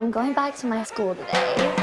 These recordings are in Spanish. I'm going back to my school today.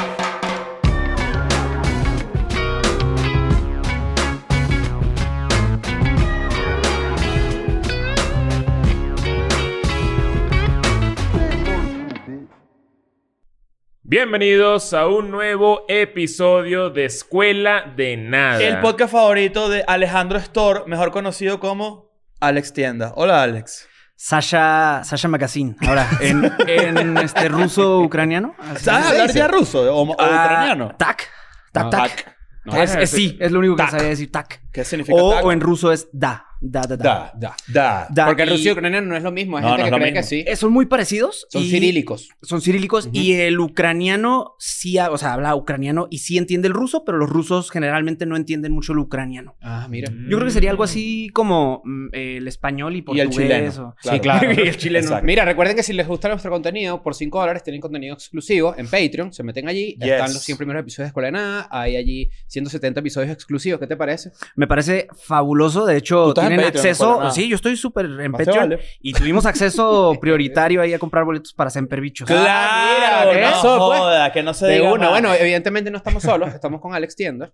Bienvenidos a un nuevo episodio de Escuela de Nada. El podcast favorito de Alejandro Store, mejor conocido como Alex Tienda. Hola, Alex. Sasha, Sasha Magazine. Ahora, en, en este ruso-ucraniano. así. ¿Sabes hablar ya ruso o, o Ah, ucraniano? Ah, Tac. Tac, tac. No, Es- es- ese- sí, es lo único que Tac. sabía decir tac. ¿Qué significa O, tac? o en ruso es da. Da, da, da. Da, da, da. Da, Porque el y- ruso y ucraniano no es lo mismo. Hay No, gente no es que lo cree mismo. que sí. Eh, Son muy parecidos. Son y- cirílicos. Son cirílicos. Y el ucraniano sí, ha- o sea, habla ucraniano y sí entiende el ruso, pero los rusos generalmente no entienden mucho el ucraniano. Ah, mira. Yo creo que sería algo así como mm, el español y Y el portugués. chileno. o- Sí, claro. Y el chileno. Exacto. Mira, recuerden que si les gusta nuestro contenido, por 5 dólares tienen contenido exclusivo en Patreon. Se meten allí. Yes. Están los 100 primeros episodios de Escuela de Nada. Hay allí 170 episodios exclusivos. ¿Qué te parece? Me parece fabuloso. De hecho, estás en tienen Patreon, no acceso. pasa nada. sí, yo estoy súper en Más te Patreon. vale. Y tuvimos acceso prioritario ahí a comprar boletos para Semper Bichos. Ah, Claro, mira, Ah, no eso, pues. joda, que no se De diga una. más. Bueno, evidentemente no estamos solos. Estamos con Alex Tienda.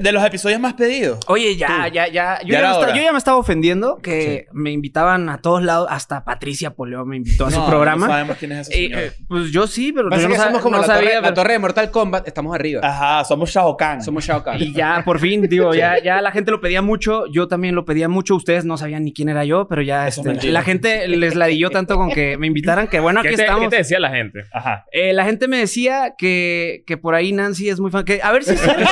de los episodios más pedidos. Oye, ya, ya, ya. Yo Ya ya, era me hora. esta- yo ya me estaba ofendiendo que me invitaban a todos lados. Hasta Patricia Poleo me invitó a su No, programa. No sabemos quién es ese Mm. Y, señor. eh, pues yo sí, pero yo Pasa no, que sab- somos como no la, sabía. torre, la pero- torre de Mortal Kombat. Estamos arriba. Ajá, somos Shao Kahn. Somos Shao Kahn. Y ya, por fin, digo, ya, ya la gente lo pedía mucho. Yo también lo pedía mucho. Ustedes no sabían ni quién era yo, pero ya Eso es este, mentira. la gente les ladilló tanto con que me invitaran que bueno, ¿Qué aquí te, estamos. qué te decía la gente? Ajá. Eh, la gente me decía que, que por ahí Nancy es muy fan. Que, a ver si es cierto.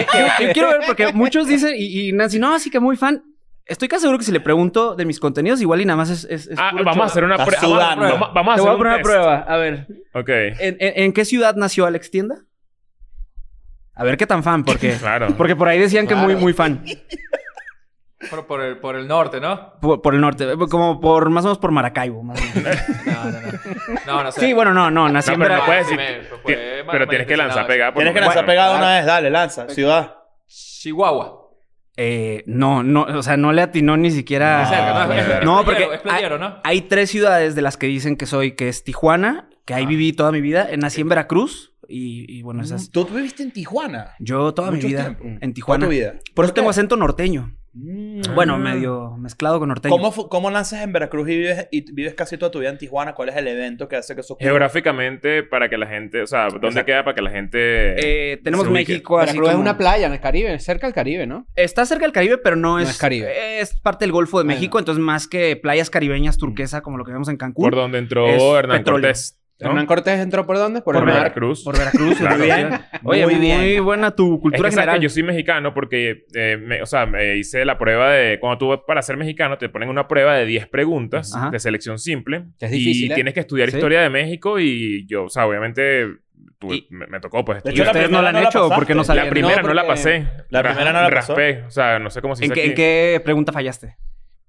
yo, yo quiero ver porque muchos dicen, y, y Nancy, no, así que muy fan. Estoy casi seguro que si le pregunto de mis contenidos, igual y nada más es. es- es Ah, puro vamos choro. a hacer una Estás prueba. Vamos a- sudando. Vamos, vamos a Te hacer voy a un poner una test. prueba. A ver. Ok. ¿En, en, en qué ciudad nació Alex Tienda? A ver qué tan fan, porque. Claro. Porque por ahí decían que muy, muy fan. Por, por el, por el norte, ¿no? Por, por el norte. eh, Como por, más o menos por Maracaibo. más o menos. No, no, no. No, no sé. Ah, Sí, bueno, no, no, nací No, en pero no Veracruz. puedes sí decir. me- fue- ti- fue pero mal- tienes que lanzar malintencionado. pegada. por Tienes lo que menos. lanzar pegado Claro. una vez. Dale, lanza. Ciudad. Chihuahua. Eh, no, no, o sea, no le atinó ni siquiera. Es cerca, ¿no? Es- es- es No, playero, porque es playero, hay, ¿no? hay tres ciudades de las que dicen que soy, que es Tijuana, que ahí viví toda mi vida. Eh, Nací en Veracruz y, y bueno, esas. ¿Tú viviste en Tijuana? Yo toda mi Mucho vida tiempo. en ¿Cuánto Tijuana. vida? Por eso tengo acento norteño. Mm. Bueno, medio mezclado con norteño. ¿Cómo, fu- ¿Cómo lanzas en Veracruz y vives, y vives casi toda tu vida en Tijuana? ¿Cuál es el evento que hace que eso ocurra? Geográficamente, para que la gente. O sea, ¿dónde Exacto. queda para que la gente. Eh, tenemos se ubique? México así Veracruz es como- una playa en el Caribe, cerca del Caribe, ¿no? Está cerca del Caribe, pero no es... es Caribe. Es parte del Golfo de Bueno. México, entonces más que playas caribeñas turquesas como lo que vemos en Cancún. Por donde entró es Hernán petróleo. Cortés. ¿no? Hernán Cortés entró por dónde? Por, Por el Veracruz. mar. Veracruz. Por Veracruz. Claro. Oye, Muy muy, bien. buena tu cultura es que, sabes general. que yo soy mexicano porque, eh, me- o sea, me hice la prueba de... Cuando tú vas para ser mexicano, te ponen una prueba de 10 preguntas Ajá. de selección simple. Que es difícil, Y ¿eh? tienes que estudiar Sí. historia de México y yo, o sea, obviamente tuve- Y- me, me tocó pues De ¿Y hecho, estudiar. la ustedes no primera la han no la hecho? porque no pasaste. sabían? La primera no, No, la porque- pasé. La Ra- primera no la pasó. Raspé. O sea, no sé cómo se ¿En dice qué, en aquí. qué pregunta fallaste?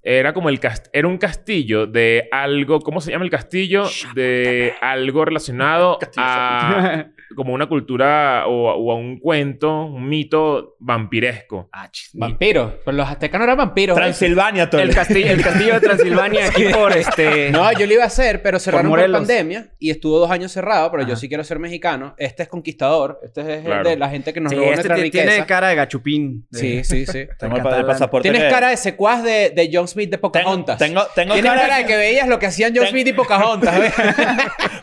Era como el cast era un castillo de algo, ¿cómo se llama el castillo? De algo relacionado a como una cultura o, o a un cuento, un mito vampiresco. Ah, chis, mi- Vampiros. Pero los aztecas no eran vampiros. ¿eh? Transilvania, todo. el, castillo, el castillo de Transilvania aquí por este... No, yo lo iba a hacer, pero cerraron por, Morelos. pandemia y estuvo dos años cerrado, pero yo Ajá. sí quiero ser mexicano. Este es conquistador, este es el Claro. de la gente que nos Sí, robó este nuestra ti- riqueza. tiene cara de gachupín. de- Sí, sí, sí. Tengo el, pa- el catalán. pasaporte. Tienes que- cara de secuaz de, de John Smith de Tengo, Pocahontas. tengo, tengo Tienes cara, cara de que veías lo que hacían John Ten- Smith y Pocahontas, ¿ves?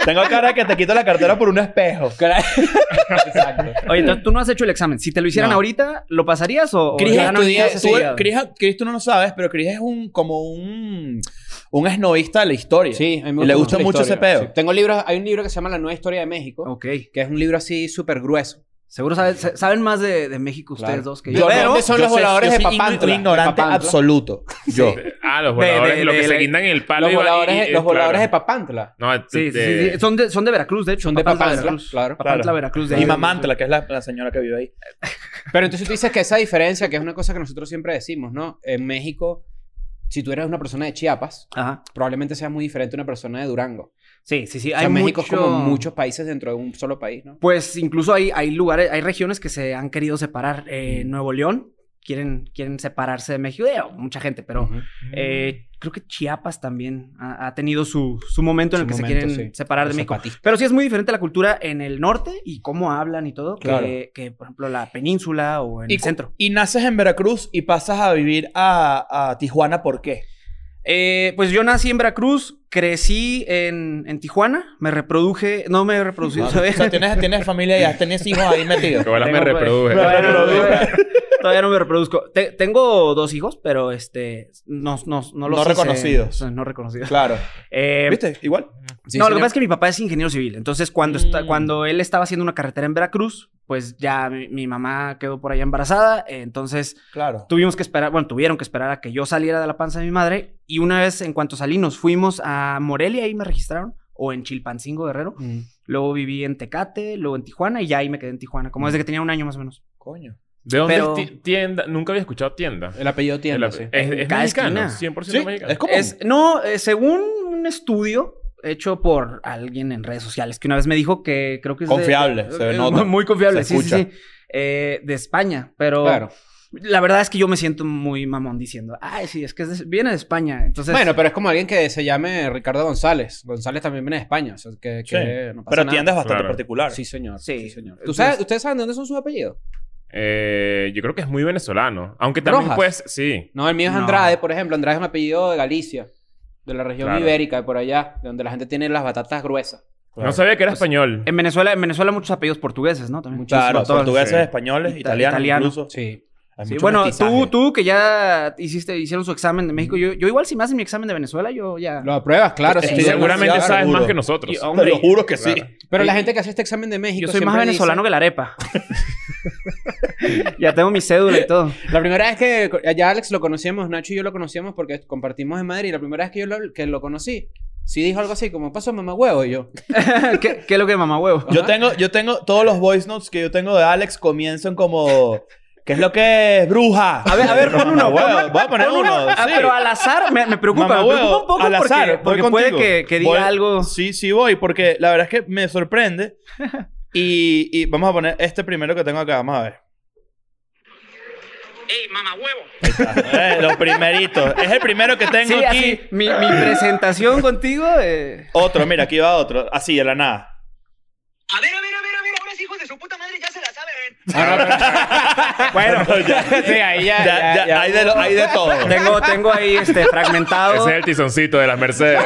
tengo cara de que te quito la cartera por un espejo. Cara- Exacto. Oye, entonces tú no has hecho el examen. Si te lo hicieran No. ahorita, ¿lo pasarías o...? o Cris, ya no estudié- tienes tú- ese- Cris, Cris, tú no lo sabes, pero Cris es un como un un esnovista de la historia. Sí, a mí me Y le gusta la mucho ese historia. peo. Sí. Tengo libros, hay un libro que se llama La Nueva Historia de México, Ok. que es un libro así súper grueso. Seguro saben, se- saben más de, de México ustedes Claro. dos que Yo yo. no. ¿Dónde son los soy- voladores yo de soy igno- Papantla? Un ignorante De Papantla. absoluto. Yo. Ah, los De- de- voladores, los de- que se de- guindan en el palo Los y va- voladores, y- de- y- los voladores de claro. Papantla. No, de- Sí, sí, de- sí, sí. Son de, son de Veracruz, de hecho. Son de Papantla, Papantla, Veracruz. claro. Papantla, Claro. Veracruz. de Y ahí. Mamantla, que es la, la señora que vive ahí. Pero entonces tú dices que esa diferencia, que es una cosa que nosotros siempre decimos, ¿no? En México, si tú eres una persona de Chiapas, Ajá. probablemente seas muy diferente a una persona de Durango. Sí, sí, sí. O Hay sea, México es mucho- como muchos países dentro de un solo país, ¿no? Pues incluso hay, hay lugares, hay regiones que se han querido separar. Eh, Nuevo León quieren, quieren separarse de México, Eh, mucha gente, pero eh, creo que Chiapas también ha, ha tenido su, su momento en el Su que se momento, quieren sí. separar de Los México. zapatistas. Pero sí es muy diferente la cultura en el norte y cómo hablan y todo, Claro. que, que, por ejemplo la península o en Y, el centro. y naces en Veracruz y pasas a vivir a, a Tijuana, ¿por qué? Eh, pues yo nací en Veracruz, crecí en, en Tijuana, me reproduje, no me he reproducido, O ¿sabes? sea, tienes, tienes familia ya, tienes hijos ahí metidos. Que ahora me Tengo, pues, reproduje. Todavía no, me- todavía no me reproduzco. Te- tengo dos hijos, pero este no, no, no los No hice- reconocidos. no reconocidos. Claro. Em, Eh, ¿Viste? Igual. Sí, no, lo sí, que no. pasa es que mi papá es ingeniero civil. Entonces, cuando, está, Mm. cuando él estaba haciendo una carretera en Veracruz, pues ya mi, mi mamá quedó por allá embarazada. eh, Entonces, Claro. tuvimos que esperar, bueno, tuvieron que esperar a que yo saliera de la panza de mi madre. Y una vez, en cuanto salí, nos fuimos a Morelia, ahí me registraron, o en Chilpancingo, Guerrero. Mm. Luego viví en Tecate, luego en Tijuana, y ya ahí me quedé en Tijuana, como desde que tenía un año más o menos. Coño. ¿De dónde Pero- es ti- tienda? Nunca había escuchado tienda. El apellido tiene. El- Es, es mexicano, Cada esquina. 100% Sí, mexicano. es como- Es, no, eh, según un estudio hecho por alguien en redes sociales, que una vez me dijo que creo que es de- Confiable, se eh, nota. Muy confiable, Se sí, sí, escucha. sí. Eh, de España, pero Claro. la verdad es que yo me siento muy mamón diciendo, ay, sí, es que es de- viene de España. Entonces, Bueno, pero es como alguien que se llame Ricardo González. González también viene de España. o sea, que, que Sí. no pasa Pero nada. tiendas bastante Claro. particular. Sí, señor. Sí. Sí, señor. ¿Tú Entonces- sabes, ¿Ustedes saben de dónde son sus apellidos? Eh, yo creo que es muy venezolano. Aunque también, Rojas. pues, sí. No, el mío es No. Andrade, por ejemplo. Andrade es un apellido de Galicia, de la región Claro. ibérica, de por allá, de donde la gente tiene las batatas gruesas. No sabía que era Pues, español. en Venezuela, en Venezuela muchos apellidos portugueses, ¿no? También. Muchísimo. Claro, todos, portugueses, sí. españoles, Ita- italianos italiano. incluso. Sí. Hay Sí, mucho bueno, mestizaje. tú, tú que ya hiciste, hicieron su examen de México, yo, yo igual si me hacen mi examen de Venezuela, yo ya... Lo apruebas, claro. Estoy sin duda. Seguramente demasiado sabes seguro. más que nosotros. Y- Te hombre, lo juro que sí. Claro. Pero la gente que hace este examen de México. Yo soy más siempre venezolano que la arepa. ya tengo mi cédula y todo. dice- La primera vez que allá Alex lo conocíamos, Nacho y yo lo conocíamos porque compartimos en Madrid. y La primera vez que yo lo, que lo conocí, sí dijo algo así como, paso mamá huevo. Y yo, ¿Qué, qué es lo que mamá huevo? Yo Ajá. tengo, yo tengo, todos los voice notes que yo tengo de Alex comienzan como, ¿qué es lo que es, bruja? A ver, a ver, pon Mamá uno. huevo. pon- Voy a poner pon uno, Ah, sí. Pero al azar me, me preocupa. Mamá me preocupa huevo, un poco al porque- azar, porque, voy puede contigo. que, que diga Voy- algo. Sí, sí voy, porque la verdad es que me sorprende. Y, y vamos a poner este primero que tengo acá, vamos a ver. ¡Ey, mamá huevo! los primeritos. Es el primero que tengo Sí, aquí. así, mi, mi presentación contigo. eh, Otro, mira, aquí va otro. Así, de la nada. A ver, a ver, a ver, a ver, ahora sí, hijos de su puta madre ya se la saben. Ah, Bueno, ya, sí, ahí ya, ya, ya, ya, ya. Hay, de lo- hay de todo. Tengo, tengo ahí este fragmentado. Ese es el tizoncito de las Mercedes.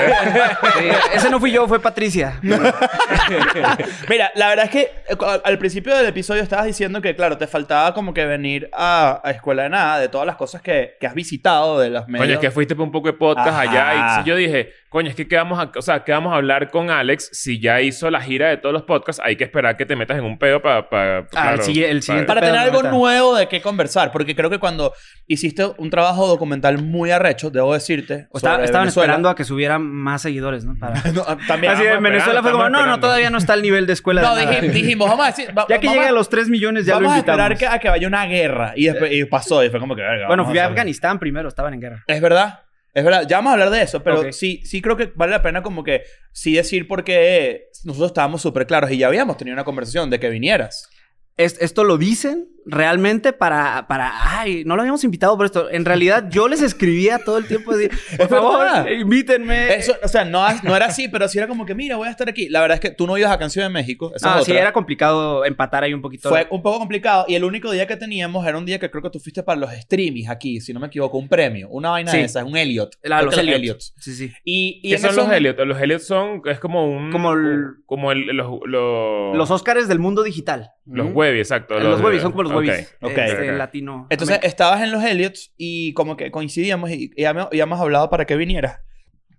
Sí, ese no fui yo, fue Patricia. Mira, la verdad es que eh, cu- al principio del episodio estabas diciendo que, claro, te faltaba como que venir a, a Escuela de Nada, de todas las cosas que, que has visitado, de las medios. Coño, es que fuiste por un poco de podcast Ajá. allá y si yo dije, coño, es que ¿qué vamos, a, o sea, ¿qué vamos a hablar con Alex si ya hizo la gira de todos los podcasts? Hay que esperar que te metas en un pedo para... Ah, el sigui- el siguiente Para Pero tener no algo está. nuevo de qué conversar, porque creo que cuando hiciste un trabajo documental muy arrecho, debo decirte. O estaba- sobre estaban Venezuela- esperando a que subieran más seguidores, ¿no? Para... No, ah, también. Así de estamos Venezuela esperando, fue estamos como, no, no, esperando". todavía no está al nivel de escuela. de No, nada". dij- dijimos, vamos a decir. va- Ya que vamos llegue a- a los 3 millones, ya lo Vamos a invitamos. esperar que, a que vaya una guerra. Y, después- y pasó, y fue como que. verga, Bueno, vamos fui a hacer- Afganistán primero, estaban en guerra. Es verdad. Es verdad, ya vamos a hablar de eso, pero Ok. sí, sí creo que vale la pena como que sí decir porque nosotros estábamos súper claros y ya habíamos tenido una conversación de que vinieras. Es- esto lo dicen realmente para, para, ay, no lo habíamos invitado por esto. En realidad yo les escribía todo el tiempo, así, verdad. por favor, invítenme. Eso, o sea, no, no era así, pero sí era como que, mira, voy a estar aquí. La verdad es que tú no ibas a Canción de México. Esa Ah, es sí, otra. era complicado empatar ahí un poquito. Fue un poco complicado y el único día que teníamos era un día que creo que tú fuiste para los streamings aquí, si no me equivoco, un premio, una vaina Sí. de esas, un Elliot. La- Creo los que Elliot. Elliots. Sí, sí. Y, y ¿Qué en son esos- los Elliot? Los Elliot son... Es como un... Como el- Como el... Los... Los, Los Óscares del mundo digital. Oh. los Ujú. Webby, exacto. Los webis, son como los Ok. webis. Ok, este, ok. latino. Entonces estabas en los Elliots y como que coincidíamos y, y habíamos habíamos hablado para que vinieras.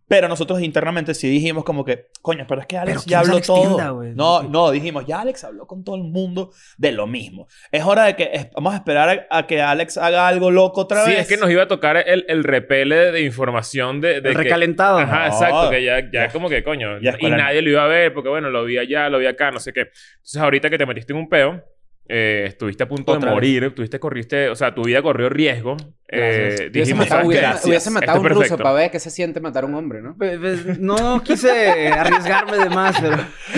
Pero nosotros internamente sí dijimos como que, coño, pero es que Alex Pero ya ¿quién habló Alex todo. Tienda, güey? no, no, dijimos, ya Alex habló con todo el mundo de lo mismo. Es hora de que es- vamos a esperar a, a que Alex haga algo loco otra Sí, vez. es que nos iba a tocar el, el repele de información de... de El que- recalentado. Ajá, No. exacto, que ya, ya Ya. como que coño. Ya es y para- nadie lo iba a ver porque, bueno, lo vi allá, lo vi acá, no sé qué. Entonces, ahorita que te metiste en un peo, eh, estuviste a punto Otra de vez. morir, tuviste, corriste, o sea, tu vida corrió riesgo. Eh, Gracias. Hubiese dijimos, matado, ¿sabes hubiera- qué? hubiese matado a un Esto es ruso perfecto. para ver qué se siente matar a un hombre, ¿no? Pues, pues, no quise arriesgarme de más, pero...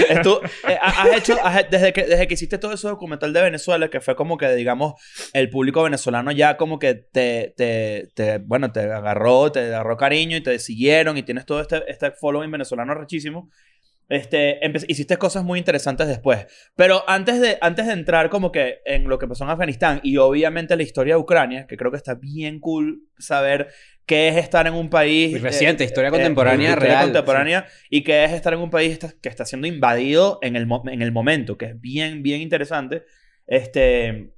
Estu- eh, ha- has hecho, has- desde, que, desde que hiciste todo ese documental de Venezuela, que fue como que, digamos, el público venezolano ya como que te, te, te- bueno, te agarró, te agarró cariño y te siguieron y tienes todo este, este following venezolano rechísimo. Este, empe- hiciste cosas muy interesantes después. Pero antes de, antes de entrar como que en lo que pasó en Afganistán y obviamente la historia de Ucrania, que creo que está bien cool saber qué es estar en un país... Y eh, reciente, historia eh, contemporánea historia real, contemporánea y que es estar en un país esta- que está siendo invadido en el, mo- en el momento, que es bien, bien interesante. Este,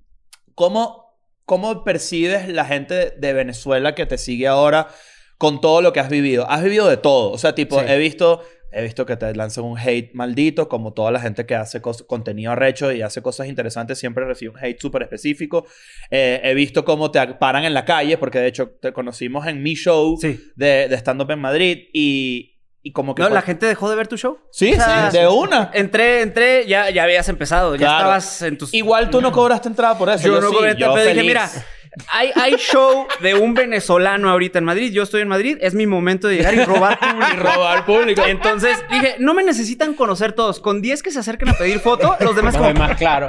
¿cómo, ¿Cómo percibes la gente de Venezuela que te sigue ahora con todo lo que has vivido? Has vivido de todo. O sea, tipo, Sí. he visto... He visto que te lanzan un hate maldito, como toda la gente que hace cos- contenido arrecho y hace cosas interesantes, siempre recibe un hate súper específico. Eh, he visto cómo te paran en la calle, porque de hecho te conocimos en mi show Sí. de, de stand-up en Madrid y, y como que... No, la cual- gente dejó de ver tu show. Sí, o sea, sí, de una. Entré, entré, ya, ya habías empezado, ya Claro. estabas en tus... Igual tú no cobraste entrada por eso. yo, no sí, comenté, yo pero dije, feliz. mira, hay, hay show de un venezolano ahorita en Madrid, yo estoy en Madrid, es mi momento de llegar y robar público. Robar público. Entonces dije, no me necesitan conocer todos, con 10 que se acerquen a pedir foto, los demás Los como, demás, claro.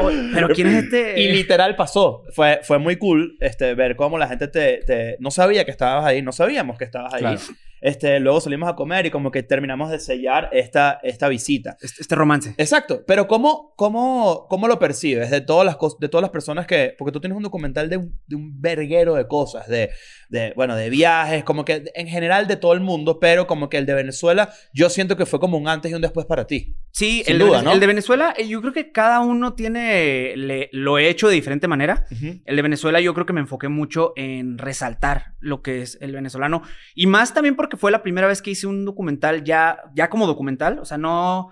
"Oye, pero ¿quién es este? Y literal pasó. Fue, fue muy cool este, ver cómo la gente te, te- No sabía que estabas ahí, no sabíamos que estabas ahí. Claro. Este, luego salimos a comer y como que terminamos de sellar esta, esta visita. Este, este romance. Exacto, pero ¿cómo, cómo, cómo lo percibes de todas las cos- de todas las personas que porque tú tienes un documental de un, de un verguero de cosas, de, de bueno, de viajes, como que en general de todo el mundo, pero como que el de Venezuela yo siento que fue como un antes y un después para ti. Sí, Sin el, de duda, Venez- ¿no? el de Venezuela, eh, yo creo que cada uno tiene le- lo hecho de diferente manera. El de Venezuela yo creo que me enfoqué mucho en resaltar lo que es el venezolano y más también porque fue la primera vez que hice un documental ya, ya como documental, o sea, no...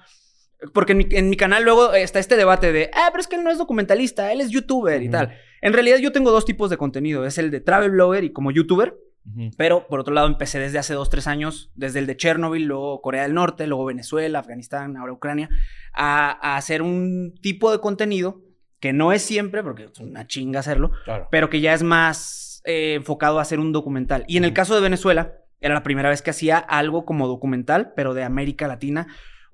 Porque en mi, en mi canal luego está este debate de, ah, pero es que él no es documentalista, él es youtuber y tal. En realidad yo tengo dos tipos de contenido, es el de travel blogger y como youtuber, Ujú. pero por otro lado empecé desde hace dos, tres años, desde el de Chernobyl, luego Corea del Norte, luego Venezuela, Afganistán, ahora Ucrania, a, a hacer un tipo de contenido que no es siempre, porque es una chinga hacerlo, Claro. pero que ya es más eh, enfocado a hacer un documental. Y en el caso de Venezuela, era la primera vez que hacía algo como documental, pero de América Latina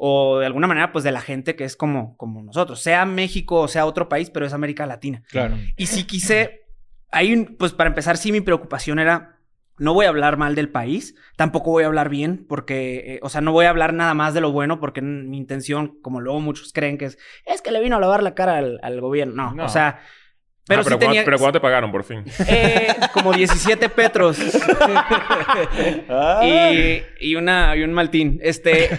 o de alguna manera pues de la gente que es como, como nosotros, sea México o sea otro país, pero es América Latina. Claro. Y si quise, ahí pues para empezar, sí mi preocupación era... No voy a hablar mal del país, tampoco voy a hablar bien, porque, eh, o sea, no voy a hablar nada más de lo bueno, porque n- mi intención, como luego muchos creen que es, es que le vino a lavar la cara al, al gobierno. No, No. o sea, Pero, ah, pero, pero, sí ¿cuándo- tenía... pero ¿cuándo te pagaron, por fin? Eh, como 17 petros Ah. y, y una, y un maltín. Este,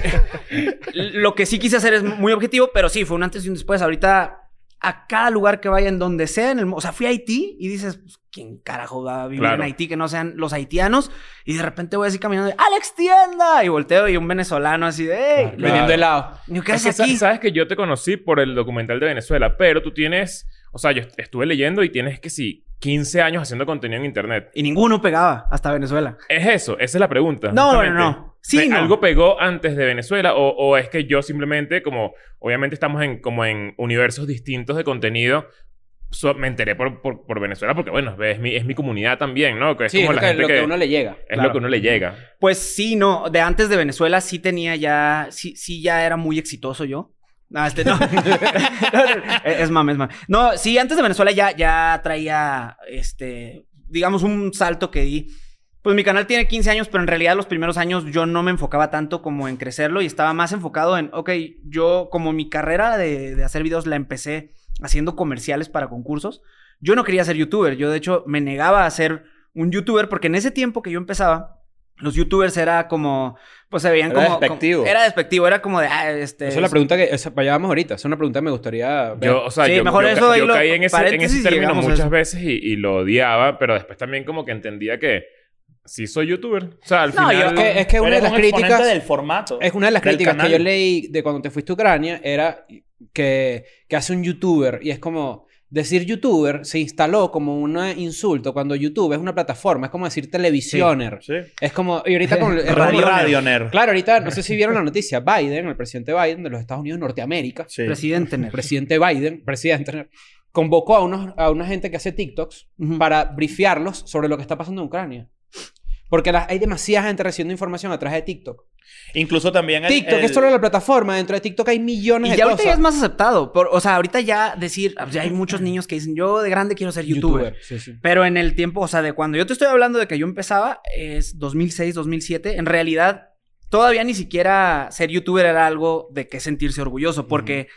lo que sí quise hacer es muy objetivo, pero sí, fue un antes y un después. Ahorita, a cada lugar que vaya, en donde sea, en el, mu- o sea, fui a Haití y dices, pues, ¿quién carajo va a vivir en Claro. Haití que no sean los haitianos? Y de repente voy así caminando, ¡Alex Tienda! Y volteo y un venezolano así de, "Ey". Claro. Vendiendo helado. Y yo, ¿Qué Es que haces sa- aquí? sabes que yo te conocí por el documental de Venezuela, pero tú tienes, o sea, yo est- estuve leyendo y tienes que sí, 15 años haciendo contenido en internet. Y ninguno pegaba hasta Venezuela. ¿Es eso? Esa es la pregunta. No, no, justamente. no. Sí, ¿Te- no. ¿Algo pegó antes de Venezuela? O, o es que yo simplemente, como obviamente estamos en, como en universos distintos de contenido, so- me enteré por, por, por Venezuela porque, bueno, es mi, es mi comunidad también, ¿no? Que es Sí, es pues, como la lo que, gente lo que que- a uno le llega. es Claro. lo que uno le llega. Pues sí, no. De antes de Venezuela sí tenía ya. Sí, sí ya era muy exitoso yo. No, este no. es es mame, es mame. No, sí, antes de Venezuela ya, ya traía este. Digamos, un salto que di. Pues mi canal tiene 15 años, pero en realidad los primeros años yo no me enfocaba tanto como en crecerlo y estaba más enfocado en, ok, yo como mi carrera de, de hacer videos la empecé haciendo comerciales para concursos, yo no quería ser youtuber, yo de hecho me negaba a ser un youtuber porque en ese tiempo que yo empezaba, los youtubers era como, pues se veían Era como... como- despectivo. era despectivo, era como de, ah, este... Esa es la pregunta que... esa- para allá vamos ahorita. Esa es una pregunta que me gustaría... ver. Yo, o sea, Sí, yo, mejor yo, eso ahí yo lo- caí en ese, en paréntesis ese y término llegamos a muchas eso. veces y, y lo odiaba, pero después también como que entendía que sí soy youtuber. O sea, al No, yo- final... Es que, es que una de Eres las un exponente críticas... del formato. Es una de las del críticas canal. que yo leí de cuando te fuiste a Ucrania era que, que hace un youtuber y es como, decir youtuber se instaló como un insulto cuando YouTube es una plataforma, es como decir televisioner. Sí. Es como, y ahorita con es como- Radio, Radio Nerd. Claro, ahorita no sé si vieron la noticia, Biden, el presidente Biden de los Estados Unidos de Norteamérica, Sí. Presidente el Nerd. presidente Biden, presidente, convocó a, unos, a una gente que hace TikToks Ujú. para brifearlos sobre lo que está pasando en Ucrania. Porque la- hay demasiada gente recibiendo información a través de TikTok. Incluso también el- TikTok el- es solo la plataforma, dentro de TikTok hay millones Y de ya ahorita cosas. ya es más aceptado. por- o sea, ahorita ya decir, ah, pues, ya hay muchos niños que dicen, yo de grande quiero ser youtuber. Sí, sí. Pero en el tiempo, o sea, de cuando yo te estoy hablando de que yo empezaba, es 2006, 2007, en realidad todavía ni siquiera ser youtuber era algo de que sentirse orgulloso, porque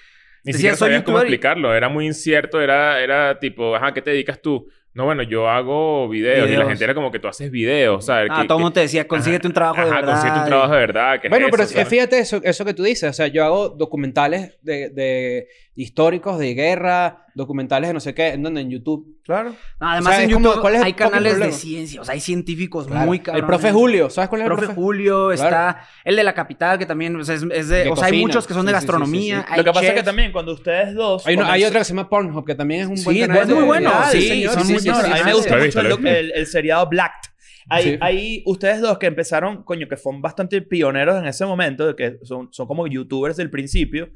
Ni Decía, siquiera "Soy sabías cómo youtuber y- explicarlo. Era muy incierto. Era, era tipo, ajá, ¿qué te dedicas tú? No, bueno, yo hago videos. Y la Videos. gente era como que tú haces videos. O sea, ah, que- todo el que- mundo te decía, consíguete un trabajo de ajá, verdad. consigue un y- trabajo de verdad. que es Bueno, eso, pero ¿sabes? fíjate eso, eso que tú dices. O sea, yo hago documentales de, de históricos, de guerra, documentales de no sé qué, en donde en YouTube. Claro. No, además O sea, en es como, YouTube ¿cuál es el hay fucking canales de problema? ciencia, o sea, hay científicos Claro. muy cabrones. El profe Julio, ¿sabes cuál es El el profe Julio Claro. está, el de la capital que también o sea, es, es de, Que o sea, hay cocina. muchos que son de Sí, sí, sí, sí, gastronomía. sí. hay Lo que pasa es que chefs. también cuando ustedes dos... Hay, uno- hay comenzaron- otro que se llama Pornhub, que también es un Sí, buen es canal. de- muy bueno, Ah, sí, son muy señor, buenos. A mí me sí, gusta sí. mucho el, Lo he visto, lo he el- el seriado Blacked. Ahí, Sí. ahí ustedes dos que empezaron, coño, que son bastante pioneros en ese momento, de que son, son como youtubers del principio,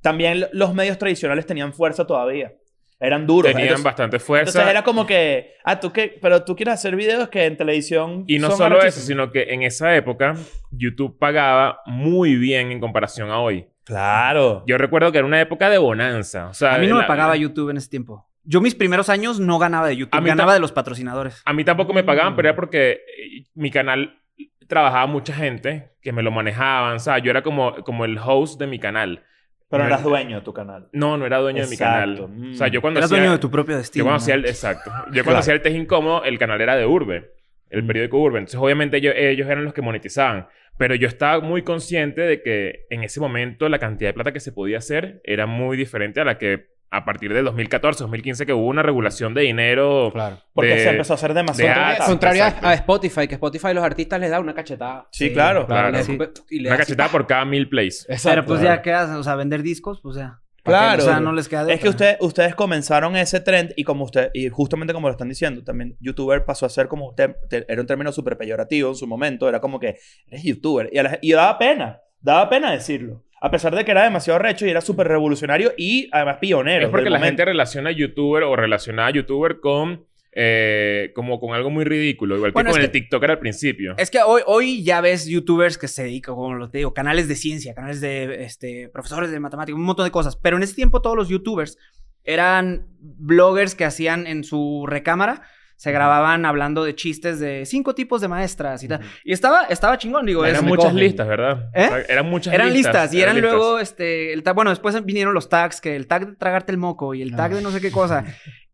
también lo- los medios tradicionales tenían fuerza todavía. Eran pues, duros. Tenían entonces, bastante fuerza. entonces era como que, ah, tú qué, pero tú quieres hacer videos que en televisión... Y no son solo eso, arrechísimos. sino que en esa época YouTube pagaba muy bien en comparación a hoy. Claro. Yo recuerdo que era una época de bonanza. O sea, A mí no me la- pagaba YouTube en ese tiempo. Yo mis primeros años no ganaba de A YouTube, mí ta- Ah, ganaba de los patrocinadores. A mí tampoco me pagaban, Mm. pero era porque eh, mi canal trabajaba mucha gente que me lo manejaban. O sea, yo era como, como el host de mi canal. Pero no eras dueño de tu canal. No, no era dueño Exacto. de mm. mi canal. O sea, yo cuando Eras hacía- dueño de tu propio ah, Yo destino. cuando ¿no? hacía el... Exacto. Yo cuando Claro. hacía el test incómodo, el canal era de Urbe. El Mm. periódico Urbe. Entonces, obviamente, ellos, ellos eran los que monetizaban. Pero yo estaba muy consciente de que en ese momento la cantidad de plata que se podía hacer era muy diferente a la que a partir del 2014, 2015, que hubo una regulación de dinero. Claro. Porque de- se empezó a hacer demasiado. de plata. ads. Contrario a, Exacto. a Spotify, que Spotify los artistas les da una cachetada. Sí, claro. Claro, les sí. escupe- y le Una da así, cachetada ¡pah! por cada mil plays. Exacto. Pero pues ya quedas, o sea, vender discos, pues ya. Claro. O sea, no les queda de Es que otra. usted- ustedes comenzaron ese trend y como usted, y justamente como lo están diciendo, también youtuber pasó a ser como usted, te- era un término súper peyorativo en su momento, era como que eres youtuber. Y, a la- y daba pena, daba pena decirlo. A pesar de que era demasiado recho y era súper revolucionario y además pionero. Es porque del la momento. gente relaciona a youtuber o relaciona a youtuber con eh, como con algo muy ridículo, igual Bueno, que es con que- el TikTok era al principio. Es que hoy, hoy ya ves youtubers que se dedican, como lo te digo, canales de ciencia, canales de este, profesores de matemáticas, un montón de cosas. Pero en ese tiempo todos los youtubers eran bloggers que hacían en su recámara, se grababan hablando de chistes de cinco tipos de maestras y tal. Y estaba, estaba chingón, digo, es- eran muchas listas, ¿verdad? ¿Eh? O sea, eran muchas eran listas y eran listas. luego, este, el tag- bueno, después vinieron los tags, que el tag de tragarte el moco y el tag de no sé qué cosa.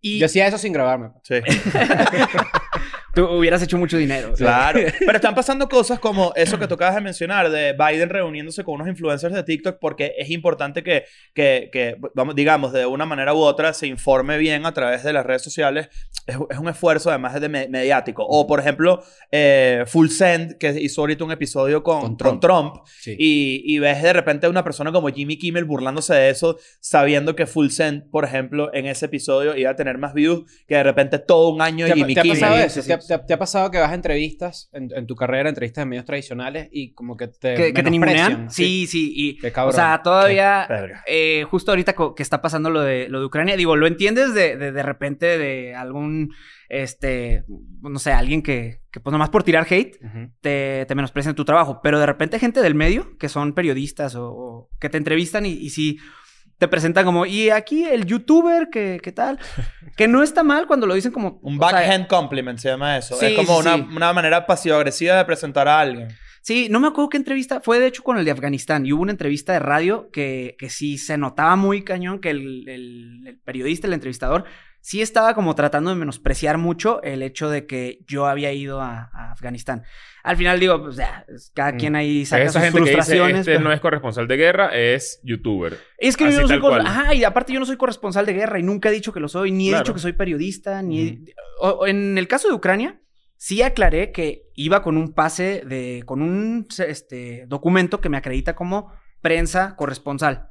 Y Yo hacía eso sin grabarme. Sí, tú hubieras hecho mucho dinero. claro. Pero están pasando cosas como eso que tú acabas de mencionar, de Biden reuniéndose con unos influencers de TikTok, porque es importante que, que, que, vamos, digamos, de una manera u otra se informe bien a través de las redes sociales. Es, es un esfuerzo además de me- mediático. O, por ejemplo, eh, Full Send, que hizo ahorita un episodio con, Con con Trump. Trump, Sí. y, y ves de repente a una persona como Jimmy Kimmel burlándose de eso, sabiendo que Full Send, por ejemplo, en ese episodio iba a tener más views que de repente todo un año de ¿Te ha, Jimmy te ha Kimmel. pasado Sí, eso? sí, ¿Te, ha, sí. te ha- te ha pasado que vas a entrevistas en, en tu carrera, entrevistas en medios tradicionales y como que te. que, que te menosprecian? ningunean. Sí, sí. Y, Qué o cabrón. sea, todavía, Verga. eh, justo ahorita co- que está pasando lo de, lo de Ucrania, digo, lo entiendes de, de, de repente de algún, este, no sé, alguien que, que pues nomás por tirar hate Ujú. te, te menosprecian tu trabajo, pero de repente gente del medio, que son periodistas o, o que te entrevistan y, y si te presentan como, y aquí el youtuber, que, que tal, que no está mal cuando lo dicen como... Un o sea, backhand compliment se llama eso. Sí, es como sí, una, sí. una manera pasivo-agresiva de presentar a alguien. Sí, no me acuerdo qué entrevista. Fue de hecho con el de Afganistán. Y hubo una entrevista de radio que, que sí se notaba muy cañón que el, el- el periodista, el entrevistador, sí estaba como tratando de menospreciar mucho el hecho de que yo había ido a, a Afganistán. Al final digo, pues ya, es- cada Mm. quien ahí Es saca esa sus gente que dice, frustraciones. este pero- no es corresponsal de guerra, es youtuber. es que yo así no tal soy corre- cual. Ajá, y aparte yo no soy corresponsal de guerra y nunca he dicho que lo soy, ni he Claro. dicho que soy periodista, ni he- o- o en el caso de Ucrania sí aclaré que iba con un pase de con un se- este documento que me acredita como prensa corresponsal.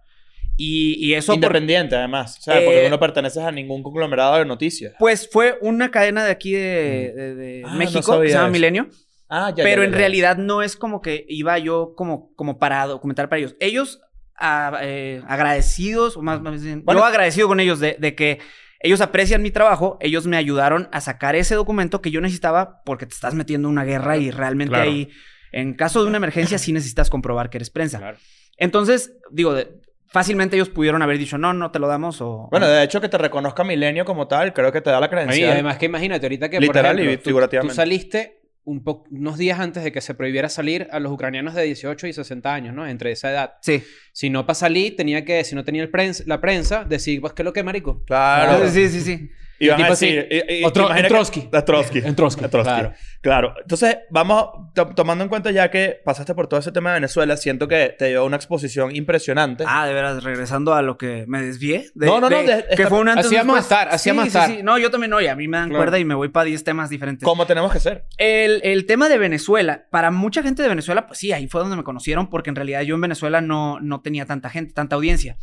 Y, y eso por- Independiente, además. O sea, porque Eh, tú no perteneces a ningún conglomerado de noticias. Pues fue una cadena de aquí de, de- de Ah, no México, sabía que se llama eso. Milenio. Ah, ya. pero ya, en ya, ya. realidad no es como que iba yo como, como para documentar para ellos. Ellos ah, eh, agradecidos, o más, más bien, Bueno. yo agradecido con ellos de, de que ellos aprecian mi trabajo, ellos me ayudaron a sacar ese documento que yo necesitaba porque te estás metiendo en una guerra y realmente Claro. ahí, en caso de una emergencia, sí necesitas comprobar que eres prensa. Claro. Entonces, digo, de- fácilmente ellos pudieron haber dicho, no, no te lo damos o... Bueno, de hecho, que te reconozca Milenio como tal, creo que te da la Oye, y credencial. además que imagínate, ahorita que Literal por y ejemplo, tú- tú, figurativamente. saliste un po- unos días antes de que se prohibiera salir a los ucranianos de 18 y 60 años, ¿no? Entre esa edad. sí. Si no para salir, tenía que, si no tenía el prens- la prensa, decir, pues, ¿qué es lo que, marico? Claro. Ah, Sí, sí, sí. Y van a tipo decir... así, y- y- o Tro- ¿te imaginas o Trotsky. que- a Trotsky. En Trotsky, A Trotsky. claro. Claro. Entonces, vamos... to- tomando en cuenta ya que pasaste por todo ese tema de Venezuela, siento que te dio una exposición impresionante. Ah, de veras, regresando a lo que me desvié. de- No, no, no, de- de- está- que fue un antes así y vamos a después. estar, Sí, así vamos a sí, estar. sí. No, yo también no, y a mí me dan Claro. cuerda y me voy para 10 temas diferentes. ¿Cómo tenemos que ser? El, el tema de Venezuela, para mucha gente de Venezuela, pues sí, ahí fue donde me conocieron, porque en realidad yo en Venezuela no, no tenía tanta gente, tanta audiencia.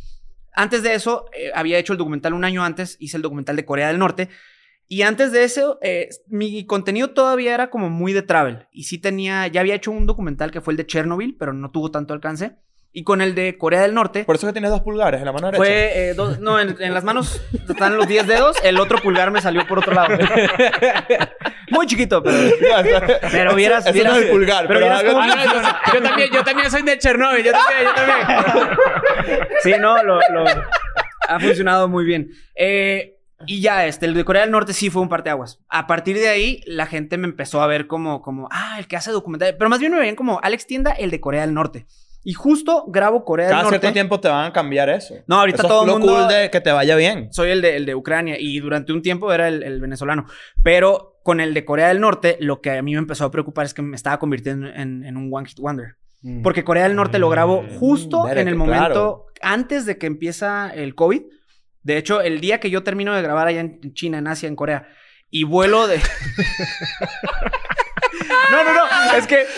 Antes de eso, eh, había hecho el documental un año antes, hice el documental de Corea del Norte, y antes de eso, eh, mi contenido todavía era como muy de travel, y sí tenía, ya había hecho un documental que fue el de Chernobyl, pero no tuvo tanto alcance, y con el de Corea del Norte... Por eso que tienes dos pulgares en la mano derecha. Fue, eh, dos- no, en, en las manos están los 10 dedos, el otro pulgar me salió por otro lado. Muy chiquito, pero... Pero hubieras- Eso no hubieras- es el pulgar, pero pero, hubieras algo- como- Ah, no, yo, yo también, yo también soy de Chernobyl, yo también, yo también. Sí, no, lo, lo- ha funcionado muy bien. Eh, y ya, este, el de Corea del Norte sí fue un parteaguas. A partir de ahí, la gente me empezó a ver como, como, ah, el que hace documentales. Pero más bien me veían como Alex Tienda, el de Corea del Norte. Y justo grabo Corea cada del Norte. cierto tiempo te van a cambiar eso. No, ahorita Eso es todo el lo mundo- cool de que te vaya bien. Soy el de, el de Ucrania y durante un tiempo era el, el venezolano. Pero con el de Corea del Norte, lo que a mí me empezó a preocupar es que me estaba convirtiendo en, en un One Hit Wonder. Porque Corea del Norte lo grabo Mm, justo verga, en el que momento claro. antes de que empieza el COVID. De hecho, el día que yo termino de grabar allá en China, en Asia, en Corea, y vuelo de. no, no, no. Es que.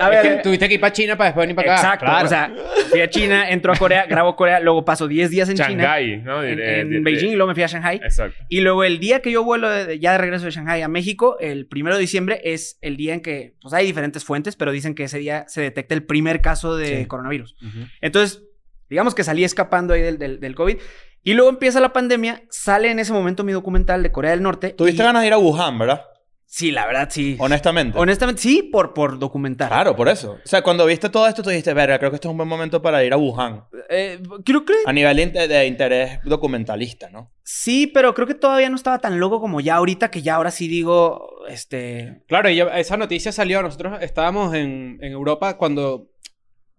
A ver. Es que tuviste que ir para China para después venir para acá. Exacto. O sea, fui a China, entro a Corea, grabo Corea, luego paso 10 días en China. Shanghái, ¿no? En, Eh, en de- de- Beijing, luego me fui a Shanghai. Exacto. Y luego el día que yo vuelo de- de- ya de regreso de Shanghai a México, el primero de diciembre, es el día en que, pues hay diferentes fuentes, pero dicen que ese día se detecta el primer caso de Sí. coronavirus. Entonces, digamos que salí escapando ahí del, del, del COVID. Y luego empieza la pandemia, sale en ese momento mi documental de Corea del Norte. Tuviste y- ganas de ir a Wuhan, ¿verdad? Sí, la verdad, sí. Honestamente. Ah. Honestamente, sí, por, por documentar. Claro, por eso. O sea, cuando viste todo esto, tú dijiste, verga, creo que este es un buen momento para ir a Wuhan. Eh, creo que A nivel de, inte- de interés documentalista, ¿no? sí, pero creo que todavía no estaba tan loco como ya ahorita, que ya ahora sí digo, este... Claro, y ya- esa noticia salió. Nosotros estábamos en, en Europa cuando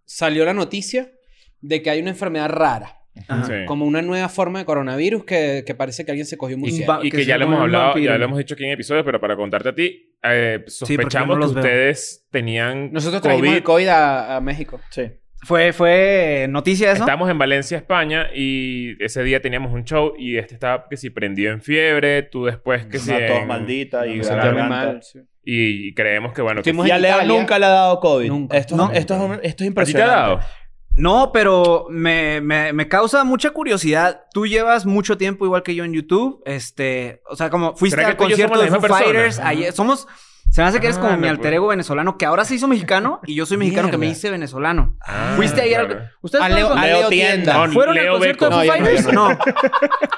salió la noticia de que hay una enfermedad rara. ajá. Sí. Como una nueva forma de coronavirus que, que parece que alguien se cogió un Y, murciélago. y que que, se ya lo come hemos un hablado, vampiro. ya lo hemos dicho aquí en episodios, pero para contarte a ti, eh, yo no sospechamos los que veo. ustedes tenían Nosotros trajimos el COVID a, a México. Sí. Fue, fue noticia eso. Estábamos en Valencia, España, y ese día teníamos un show y este estaba que si prendió en fiebre, tú después que si... Una tos en- maldita y Nos Se sentimos pone garganta. mal. sí. Y, y creemos que, bueno, que Estuvimos Y a en Leo Italia. nunca le ha dado COVID. Nunca. Esto, No. esto, es un- esto ¿A es ti te ha impresionante. dado? No, pero me, me- me causa mucha curiosidad. Tú llevas mucho tiempo igual que yo en YouTube. Este, o sea, como fuiste ¿Será que al tú y yo concierto somos de la Foo misma persona? Fighters. Ah. ayer. Somos, se me hace que eres Ah, como mi no, alter ego venezolano, que ahora se hizo mexicano y yo soy mexicano que me Mierda. hice venezolano. Ah, Fuiste ayer al- claro. ¿Ustedes A fueron Leo, al a concierto? Leo Leo Tienda. Tienda. No, ¿Fueron al Leo concierto de Beco. Foo No, yo no, Fighters?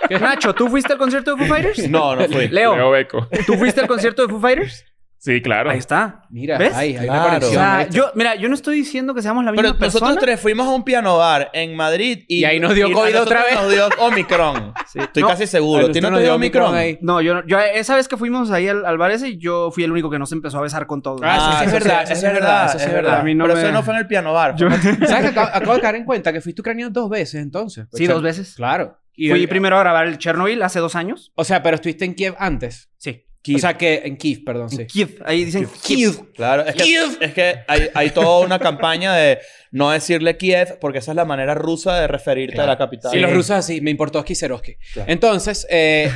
yo No. Nacho, ¿tú fuiste al concierto de Foo Fighters? No, no fui. Leo, Leo Beco. ¿tú fuiste al concierto de Foo Fighters? Sí, claro. Ahí está. Mira, ¿Ves? ahí, hay Claro. una O conexión. sea, ¿viste? yo, mira, yo no estoy diciendo que seamos la misma Pero nosotros persona. tres fuimos a un piano bar en Madrid y, Y ahí nos dio a COVID otra nosotros Nos dio Omicron. Estoy No. casi A seguro. ¿A ti no te nosotros dio nos dio Omicron? Omicron ahí. No, yo, no- yo esa vez que fuimos ahí al, al bar ese, yo fui el único que no se empezó a besar con todo. Ah, Ah, eso sí es verdad, eso sí es verdad, eso sí es verdad. A mí no Pero me- eso no fue en el piano bar. Yo- ¿Sabes que acabo, acabo de caer en cuenta que fuiste ucraniano dos veces entonces? sí, O sea, dos veces. Claro. Y Fui primero a grabar el Chernobyl hace dos años. O sea, pero estuviste en Kiev antes. Sí. O sea, que en Kiev, perdón, sí. En Kiev. Ahí dicen Kiev. Claro, es que, es que hay, hay toda una campaña de no decirle Kiev porque esa es la manera rusa de referirte a la capital. Y los rusos así, me importó Kiserovsky. Entonces, eh,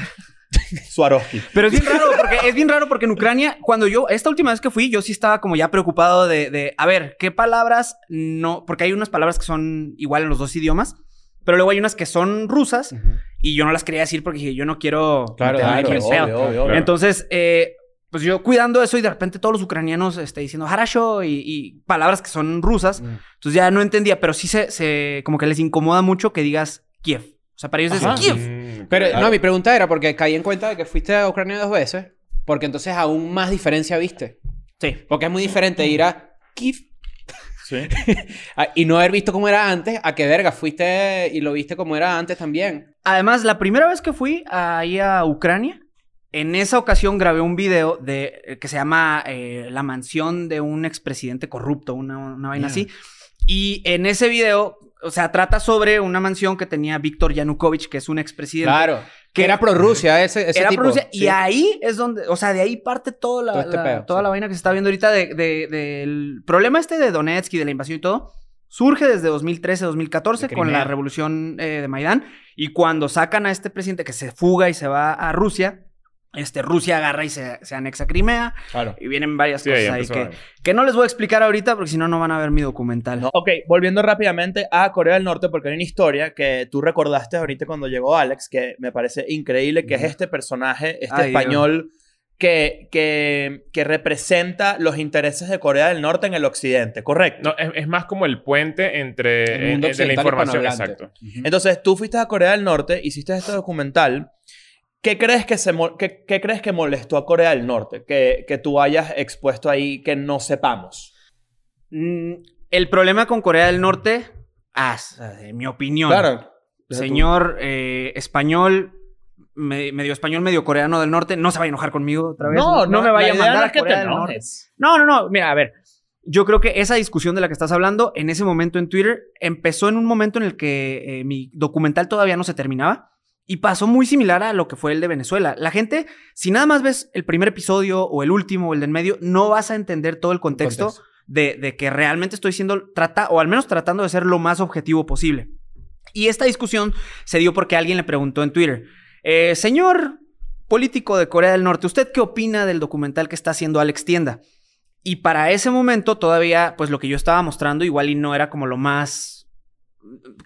Swarovski. Pero es bien raro, porque es bien raro porque en Ucrania, cuando yo, esta última vez que fui, yo sí estaba como ya preocupado de, de, a ver, ¿qué palabras no? Porque hay unas palabras que son igual en los dos idiomas. Pero luego hay unas que son rusas y yo no las quería decir porque dije, yo no quiero meterme aquí en pedo. Claro. Entonces, eh, pues yo cuidando eso y de repente todos los ucranianos este, diciendo harasho y, y palabras que son rusas. Mm. Entonces ya no entendía, pero sí se, se- como que les incomoda mucho que digas Kiev. O sea, para ellos Ajá. es Kiev. Mm, Pero claro. no, mi pregunta era porque caí en cuenta de que fuiste a Ucrania dos veces, porque entonces aún más diferencia viste. Sí. Porque es muy diferente ir a Kiev Sí. a- y no haber visto cómo era antes, a que verga fuiste y lo viste como era antes también. Además, la primera vez que fui ahí a Ucrania, en esa ocasión grabé un video de, que se llama eh, La mansión de un expresidente corrupto, una, una vaina así. Y en ese video, o sea, trata sobre una mansión que tenía Víctor Yanukovych, que es un expresidente. Claro. Que Que- era pro Rusia ese, ese era tipo. Rusia. Sí. Y ahí es donde, o sea, de ahí parte toda la, Todo este la- pedo, toda sí. la vaina que se está viendo ahorita de- de- del problema este de Donetsk y de la invasión y todo. Surge desde 2013, 2014 De con Crimea. la revolución eh, de Maidán. Y cuando sacan a este presidente que se fuga y se va a Rusia, este, Rusia agarra y se, se anexa Crimea. Claro. Y vienen varias Sí, ahí cosas ahí empezó que, que no les voy a explicar ahorita porque si no, no van a ver mi documental. Ok, volviendo rápidamente a Corea del Norte, porque hay una historia que tú recordaste ahorita cuando llegó Alex, que me parece increíble, que es este personaje, este Ay, Dios. español, que, que, que representa los intereses de Corea del Norte en el occidente, ¿correcto? No, es, es más como el puente entre El eh, mundo de la occidental información. hispanohablante. Exacto. Entonces, tú fuiste a Corea del Norte, hiciste este documental. ¿Qué crees que, se mol- qué- qué crees que molestó a Corea del Norte? Que, que tú hayas expuesto ahí que no sepamos. Mm, el problema con Corea del Norte, ah, o sea, de mi opinión. Señor eh, español, me- medio español, medio coreano del norte, no se va a enojar conmigo otra vez. No, no, me vaya la a idea mandar no a es que te Corea del enojes. Norte. No, no, no. Mira, a ver. Yo creo que esa discusión de la que estás hablando en ese momento en Twitter empezó en un momento en el que eh, mi documental todavía no se terminaba y pasó muy similar a lo que fue el de Venezuela. La gente, si nada más ves el primer episodio o el último o el del medio, no vas a entender todo el contexto, Contexto. De, de que realmente estoy siendo, trata, o al menos tratando de ser lo más objetivo posible. Y esta discusión se dio porque alguien le preguntó en Twitter, eh, señor político de Corea del Norte, ¿usted qué opina del documental que está haciendo Alex Tienda? Y para ese momento todavía, pues lo que yo estaba mostrando igual y no era como lo más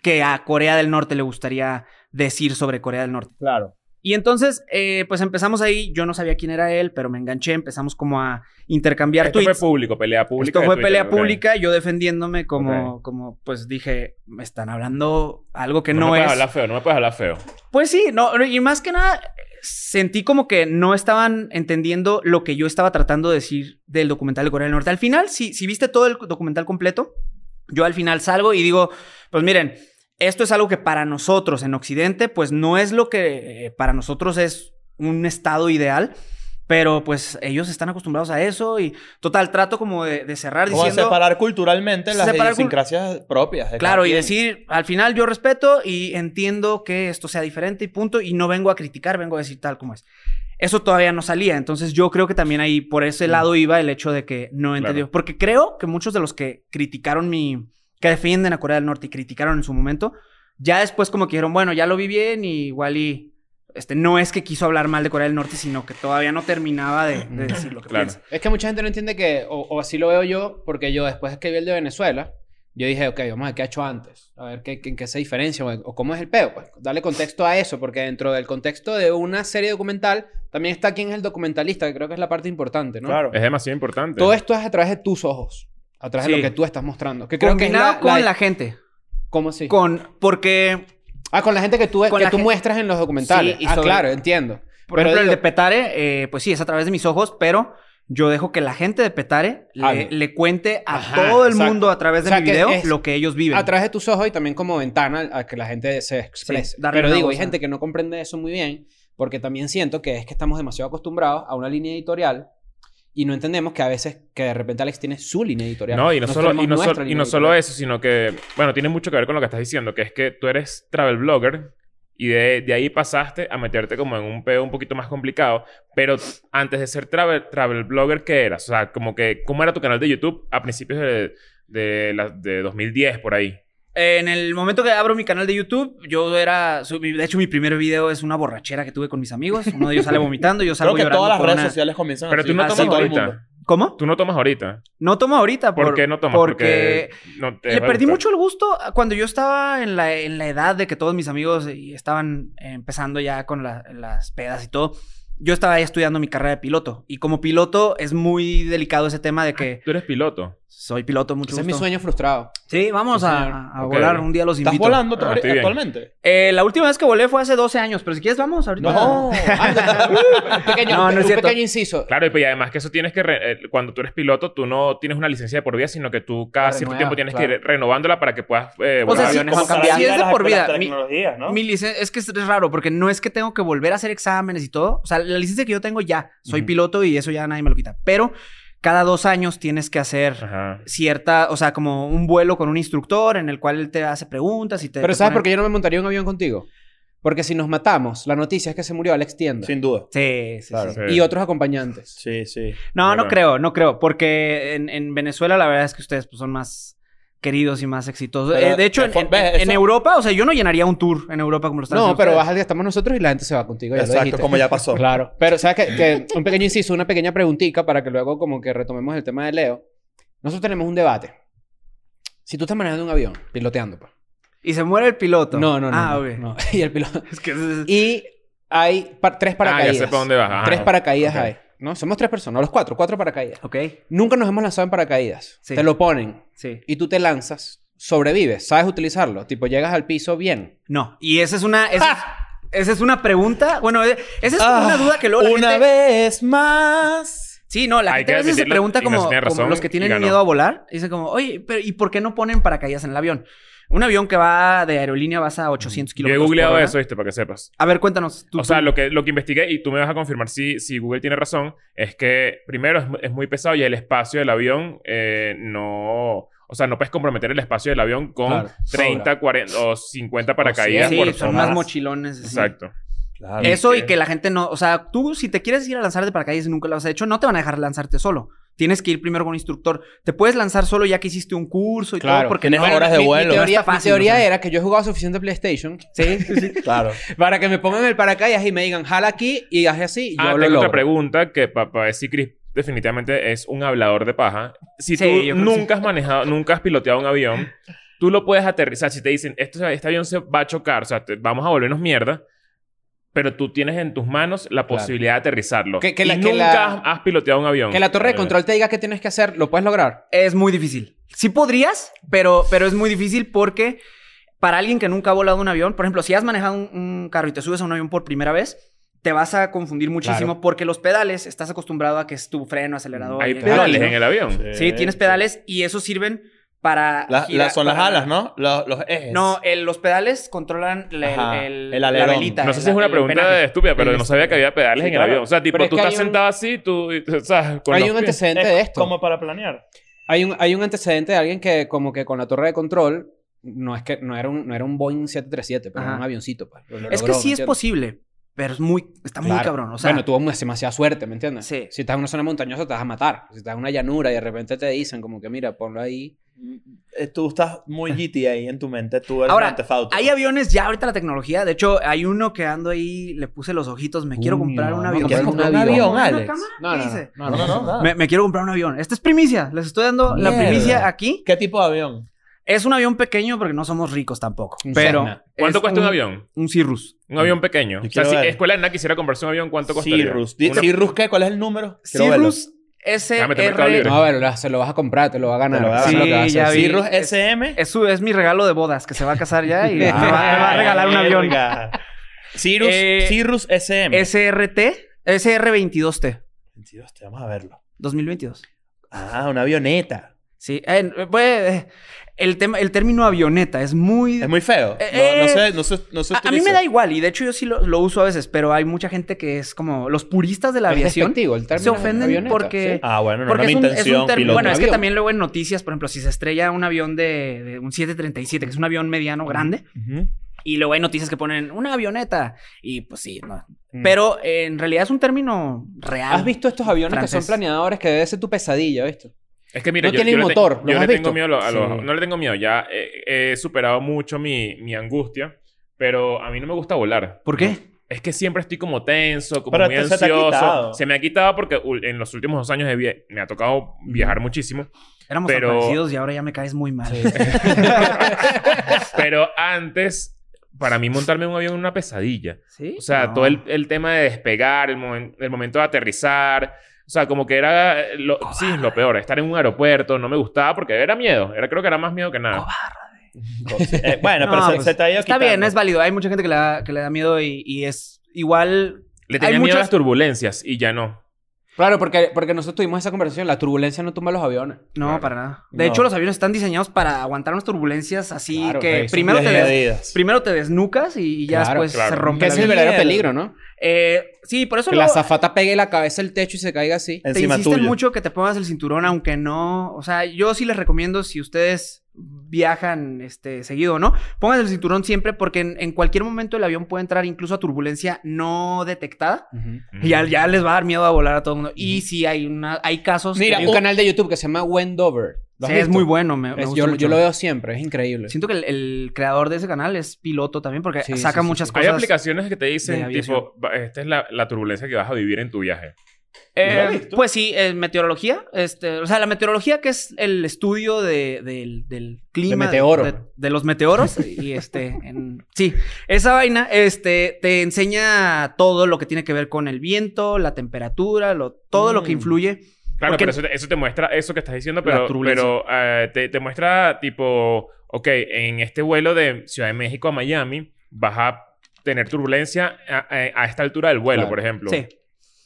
que a Corea del Norte le gustaría decir sobre Corea del Norte. Claro. Y entonces, eh, pues empezamos ahí, yo no sabía quién era él, pero me enganché, empezamos como a intercambiar Esto fue tweets. público, pelea pública. Esto de fue Twitter, pelea ok. pública, yo defendiéndome como, Ok. como, pues dije, me están hablando algo que No, no, me es. puedes hablar feo, no me puedes hablar feo. Pues sí, no, y más que nada sentí como que no estaban entendiendo lo que yo estaba tratando de decir del documental de Corea del Norte. Al final, si, si viste todo el documental completo, yo al final salgo y digo, pues miren, esto es algo que para nosotros en Occidente, pues no es lo que eh, para nosotros es un estado ideal. Pero pues ellos están acostumbrados a eso y total, trato como de, de cerrar Como diciendo... separar culturalmente las Separar cul- idiosincrasias propias. de Claro, cada y quien. decir, al final yo respeto y entiendo que esto sea diferente y punto, y no vengo a criticar, vengo a decir tal como es. Eso todavía no salía, entonces yo creo que también ahí por ese lado iba el hecho de que no entendió, porque creo que muchos de los que criticaron mi, que defienden a Corea del Norte y criticaron en su momento, ya después como que dijeron, bueno, ya lo vi bien y igual y... Este, no es que quiso hablar mal de Corea del Norte, sino que todavía no terminaba de, de decir lo que Claro. piensa. Es que mucha gente no entiende que, o, o así lo veo yo, porque yo después que vi el de Venezuela, yo dije, ok, vamos a ver qué ha hecho antes, a ver qué, qué- en qué se diferencia o, o cómo es el peo. Pues darle contexto a eso, porque dentro del contexto de una serie documental, también está quién es el documentalista, que creo que es la parte importante, ¿no? Claro. Es demasiado importante. Todo esto es a través de tus ojos, a través de Sí. lo que tú estás mostrando. Que creo Combinado que es la, con la, gente, ¿Cómo así? con, porque ah, con la gente que tú, con que la tú gen- muestras en los documentales. Sí, y ah, sobre- claro, entiendo. Por Pero ejemplo, el digo- de Petare, eh, pues sí, es a través de mis ojos, pero yo dejo que la gente de Petare Hable. le, le cuente a Ah, Ajá, todo el exacto. mundo a través de O sea, mi que video es lo que ellos viven. A través de tus ojos y también como ventana a que la gente se exprese. Sí, darle Pero una digo, hay voz a- gente que no comprende eso muy bien porque también siento que es que estamos demasiado acostumbrados a una línea editorial y no entendemos que a veces que de repente Alex tiene su línea editorial. No, y no, solo, y Nosotros no, tenemos solo- nuestra y línea no solo editorial. eso, sino que, bueno, tiene mucho que ver con lo que estás diciendo, que es que tú eres travel blogger y de, de ahí pasaste a meterte como en un peo un poquito más complicado, pero antes de ser travel, travel blogger, ¿qué eras? O sea, como que, ¿cómo era tu canal de YouTube a principios de, de, la- de 2010 por ahí? En el momento que abro mi canal de YouTube, yo era. su- mi- De hecho, mi primer video es una borrachera que tuve con mis amigos. Uno de ellos sale vomitando, yo Creo salgo que llorando. todas las por redes una- sociales comienzan Pero así. tú no Ah, sí, tomas todo el ahorita. ¿Cómo? Tú no tomas ahorita. No tomo ahorita. ¿Por, qué no tomas? Porque, no te le va a perdí gustar. mucho el gusto a cuando yo estaba en la, en la edad de que todos mis amigos eh, estaban empezando ya con la- las pedas y todo. Yo estaba ahí estudiando mi carrera de piloto. Y como piloto es muy delicado ese tema de que Tú eres piloto. soy piloto, mucho Ah. Ese es mi gusto. sueño frustrado. Sí, vamos Sí, a, señor. a- a Ok. volar. Un día los invito. ¿Estás volando Ah, tú ahorita- estoy bien. actualmente? Eh, la última vez que volé fue hace 12 años. Pero si quieres, vamos ahorita. No. Un pequeño, No, no es un cierto. pequeño inciso. Claro, y pues, y además que eso tienes que... re- eh, cuando tú eres piloto, tú no tienes una licencia de por vida, sino que tú cada La cierto renuevas, tiempo tienes claro. que ir renovándola para que puedas eh, volar sea, sí, aviones. como para cambiar. mí Si es de las- por vida, las mi- tecnologías, ¿no? Mi licencia, es que es raro, porque no es que tengo que volver a hacer exámenes y todo. O sea, la licencia que yo tengo ya, soy Ujú. piloto y eso ya nadie me lo quita. Pero cada dos años tienes que hacer Ajá. cierta, o sea, como un vuelo con un instructor en el cual él te hace preguntas y te. Pero te ¿sabes ponen- por qué yo no me montaría en un avión contigo? Porque si nos matamos, la noticia es que se murió Alex Tienda. Sin duda. Sí, sí, Claro. sí. Y otros acompañantes. Sí, sí. No, no Claro. creo, no creo. Porque en, en Venezuela la verdad es que ustedes pues, son más queridos y más exitosos. Pero, Eh, de hecho, en, ¿ves? en- en Eso- Europa, o sea, yo no llenaría un tour en Europa como lo están No, haciendo pero ustedes. vas al día, estamos nosotros y la gente se va contigo. Ya lo Exacto, dijiste. como ya pasó. Claro. Pero, ¿sabes qué? Que un pequeño inciso, una pequeña preguntita para que luego como que retomemos el tema de Leo. Nosotros tenemos un debate. Si tú estás manejando un avión, piloteando, pues. Y se muere el piloto. No, no, no. Ah, no, ok. no. Y el piloto... Es que es- Y hay par- tres Ah, ya paracaídas. sé para dónde vas. Ajá. Tres paracaídas Ok. hay. ¿No? Somos tres personas, los cuatro, cuatro paracaídas. Ok, Nunca nos hemos lanzado en paracaídas. Sí. Te lo ponen sí. y tú te lanzas, sobrevives, sabes utilizarlo. Tipo, llegas al piso bien. No, y esa es una... Esa, es, esa es una pregunta. Bueno, eh, esa es Ah, una duda que luego la Una gente- vez más. Sí, no, la Hay gente que a veces se admitirlo, pregunta y no como, tiene como razón, los que y tienen ganó. miedo a volar. Dicen como, oye, pero ¿y por qué no ponen paracaídas en el avión? Un avión que va de aerolínea vas a Yo 800 he kilómetros por googleado hora. eso, ¿viste? Para que sepas. A ver, cuéntanos. tú- o sea, tú- lo que, lo que investigué, y tú me vas a confirmar si, si Google tiene razón, es que primero es, mu- es muy pesado y el espacio del avión eh, no... O sea, no puedes comprometer el espacio del avión con Claro, 30, 40 o 50 paracaídas Sí, por son zona. más mochilones. sí. Exacto. Claro. Eso Ok. y que la gente no... O sea, tú si te quieres ir a lanzar de paracaídas y nunca lo has hecho, no te van a dejar lanzarte solo. Tienes que ir primero con un instructor. Te puedes lanzar solo ya que hiciste un curso y Claro, todo. Porque tienes no- horas de mi- mi vuelo. Mi teoría, está mi fácil, teoría o sea. era que yo he jugado suficiente PlayStation Sí, sí, sí. Claro. para que me pongan el paracaídas y me digan, jala aquí y haz así. y yo Ah, lo tengo logro. otra pregunta que para ver si Chris definitivamente es un hablador de paja. Si Sí, yo creo tú que nunca has manejado, nunca has piloteado un avión, tú lo puedes aterrizar. Si te dicen, Esto, se- este avión se va a chocar, o sea, te- vamos a volvernos mierda, pero tú tienes en tus manos la posibilidad de aterrizarlo. Que- que y la- que nunca la- has- has piloteado un avión. Que la torre de Eh, control te diga qué tienes que hacer, lo puedes lograr. Es muy difícil. Sí podrías, pero, pero es muy difícil porque para alguien que nunca ha volado un avión, por ejemplo, si has manejado un, un carro y te subes a un avión por primera vez, te vas a confundir muchísimo Claro. porque los pedales estás acostumbrado a que es tu freno, acelerador. Hay y el pedales pedal, en el avión. ¿no? Sí, tienes pedales y esos sirven para. La- girar- la- son las para- alas, ¿no? Los, los ejes. No, el- los pedales controlan la- Ajá, el, el la alerón. velita, No sé si el- es una el pregunta empenaje. estúpida, pero El- no sabía que había pedales Sí, en el claro. avión. O sea, tipo, Pero es tú que estás hay un- sentado así, tú, y- o sea, con Hay los un pies. antecedente de esto. Como para planear. Hay un, hay un antecedente de alguien que como que con la torre de control, no es que no era un, no era un Boeing 737, pero era Ajá. un avioncito. pa. Lo Es logró, que ¿me sí es entiendes? posible, pero es muy, está muy Claro. cabrón. O sea, bueno, tuvo mu- demasiada suerte, ¿me entiendes? Sí. Si estás en una zona montañosa te vas a matar. Si estás en una llanura y de repente te dicen como que mira, ponlo ahí. Eh, Tú estás muy GTA ahí en tu mente. Tú eres Ahora, un antefauto. Hay aviones ya ahorita la tecnología. De hecho, hay uno que ando ahí, le puse los ojitos. Me quiero Uy, comprar no, un no, avión. ¿quieres comprar un avión, ¿Una Alex? cama? No, no, Dice. no, no, no. nada. Me, me quiero comprar un avión. Esta es primicia. Les estoy dando la Mierda. primicia aquí. ¿Qué tipo de avión? Es un avión pequeño porque no somos ricos tampoco. Un pero Cessna. ¿Cuánto es cuesta un avión? Un Cirrus. Un avión pequeño. Yo O sea, quiero si ver. Escuela de Nada quisiera comprarse un avión, ¿cuánto costaría? Cirrus. Di- Una- ¿Cirrus qué? ¿Cuál es el número? Quiero verlo. Cirrus Déjame meter Mercado SR. Libre. No, a ver, lo- se lo vas a comprar, te lo va a ganar. Te lo va a Eso es ganar. lo que va a Sí, ya hacer. vi. Cirrus SM. Es, su- es mi regalo de bodas que se va a casar ya y me, va, me va a regalar un avión. Verga. Cirrus, Eh, Cirrus SM. SRT. SR22T. 22, te vamos a verlo. 2022. Ah, una avioneta. Sí, eh, eh, pues, eh, el, tema, el término avioneta es muy... Es muy feo. Eh, no, no eh, sé, no sé, no sé. a, a mí me da igual y de hecho yo sí lo, lo uso a veces, pero hay mucha gente que es como los puristas de la Es aviación. despectivo el término Se ofenden avioneta, porque- sí. Ah, bueno, no Porque era es mi un, es un intención, término- piloto. Bueno, es que Avión. también luego en noticias, por ejemplo, si se estrella un avión de, de un 737, que es un avión mediano grande, Ujú. y luego hay noticias que ponen una avioneta y pues sí, no. Mm. Pero eh, en realidad es un término real. Ah, ¿Has visto estos aviones que son Francés. planeadores que debe ser tu pesadilla, viste? Es que mira, No yo, tienen yo le te- motor, ¿los yo le has tengo visto? miedo a los- a los- Sí. no le tengo miedo. Ya eh, he superado mucho mi, mi angustia, pero a mí no me gusta volar. ¿Por qué? es que siempre estoy como tenso, como Pero muy te- se te ha ansioso. quitado. Se me ha quitado porque u- en los últimos dos años he via- me ha tocado viajar muchísimo. Éramos Pero- parecidos y ahora ya me caes muy mal. Pero antes, para mí montarme en un avión era una pesadilla. ¿Sí? O sea, No. todo el, el tema de despegar, el, momen- el momento de aterrizar. O sea, como que era... eh, Lo, sí, lo peor. Estar en un aeropuerto no me gustaba porque era miedo. Era, creo que era más miedo que nada. Eh, bueno, No, pero se, pues, se te ha ido Está bien, es válido. Hay mucha gente que le da, que le da miedo y, y es igual. Le Hay tenía miedo a muchas- las turbulencias y ya no. Claro, porque, porque nosotros tuvimos esa conversación. La turbulencia no tumba los aviones. No, Claro. para nada. De No. hecho, los aviones están diseñados para aguantar unas turbulencias así Claro, que revisan primero te, Las des- medidas. primero te desnucas y ya Claro, después claro. se rompe. la Que ese es el vida. verdadero peligro, ¿no? Eh, sí, por eso Que la luego zafata pegue la cabeza al techo y se caiga así. te Encima insisten tuyo. mucho que te pongas el cinturón, aunque no. O sea, yo sí les recomiendo si ustedes viajan este seguido, ¿no? Pongan el cinturón siempre porque en, en cualquier momento el avión puede entrar incluso a turbulencia no detectada. Mm. Y ya, ya les va a dar miedo a volar a todo el mundo. Y sí, hay, una, hay casos. Mira, que- hay un canal de YouTube que se llama Wendover. ¿Lo has Sí, es visto? muy bueno. Me, me Es- gusta yo, mucho. yo lo veo siempre, es increíble. Siento que el, el creador de ese canal es piloto también porque Sí, saca sí, sí, muchas sí. Hay cosas. aplicaciones que te de dicen, aviación. tipo, va- esta es la, la turbulencia que vas a vivir en tu viaje. Eh, ¿Lo has visto? pues sí, eh, meteorología. Este, o sea, la meteorología que es el estudio de- del, del clima. meteoro. De, de los meteoros. y este, en- sí, esa vaina este, te enseña todo lo que tiene que ver con el viento, la temperatura, lo, todo lo que Mm. influye. Claro, Porque- pero eso te, eso te muestra eso que estás diciendo, La pero, turbulencia. pero eh, te, te muestra, tipo, ok, en este vuelo de Ciudad de México a Miami vas a tener turbulencia a, eh, a- a esta altura del vuelo, Claro. por ejemplo. Sí.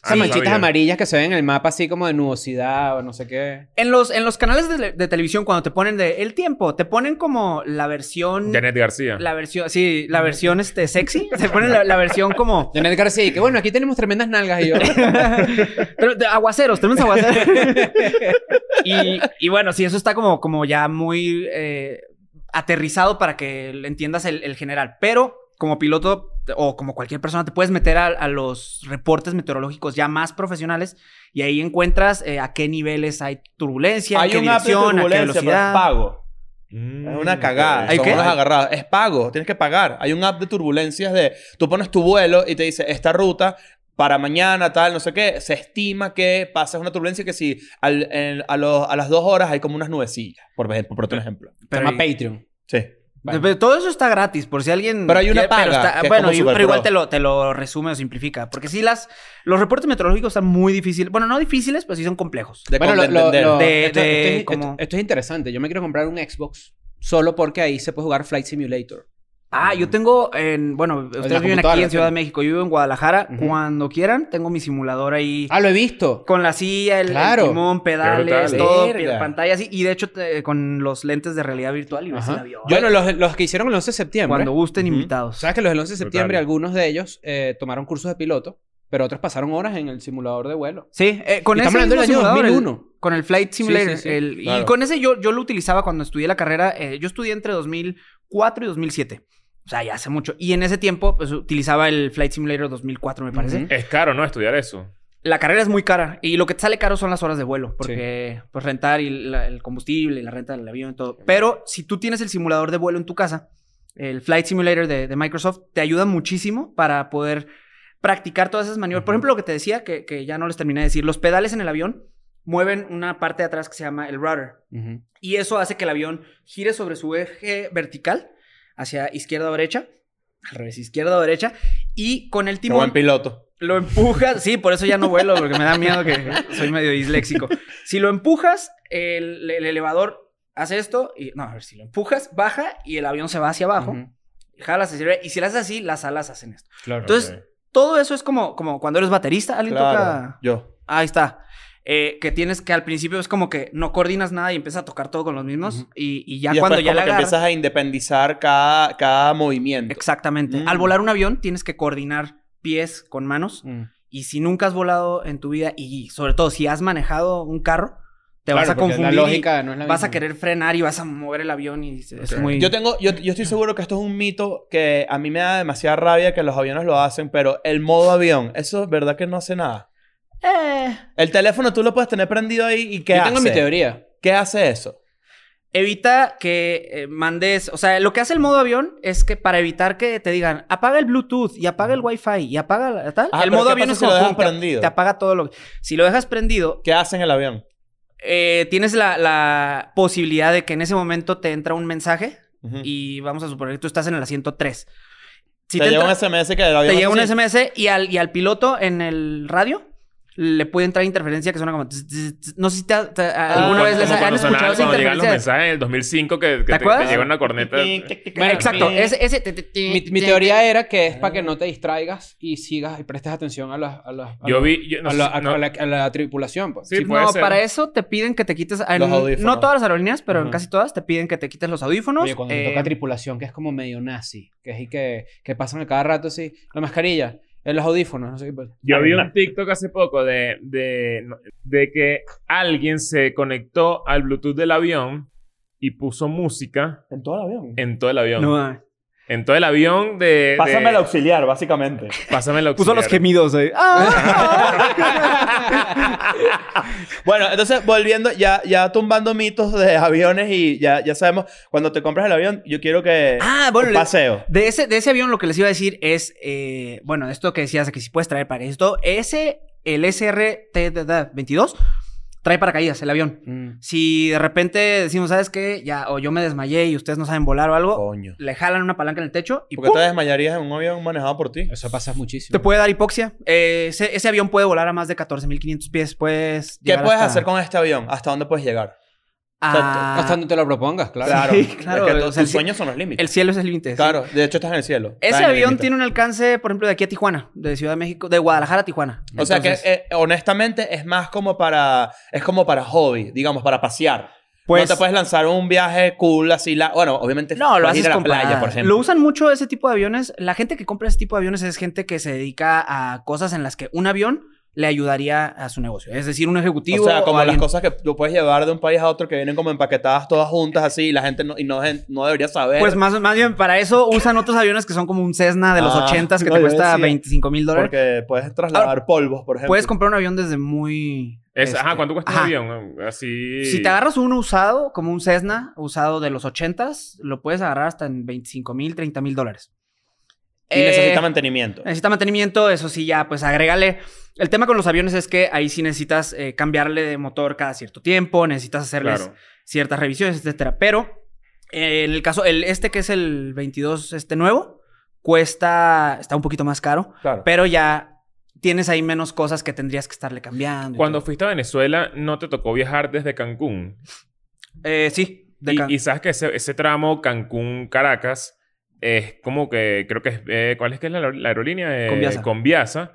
Ah, Esas no manchitas sabía. amarillas que se ven en el mapa así como de nubosidad o no sé qué. En los, en los canales de, de televisión, cuando te ponen de el tiempo, te ponen como la versión. Janet García. La versión, sí, la versión este, sexy. Te ponen la, la versión como. Janet García, y que bueno, aquí tenemos tremendas nalgas y yo. Pero, de- aguaceros, tenemos aguaceros. y, y bueno, sí, eso está como, como ya muy eh, aterrizado para que le entiendas el, el general. Pero como piloto te- o como cualquier persona, te puedes meter a, a los reportes meteorológicos ya más profesionales y ahí encuentras eh, a qué niveles hay turbulencia, a Hay qué un app de dirección, a qué turbulencia, pero es velocidad. pago. Mm, Es una cagada. ok. ¿Hay Son qué? unos agarrados. Es pago. Tienes que pagar. Hay un app de turbulencias de... Tú pones tu vuelo y te dice esta ruta para mañana, tal, no sé qué. Se estima que pasas una turbulencia que si al- en- a, los- a las dos horas hay como unas nubecillas, por ejemplo. Por otro ejemplo. Se Pero- llama Patreon. Sí. Vale. Pero todo eso está gratis, por si alguien. Pero hay una paga, que es bueno, como y- Super pero igual Pro. te lo, te lo resume o simplifica. Porque sí, las, los reportes meteorológicos están muy difíciles. Bueno, no difíciles, pero sí son complejos. De Bueno, con- de lo- lo- entender. lo- De- esto, de esto es, como- esto- esto es interesante. Yo me quiero comprar un Xbox solo porque ahí se puede jugar Flight Simulator. Ah, yo tengo en. Bueno, Mm. la ustedes viven aquí computadora, en Ciudad de sí. México, yo vivo en Guadalajara. Ujú. Cuando quieran, tengo mi simulador ahí. Ah, lo he visto. Con la silla, el, el Claro. timón, pedales, brutal. todo, Verga. pie- pantalla así. Y de hecho, te- con los lentes de realidad virtual y ves el Ajá. avión. Bueno, los, los que hicieron el 11 de septiembre. Cuando gusten, Ujú. invitados. Sabes que los del 11 de septiembre Brutal. algunos de ellos eh, tomaron cursos de piloto, pero otros pasaron horas en el simulador de vuelo. Sí, eh, con Y ese estamos hablando mismo del año simulador, el- 2001. con el Flight Simulator. sí, sí. el- y Claro. con ese yo, yo lo utilizaba cuando estudié la carrera. eh, yo estudié entre 2004 y 2007. O sea, ya hace mucho. Y en ese tiempo, pues utilizaba el Flight Simulator 2004, me parece. Ujú. Es caro, ¿no? Estudiar eso. La carrera es muy cara. Y lo que te sale caro son las horas de vuelo. Porque, pues, rentar y la- el combustible y la renta del avión y todo. Pero si tú tienes el simulador de vuelo en tu casa, el Flight Simulator de, de Microsoft te ayuda muchísimo para poder practicar todas esas maniobras. Por ejemplo, lo que te decía, que, que ya no les terminé de decir, los pedales en el avión mueven una parte de atrás que se llama el rudder. Ujú. Y eso hace que el avión gire sobre su eje vertical, hacia izquierda o derecha, al revés, izquierda o derecha, y con el Qué timón... buen piloto. Lo empujas, sí, por eso ya no vuelo, porque me da miedo que soy medio disléxico. Si lo empujas, el, el elevador hace esto y no, a ver, si lo empujas, baja y el avión se va hacia abajo, Ujú. jalas hacia arriba y si lo haces así, las alas hacen esto. Claro. Entonces, todo eso es como, como cuando eres baterista, alguien Claro. toca. Yo. Ahí está. Eh, que tienes que al principio es como que no coordinas nada y empiezas a tocar todo con los mismos Ujú. y, y ya y después cuando ya como la que agarras. empiezas a independizar cada, cada movimiento. Exactamente. Mm. Al volar un avión tienes que coordinar pies con manos. Mm. Y si nunca has volado en tu vida y sobre todo si has manejado un carro, te vas Claro, a porque confundir. La y lógica no es la vas misma. a querer frenar y vas a mover el avión y es es muy... Yo tengo, yo, yo estoy seguro que esto es un mito que a mí me da demasiada rabia que los aviones lo hacen, pero el modo avión, eso es verdad que no hace nada. Eh. El teléfono tú lo puedes tener prendido ahí y ¿qué Yo hace? tengo mi teoría. ¿Qué hace eso? evita que eh, mandes, o sea, lo que hace el modo avión es que para evitar que te digan, apaga el Bluetooth y apaga el Wi-Fi y apaga la- tal, Ah, el pero modo ¿qué avión pasa es si como lo dejas pum, te- prendido? te apaga todo lo que... Si lo dejas prendido, ¿Qué hacen en el avión? eh, tienes la, la posibilidad de que en ese momento te entra un mensaje Ujú. y vamos a suponer que tú estás en el asiento 3. Si te, llega entra- un SMS que el avión te llega hace un así. SMS y al, y al piloto en el radio le puede entrar interferencia que suena como... tz, tz, tz. No sé si te ha- te- alguna Ah, Como vez les cuando han sonaba- escuchado esa Cuando llegan los interferencia. mensajes en el 2005 que, que te, te acuerdas? llega una corneta. Bueno, Exacto, mi- ese... ese te- te- Mi, te- mi Eh, te- Ah. teoría era que es para que no te distraigas y sigas y prestes atención a las. A las- a Yo las- vi... yo- no a sé- la, a- no- a la- a la tripulación, pues. Sí, puede no, ser. para eso te piden que te quites... en- Los audífonos. no todas las aerolíneas, pero en Ujú. casi todas te piden que te quites los audífonos. Oye, cuando me eh, toca tripulación, que es como medio nazi, que es y que, que pasan a cada rato así, la mascarilla, en los audífonos, no sé qué. pues. Yo vi un TikTok hace poco de, de, de que alguien se conectó al Bluetooth del avión y puso música En todo el avión. en todo el avión. no, eh. En todo el avión de... de- Pásame el auxiliar, básicamente. Pásame el Puso los auxiliar. gemidos ahí. Ah. Bueno, entonces volviendo, ya, ya tumbando mitos de aviones y ya, ya sabemos, cuando te compras el avión, yo quiero que... Ah, bueno, un le- paseo. de, ese, de ese avión lo que les iba a decir es, eh, bueno, esto que decías que si puedes traer paracaídas, y todo, ese, el SRT-22, trae paracaídas el avión. Mm. Si de repente decimos, ¿sabes qué? Ya, o yo me desmayé y ustedes no saben volar o algo, Coño. le jalan una palanca en el techo y ¿Por qué ¡pum! te desmayarías en un avión manejado por ti? Eso pasa muchísimo. te puede dar hipoxia. Eh, ese, ese avión puede volar a más de 14.500 pies. Puedes ¿Qué llegar puedes hasta- hacer con este avión? ¿Hasta dónde puedes llegar? a- Hasta donde te lo propongas, claro. Claro. Sí, claro, Es que tu- o sea, el tus ci- sueños son los límites. El cielo es el límite. sí. Claro, de hecho estás en el cielo. Ese avión tiene un alcance, por ejemplo, de aquí a Tijuana, de Ciudad de México, de Guadalajara a Tijuana. O sea que Mm. Entonces, eh, honestamente es más como para es como para hobby, digamos, para pasear. pues, no te puedes lanzar un viaje cool así la, bueno, obviamente No, lo puedes haces ir a la con playa, paradas. por ejemplo. Lo usan mucho ese tipo de aviones. La gente que compra ese tipo de aviones es gente que se dedica a cosas en las que un avión le ayudaría a su negocio. Es decir, un ejecutivo. o sea, como las alguien- cosas que tú puedes llevar de un país a otro que vienen como empaquetadas todas juntas así y la gente no, y no, gen- no debería saber. Pues más, más bien para eso usan otros aviones que son como un Cessna de los Ah, 80s que no, te yo cuesta decía, 25 mil dólares. porque puedes trasladar polvos, por ejemplo. Puedes comprar un avión desde muy. Es- este, Ajá, ¿cuánto cuesta ajá. un avión? Así... Si te agarras uno usado, como un Cessna usado de los 80s, lo puedes agarrar hasta en 25 mil, 30 mil dólares. y necesita Eh, mantenimiento. Necesita mantenimiento, eso sí, ya, pues agrégale. El tema con los aviones es que ahí sí necesitas eh, cambiarle de motor cada cierto tiempo, necesitas hacerles Claro. ciertas revisiones, etcétera. Pero eh, en el caso, el, este que es el 22, este nuevo, cuesta, está un poquito más caro, Claro. pero ya tienes ahí menos cosas que tendrías que estarle cambiando. y Cuando todo. fuiste a Venezuela, ¿no te tocó viajar desde Cancún? Eh, sí, de y, ca- y sabes que ese, ese tramo Cancún-Caracas es como que, creo que es, eh, ¿cuál es que es la, la aerolínea? Eh, Conviasa. Conviasa,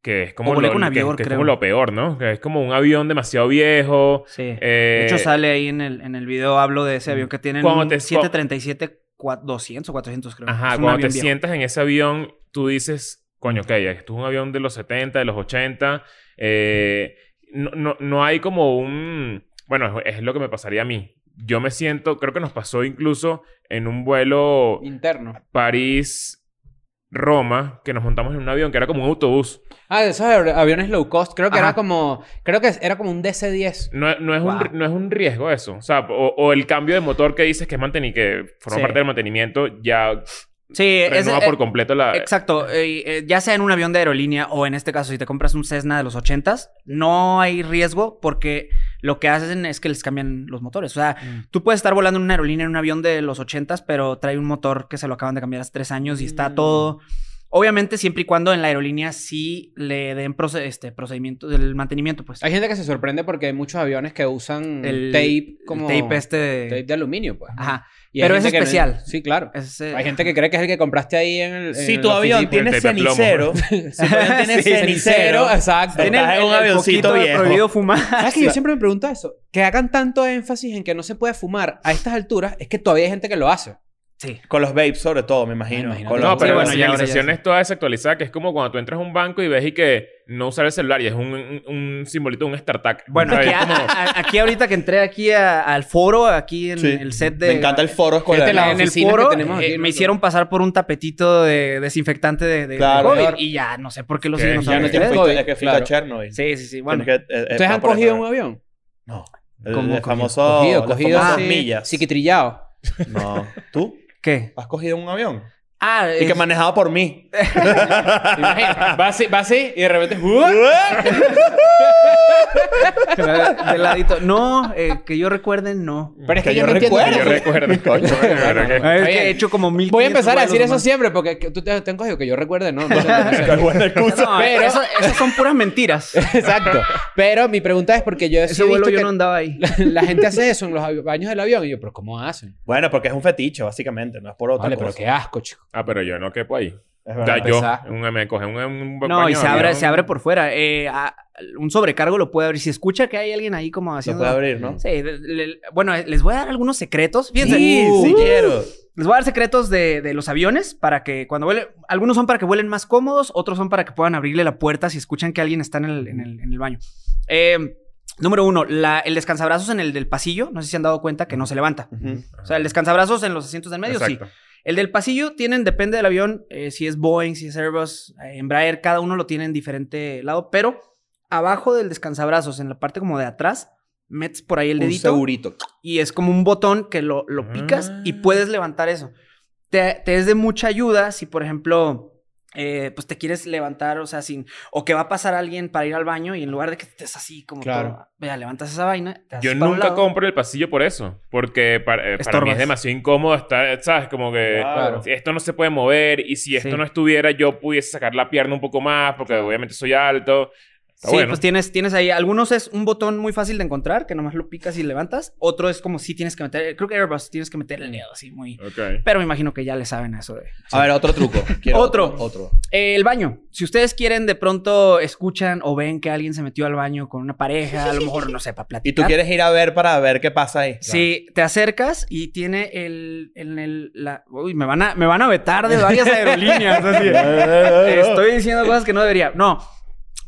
que es como, O volé lo, con que- Avior, que es creo. como lo peor, ¿no? Que es como un avión demasiado viejo. sí. eh, de hecho, sale ahí en el, en el video, hablo de ese avión que tienen Cuando un te- 737 cua- 200 o 400, creo. Ajá, Es un cuando te avión viejo. sientas en ese avión, tú dices, coño, ok, esto es un avión de los 70, de los 80. eh, no, no, no hay como un... Bueno, es, es lo que me pasaría a mí. Yo me siento, creo que nos pasó incluso en un vuelo Interno. París-Roma, que nos montamos en un avión que era como un autobús. Ah, de esos avi- aviones low cost, creo que Ajá. era como. Creo que era como un DC-10. No, no es Wow. un, no es un riesgo eso. O sea, o, o el cambio de motor que dices que, es manteni- que forma Sí. parte del mantenimiento ya Sí, es, renueva eh, por completo Ah, la... Exacto, eh, eh, ya sea en un avión de aerolínea o en este caso si te compras un Cessna de los 80s, no hay riesgo porque lo que hacen es que les cambian los motores. O sea, Mm. tú puedes estar volando en una aerolínea en un avión de los 80s, pero trae un motor que se lo acaban de cambiar hace tres años y está Mm. todo... Obviamente siempre y cuando en la aerolínea sí le den proce- este procedimiento del mantenimiento, pues. Hay gente que se sorprende porque hay muchos aviones que usan El- tape el como. tape este de- tape de aluminio, pues. Ajá. Y hay Pero es gente que no- especial. eh, sí, claro. Ese- Hay gente que cree que es el que compraste ahí en el. si en tu la avión oficina. tiene el tape de plomo. cenicero, si tu avión tiene Sí, cenicero, exacto. Tiene- estás en un avioncito foquito de viejo. prohibido fumar. ¿Sabes que yo siempre me pregunto eso? Que hagan tanto énfasis en que no se puede fumar a estas alturas, es que todavía hay gente que lo hace. Sí. con los babes sobre todo, me Ah, imagino. imagínate. Con los- No, pero Sí, la bueno, ya ahora ya señalización sí. es toda desactualizada, que es como cuando tú entras a un banco y ves y que no usar el celular y es un, un, un simbolito de un startup. Bueno, ¿Sabes? aquí, a- Como- a- aquí ahorita que entré aquí a- al foro, aquí en Sí. el set de... Me encanta el foro escolar. Fíjate la- en el oficinas que foro tenemos aquí, eh, ¿no? me hicieron pasar por un tapetito de desinfectante de, de- de Claro. COVID y ya no sé por qué lo Que siguen ya Ya usando no Ustedes- tienes ustedes. fuiste, es que fuiste claro. a Chernobyl. Sí, sí, sí. Bueno, Tienes que, eh, eh, ¿Ustedes no, han por cogido ejemplo. un avión? No. El, ¿Cómo el cogido? famoso. Cogido, las cogido famosas así, millas. Psiquitrillado. No. ¿Tú? ¿Qué? ¿Has cogido un avión? Ah, Y que es- Eh, manejado por mí. ¿Te imaginas? Va así, va así y de repente... ¡uh! eh, de ladito. No, eh, que yo recuerde, no. Eh, Pero es que, yo, no Que yo entiendo. recuerdo, coño. pero que- Es que bien. he hecho como mil. Voy a empezar a decir eso siempre porque que- tú te, te han cogido que yo recuerde, ¿no? no sé, no sé. pero- pero... esas son puras mentiras. Exacto. Pero mi pregunta es porque yo sí he Ese visto vuelo yo que no andaba ahí. la gente hace eso en los avi- baños del avión y yo, pero ¿cómo hacen? Bueno, porque es un fetiche, básicamente. No es por otra Vale, pero cosa. qué asco, chico. Ah, pero yo no quepo ahí. Es O verdad. sea, empezar. yo un- me coge un, un No, y baño, se abre, ¿no? se abre por fuera. Eh, a- un sobrecargo lo puede abrir. Si escucha que hay alguien ahí como Lo haciendo. puede abrir, ¿no? Sí, le- le- bueno, eh, les voy a dar algunos secretos. Fíjense. sí, Uh, sí quiero. Les voy a dar secretos de, de los aviones para que cuando vuelen. Algunos son para que vuelen más cómodos, otros son para que puedan abrirle la puerta si escuchan que alguien está en el, en el- en el baño. Eh, número uno, la- el descansabrazos en el del pasillo. No sé si se han dado cuenta que no se levanta. Ujú. O sea, el descansabrazos en los asientos del medio, sí. Exacto. El del pasillo tienen, depende del avión, eh, si es Boeing, si es Airbus, eh, Embraer, cada uno lo tiene en diferente lado, pero abajo del descansabrazos, en la parte como de atrás, metes por ahí el Un dedito segurito. y es como un botón que lo, lo picas y Ah. puedes levantar eso. Te, te es de mucha ayuda si, por ejemplo, eh, pues te quieres levantar, o sea, sin, o que va a pasar alguien para ir al baño y en lugar de que estés así como Claro. todo, vea, levantas esa vaina. te haces Yo para un nunca lado. compro el pasillo por eso. Porque para, eh, para mí Estorbas. es demasiado incómodo estar, ¿sabes? Como que Claro. si esto no se puede mover y si esto Sí. no estuviera, yo pudiese sacar la pierna un poco más porque obviamente soy alto. Está sí, bueno. pues tienes, tienes ahí. Algunos es un botón muy fácil de encontrar, que nomás lo picas y levantas. Otro es como si tienes que meter, creo que Airbus tienes que meter el dedo así muy. Ok. Pero me imagino que ya le saben a eso de. A ver, otro truco. Quiero Otro. Otro. Eh, el baño. Si ustedes quieren, de pronto escuchan o ven que alguien se metió al baño con una pareja, a lo mejor no sepa platicar. Y tú quieres ir a ver para ver qué pasa ahí. Sí, te acercas y tiene el, en el, la, uy, me van a, me van a vetar de varias aerolíneas. así. Estoy diciendo cosas que no debería. No,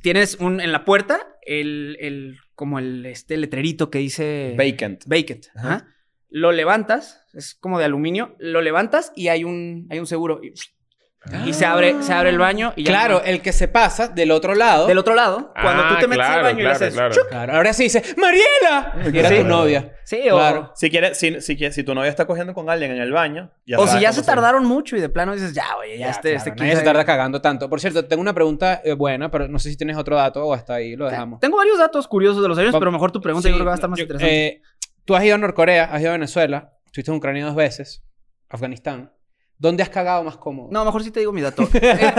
tienes un, en la puerta el, el, como el, este letrerito que dice. Vacant. Vacant. Ajá. ajá. Lo levantas, es como de aluminio, lo levantas y hay un, hay un seguro. Y, y se abre, se abre el baño y ya Claro, el que se pasa del otro lado. no- Del otro lado, cuando Ah, tú te metes al claro, baño y le claro, haces. claro. ¡chuc! Claro, ahora sí dice, ¡Mariela! Y era Sí. tu novia. Sí, o, Claro. Si, quieres, si, si, quieres- si tu novia está cogiendo con alguien en el baño. o si sabes ya cómo se tardaron mucho y de plano dices, ya, oye, ya, este, claro, este nadie 15 se tarda cagando tanto. Por cierto, tengo una pregunta eh, buena, pero no sé si tienes otro dato o hasta ahí lo dejamos. Tengo varios datos curiosos de los aviones, Va- pero mejor tu pregunta yo creo que va a estar más yo- interesante. eh, tú has ido a Norcorea, has ido a Venezuela, estuviste en Ucrania dos veces, Afganistán. ¿Dónde has cagado más cómodo? no, mejor sí te digo mi dato. Eh,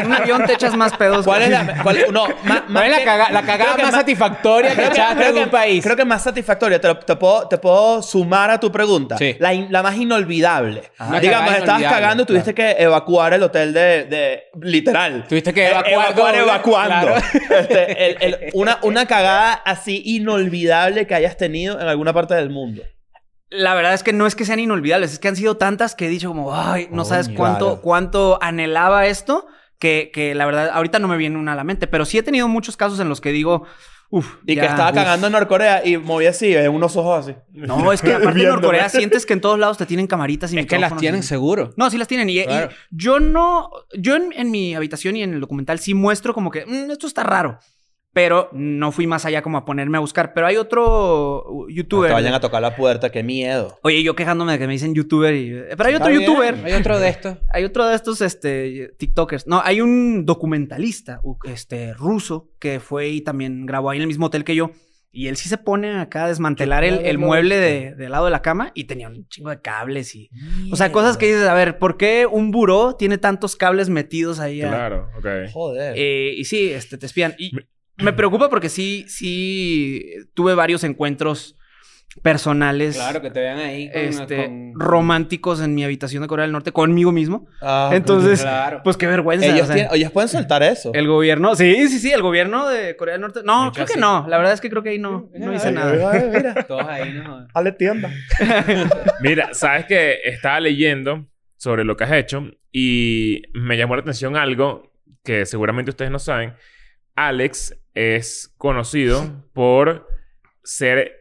en un avión te echas más pedos. ¿Cuál es güey. la, cuál- no, ma- ma- ¿Cuál es la, caga- la cagada creo que más ma- satisfactoria que creo que- echaste creo en que- un país? Creo que más satisfactoria. Te, lo- te puedo, te puedo sumar a tu pregunta. Sí. Ah, La, in- la más inolvidable. Una Digamos, cagada estabas inolvidable, cagando y tuviste que evacuar el hotel de... de- literal. Tuviste que Eh, evacuar doble, evacuando. claro. Este, el- el- una, una cagada así inolvidable que hayas tenido en alguna parte del mundo. La verdad es que no es que sean inolvidables, es que han sido tantas que he dicho como, ay, no sabes Coño. cuánto, Claro. cuánto anhelaba esto, que, que la verdad ahorita no me viene una a la mente, pero sí he tenido muchos casos en los que digo, uff. Y que estaba cagando en Norcorea y moví así, en unos ojos así. No, es que aparte en Norcorea sientes que en todos lados te tienen camaritas y es que las micrófonos y- tienen seguro. No, sí las tienen. Y, y Claro. yo no, yo en, en mi habitación y en el documental sí muestro como que "Mm, esto está raro. Pero no fui más allá como a ponerme a buscar. Pero hay otro uh, No youtuber. te vayan a tocar la puerta, qué miedo. Oye, yo quejándome de que me dicen youtuber y... Pero hay Está otro bien, youtuber. Hay otro de estos. Hay otro de estos este, TikTokers. No, hay un documentalista u- este, ruso que fue y también grabó ahí en el mismo hotel que yo. Y él sí se pone acá a desmantelar el, el mueble de- del lado de la cama y tenía un chingo de cables y... O sea, cosas que dices, a ver, ¿por qué un buró tiene tantos cables metidos ahí? a- Claro, ok. Joder. Eh, y sí, este, te espían. Y me preocupa porque sí, sí tuve varios encuentros personales. Claro, que te vean ahí con... Este, con- románticos en mi habitación de Corea del Norte conmigo mismo. Ah, Entonces, Claro. pues qué vergüenza. ellos, o sea, tienen- ellos pueden soltar eso. el gobierno, sí, sí, sí, el gobierno de Corea del Norte. No, creo que no. La verdad es que creo que ahí no, no eh, hice nada. Ay, mira, Todos ahí, ¿no? Ale tienda. Mira, sabes que estaba leyendo sobre lo que has hecho y me llamó la atención algo que seguramente ustedes no saben. Alex es conocido por ser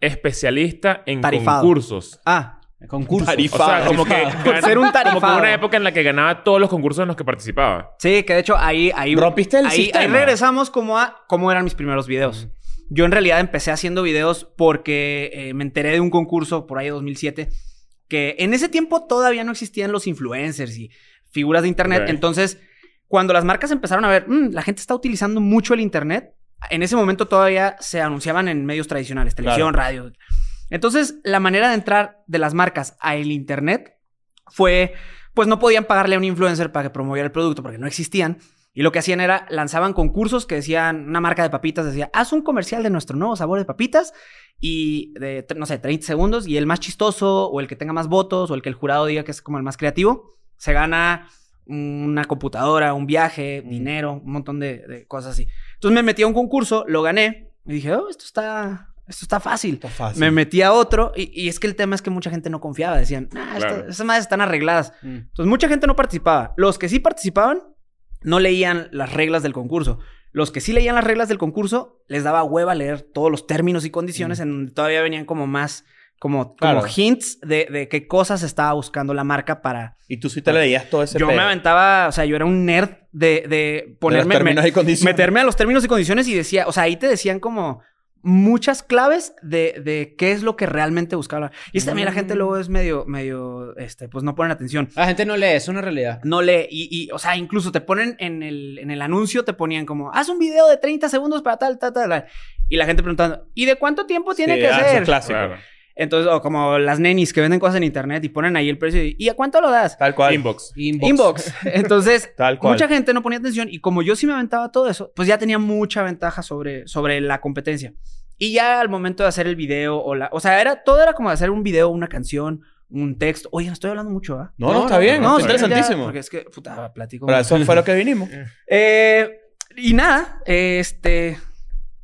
especialista en Tarifado. concursos. Ah, Concurso. O sea, como que Por ser un como que hubo tarifado. una época en la que ganaba todos los concursos en los que participaba. sí, que de hecho ahí, ahí, Rompiste el ahí, ahí sistema. regresamos como a cómo eran mis primeros videos. Yo en realidad empecé haciendo videos porque eh, me enteré de un concurso por ahí 2007 que en ese tiempo todavía no existían los influencers y figuras de internet. Ok. Entonces, cuando las marcas empezaron a ver, "Mm, la gente está utilizando mucho el internet, en ese momento todavía se anunciaban en medios tradicionales, televisión, radio. Entonces, la manera de entrar de las marcas a el internet fue, pues no podían pagarle a un influencer para que promoviera el producto porque no existían. Y lo que hacían era, lanzaban concursos que decían, una marca de papitas decía, haz un comercial de nuestro nuevo sabor de papitas y de, tre- no sé, 30 segundos y el más chistoso o el que tenga más votos o el que el jurado diga que es como el más creativo, se gana una computadora, un viaje, dinero, un montón de, de cosas así. Entonces me metí a un concurso, lo gané y dije, oh, esto está, esto está fácil. Está fácil. Me metí a otro y, y es que el tema es que mucha gente no confiaba. Decían, "Nah, esta- Claro. esas madres están arregladas. Mm. Entonces mucha gente no participaba. Los que sí participaban no leían las reglas del concurso. Los que sí leían las reglas del concurso les daba hueva leer todos los términos y condiciones en donde todavía venían como más, como, como Mm. Claro. hints de, de qué cosas estaba buscando la marca para... Y tú sí te leías todo ese yo pedo. me aventaba, o sea, yo era un nerd de, de De los ponerme... me- términos y condiciones. meterme a los términos y condiciones y decía, o sea, ahí te decían como muchas claves de, de qué es lo que realmente buscaba. Y es también la gente luego es medio, medio, este, pues no ponen atención. La gente no lee, es una realidad. No lee, y, y, o sea, incluso te ponen en el, en el anuncio, te ponían como, haz un video de 30 segundos para tal, tal, tal. tal". Y la gente preguntando, ¿y de cuánto tiempo tiene Sí, que ah, eso ser? es clásico. Claro. Entonces, o como las nenis que venden cosas en internet y ponen ahí el precio y, ¿y a cuánto lo das? Tal cual. Inbox. Inbox. Inbox. Entonces, Tal cual. Mucha gente no ponía atención y como yo sí me aventaba todo eso, pues ya tenía mucha ventaja sobre, sobre la competencia. Y ya al momento de hacer el video o la... O sea, era, todo era como hacer un video, una canción, un texto. Oye, no estoy hablando mucho, ¿ah? No, no, está bien. no, está sí, ya, interesantísimo. porque es que, puta, platico. Para mucho. eso fue lo que vinimos. Eh, y nada, este...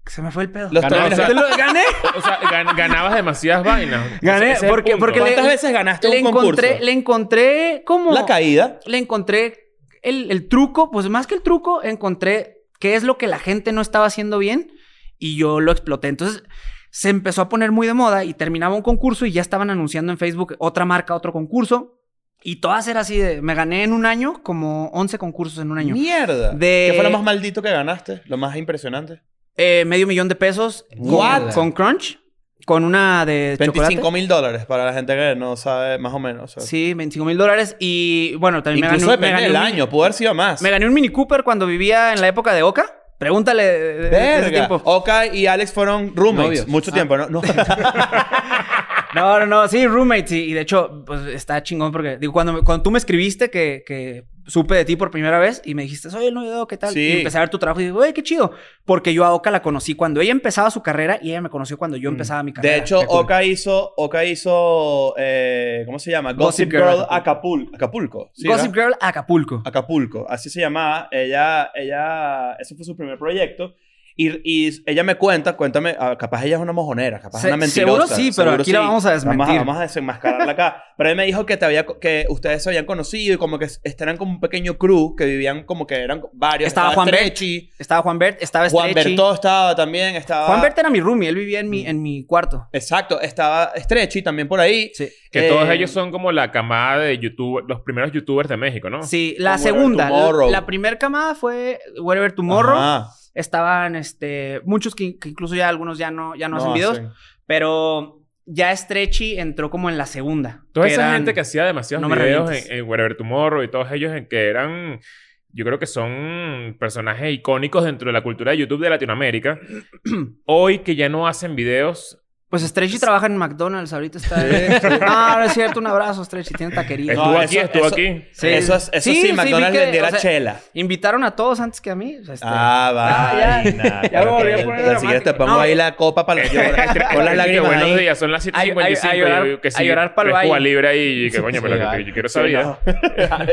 Se me fue el pedo. Los Ganó, términos- o sea, Te lo- gané. O sea, gan- ganabas demasiadas vainas. Ese Gané, es el porque- punto. porque le- ¿Cuántas veces ganaste Le un concurso? encontré, le encontré como... La caída. le encontré el, el truco, pues más que el truco, encontré qué es lo que la gente no estaba haciendo bien y yo lo exploté. Entonces se empezó a poner muy de moda y terminaba un concurso y ya estaban anunciando en Facebook otra marca, otro concurso y todas eran así de, me gané en un año como 11 concursos en un año. Mierda. De- ¿Qué fue lo más maldito que ganaste? Lo más impresionante. Eh, medio millón de pesos con- What? con Crunch, con una de chocolate. 25 mil dólares para la gente que no sabe más o menos. o sea. Sí, 25 mil dólares y bueno, también Incluso me gané, un- me depende gané del un- año. Pudo haber sido más. Me gané un Mini Cooper cuando vivía en la época de Oca. Pregúntale de, de- de ese Verga. tiempo. Ah. Oka y Alex fueron roommates. Novios. Mucho tiempo, ¿no? No. No, no, no, sí, roommates. Y, y de hecho, pues está chingón porque, digo, cuando, me- cuando tú me escribiste que, que supe de ti por primera vez y me dijiste, soy el nuevo Oka, ¿qué tal? Sí. Y empecé a ver tu trabajo y digo, güey, qué chido. Porque yo a Oka la conocí cuando ella empezaba su carrera y ella me conoció cuando yo empezaba mi carrera. Mm. De hecho, Qué cool. Oka hizo, Oka hizo eh, ¿cómo se llama? Gossip, Gossip Girl Girl Acapulco. Acapulco. sí, Gossip ¿verdad? Girl Acapulco. Acapulco. Así se llamaba. Ella, ella, ese fue su primer proyecto. Y, y ella me cuenta, cuéntame, ah, capaz ella es una mojonera, capaz es Se- una mentirosa. seguro sí, pero aquí la vamos a Vamos a, desmentir. vamos a desenmascararla acá. pero ella me dijo que, te había, co- que ustedes se habían conocido y como que est- eran como un pequeño crew que vivían como que eran varios. Estaba Juan Bert. Trechi, Estaba Juan Bert, estaba Juan Mm. Stretchy. Berto estaba también, estaba... Juan Bert era mi roomie, él vivía en mi, en mi cuarto. Exacto, estaba Stretchy también por ahí. Sí. Que Eh, todos ellos son como la camada de YouTube, los primeros youtubers de México, ¿no? Sí, la Whatever segunda, Tomorrow. la, la primera camada fue Whatever Tomorrow. Ajá. Estaban este, muchos que, que incluso ya algunos ya no, ya no, No hacen videos. hacen. Pero ya Stretchy entró como en la segunda. Toda que esa eran- gente que hacía demasiados No me videos revientes. en, en Wherever Tomorrow y todos ellos en que eran... Yo creo que son personajes icónicos dentro de la cultura de YouTube de Latinoamérica. Hoy que ya no hacen videos... Pues Stretchy trabaja en McDonald's, ahorita está... Ah, no, es cierto, un abrazo Stretchy, tiene taquería. Estuvo No, aquí, eso- estuvo eso- aquí. Sí. Eso, es- eso Sí, sí, sí, vi McDonald's que, vendiera o sea, chela. Invitaron a todos antes que a mí. o sea, este- Ah, Ah, vale. ya. Ya me volví a poner Ni siquiera te dramático. pongo No, ahí eh. la copa para los lloros. Con las Que lágrimas buenos ahí. días, son las 7.55. Ay, ay, a y llorar- yo que a sí, llorar pa'l ves valle. Cuba libre ahí y que coño, Sí, pero lo que vale. yo quiero saber. ¿no?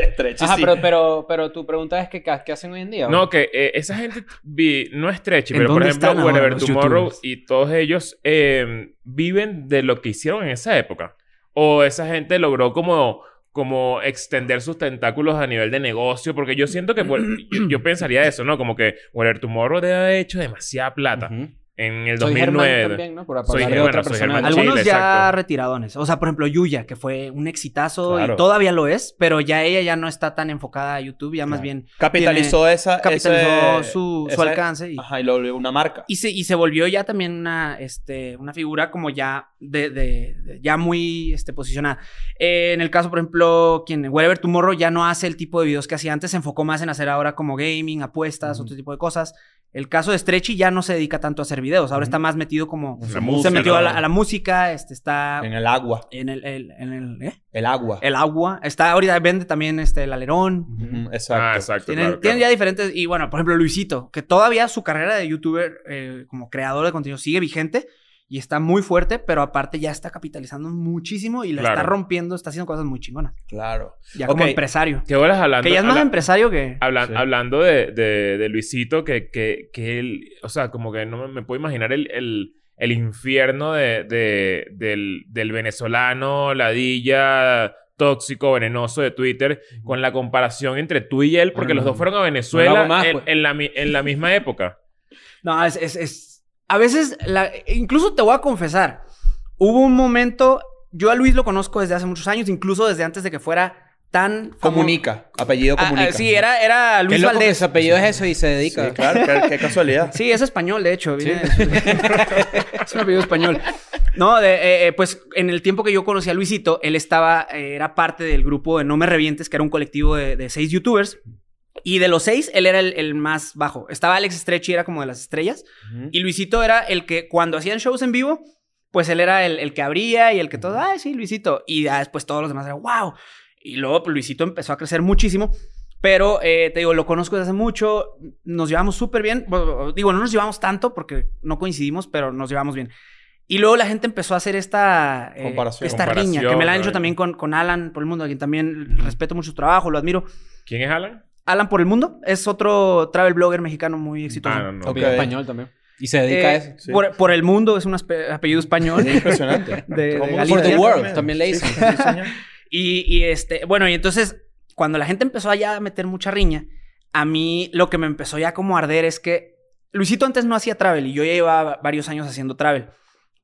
Estrecho, Ajá, sí. pero, pero, pero tu pregunta es que, ¿qué qué hacen hoy en día? No, que eh, esa gente vi, no es Stretchy, ¿En pero por dónde ejemplo, están ahora Wherever los Tomorrow youtubers? y todos ellos eh, viven de lo que hicieron en esa época. O esa gente logró como, como extender sus tentáculos a nivel de negocio, porque yo siento que pues, yo, yo pensaría eso, ¿no? Como que Wherever Tomorrow debe haber hecho demasiada plata. Ujú. En el Soy Germán 2009. también, ¿no? Por Soy hablar de Germán, otra soy persona. Germán. Algunos- Algunos Chile, ya exacto. retiradones. O sea, por ejemplo, Yuya, que fue un exitazo Claro. y todavía lo es, pero ya ella ya no está tan enfocada a YouTube, ya Claro. más Ah, bien Capitalizó esa. capitalizó ese- su, su ese- alcance y, Ajá, y lo volvió una marca. y se, y se volvió ya también una, este, una figura como ya de, de- de- ya muy este, posicionada. Eh, en el caso, por ejemplo, quien Wherever Tomorrow ya no hace el tipo de videos que hacía antes, se enfocó más en hacer ahora como gaming, apuestas, otro tipo de cosas. El caso de Stretchy ya no se dedica tanto a hacer videos, ahora está más metido como... La Se música, se metió a, la, ¿no? a la música, este, está En el agua. en el, el- en el, ¿eh? El agua. el agua. Está ahorita vende también este el alerón. Ujú, Exacto. Ah, exacto. Tienen, claro, tienen claro. ya diferentes. Y bueno, por ejemplo, Luisito, que todavía su carrera de youtuber eh, como creador de contenido sigue vigente y está muy fuerte, pero aparte ya está capitalizando muchísimo y la Claro. está rompiendo, está haciendo cosas muy chingonas. Claro. Ya como Ok. empresario. ¿Qué bolas hablando? Que ya es más habla- empresario que. hablan- Sí. Hablando de, de- de Luisito, que, que, que él, o sea, como que no me, me puedo imaginar el, el, el infierno de, de- del, del venezolano, ladilla, tóxico, venenoso de Twitter, con la comparación entre tú y él, porque los Mm. dos fueron a Venezuela hago más, en, pues. en la, mi- en la misma época. No, es, es, es- A veces, la... incluso te voy a confesar, hubo un momento. Yo a Luis lo conozco desde hace muchos años, incluso desde antes de que fuera tan. famo- Comunica. Apellido Ah, ah, comunica. sí, era, era Qué Luis loco que Valdés. su apellido es eso y se Sí, dedica. claro. Qué, qué casualidad. Sí, es español, de hecho. viene- es un apellido español. No, de, eh, eh, pues en el tiempo que yo conocí a Luisito, él estaba, eh, era parte del grupo de No Me Revientes, que era un colectivo de, de seis youtubers. Y de los seis, él era el, el más bajo. Estaba Alex Stretchy, era como de las estrellas. Ujú. Y Luisito era el que cuando hacían shows en vivo, pues él era el, el que abría y el que todo, ay, sí, Luisito. Y ya después todos los demás eran, wow. Y luego pues, Luisito empezó a crecer muchísimo. Pero eh, te digo, lo conozco desde hace mucho, nos llevamos súper bien. Bueno, Digo, no nos llevamos tanto porque no coincidimos, pero nos llevamos bien. Y luego la gente empezó a hacer esta, eh, Comparación. esta Comparación, riña, que me la han ¿no? hecho también con, con Alan por el mundo, a quien también respeto mucho su trabajo, lo admiro. ¿Quién es Alan? Alan por el mundo es otro travel blogger mexicano muy exitoso. Ah, no, no. Ok. Apellido español también. Y se dedica a Eh, eso. Sí. por, por el mundo es un aspe- apellido español. Es impresionante. De- de Todo el mundo Galicia. por For the world, también le Sí, dicen. sí, sí, señor. Y, y, este, bueno, y entonces, cuando la gente empezó allá a meter mucha riña, a mí lo que me empezó ya como a arder es que Luisito antes no hacía travel y yo ya llevaba varios años haciendo travel.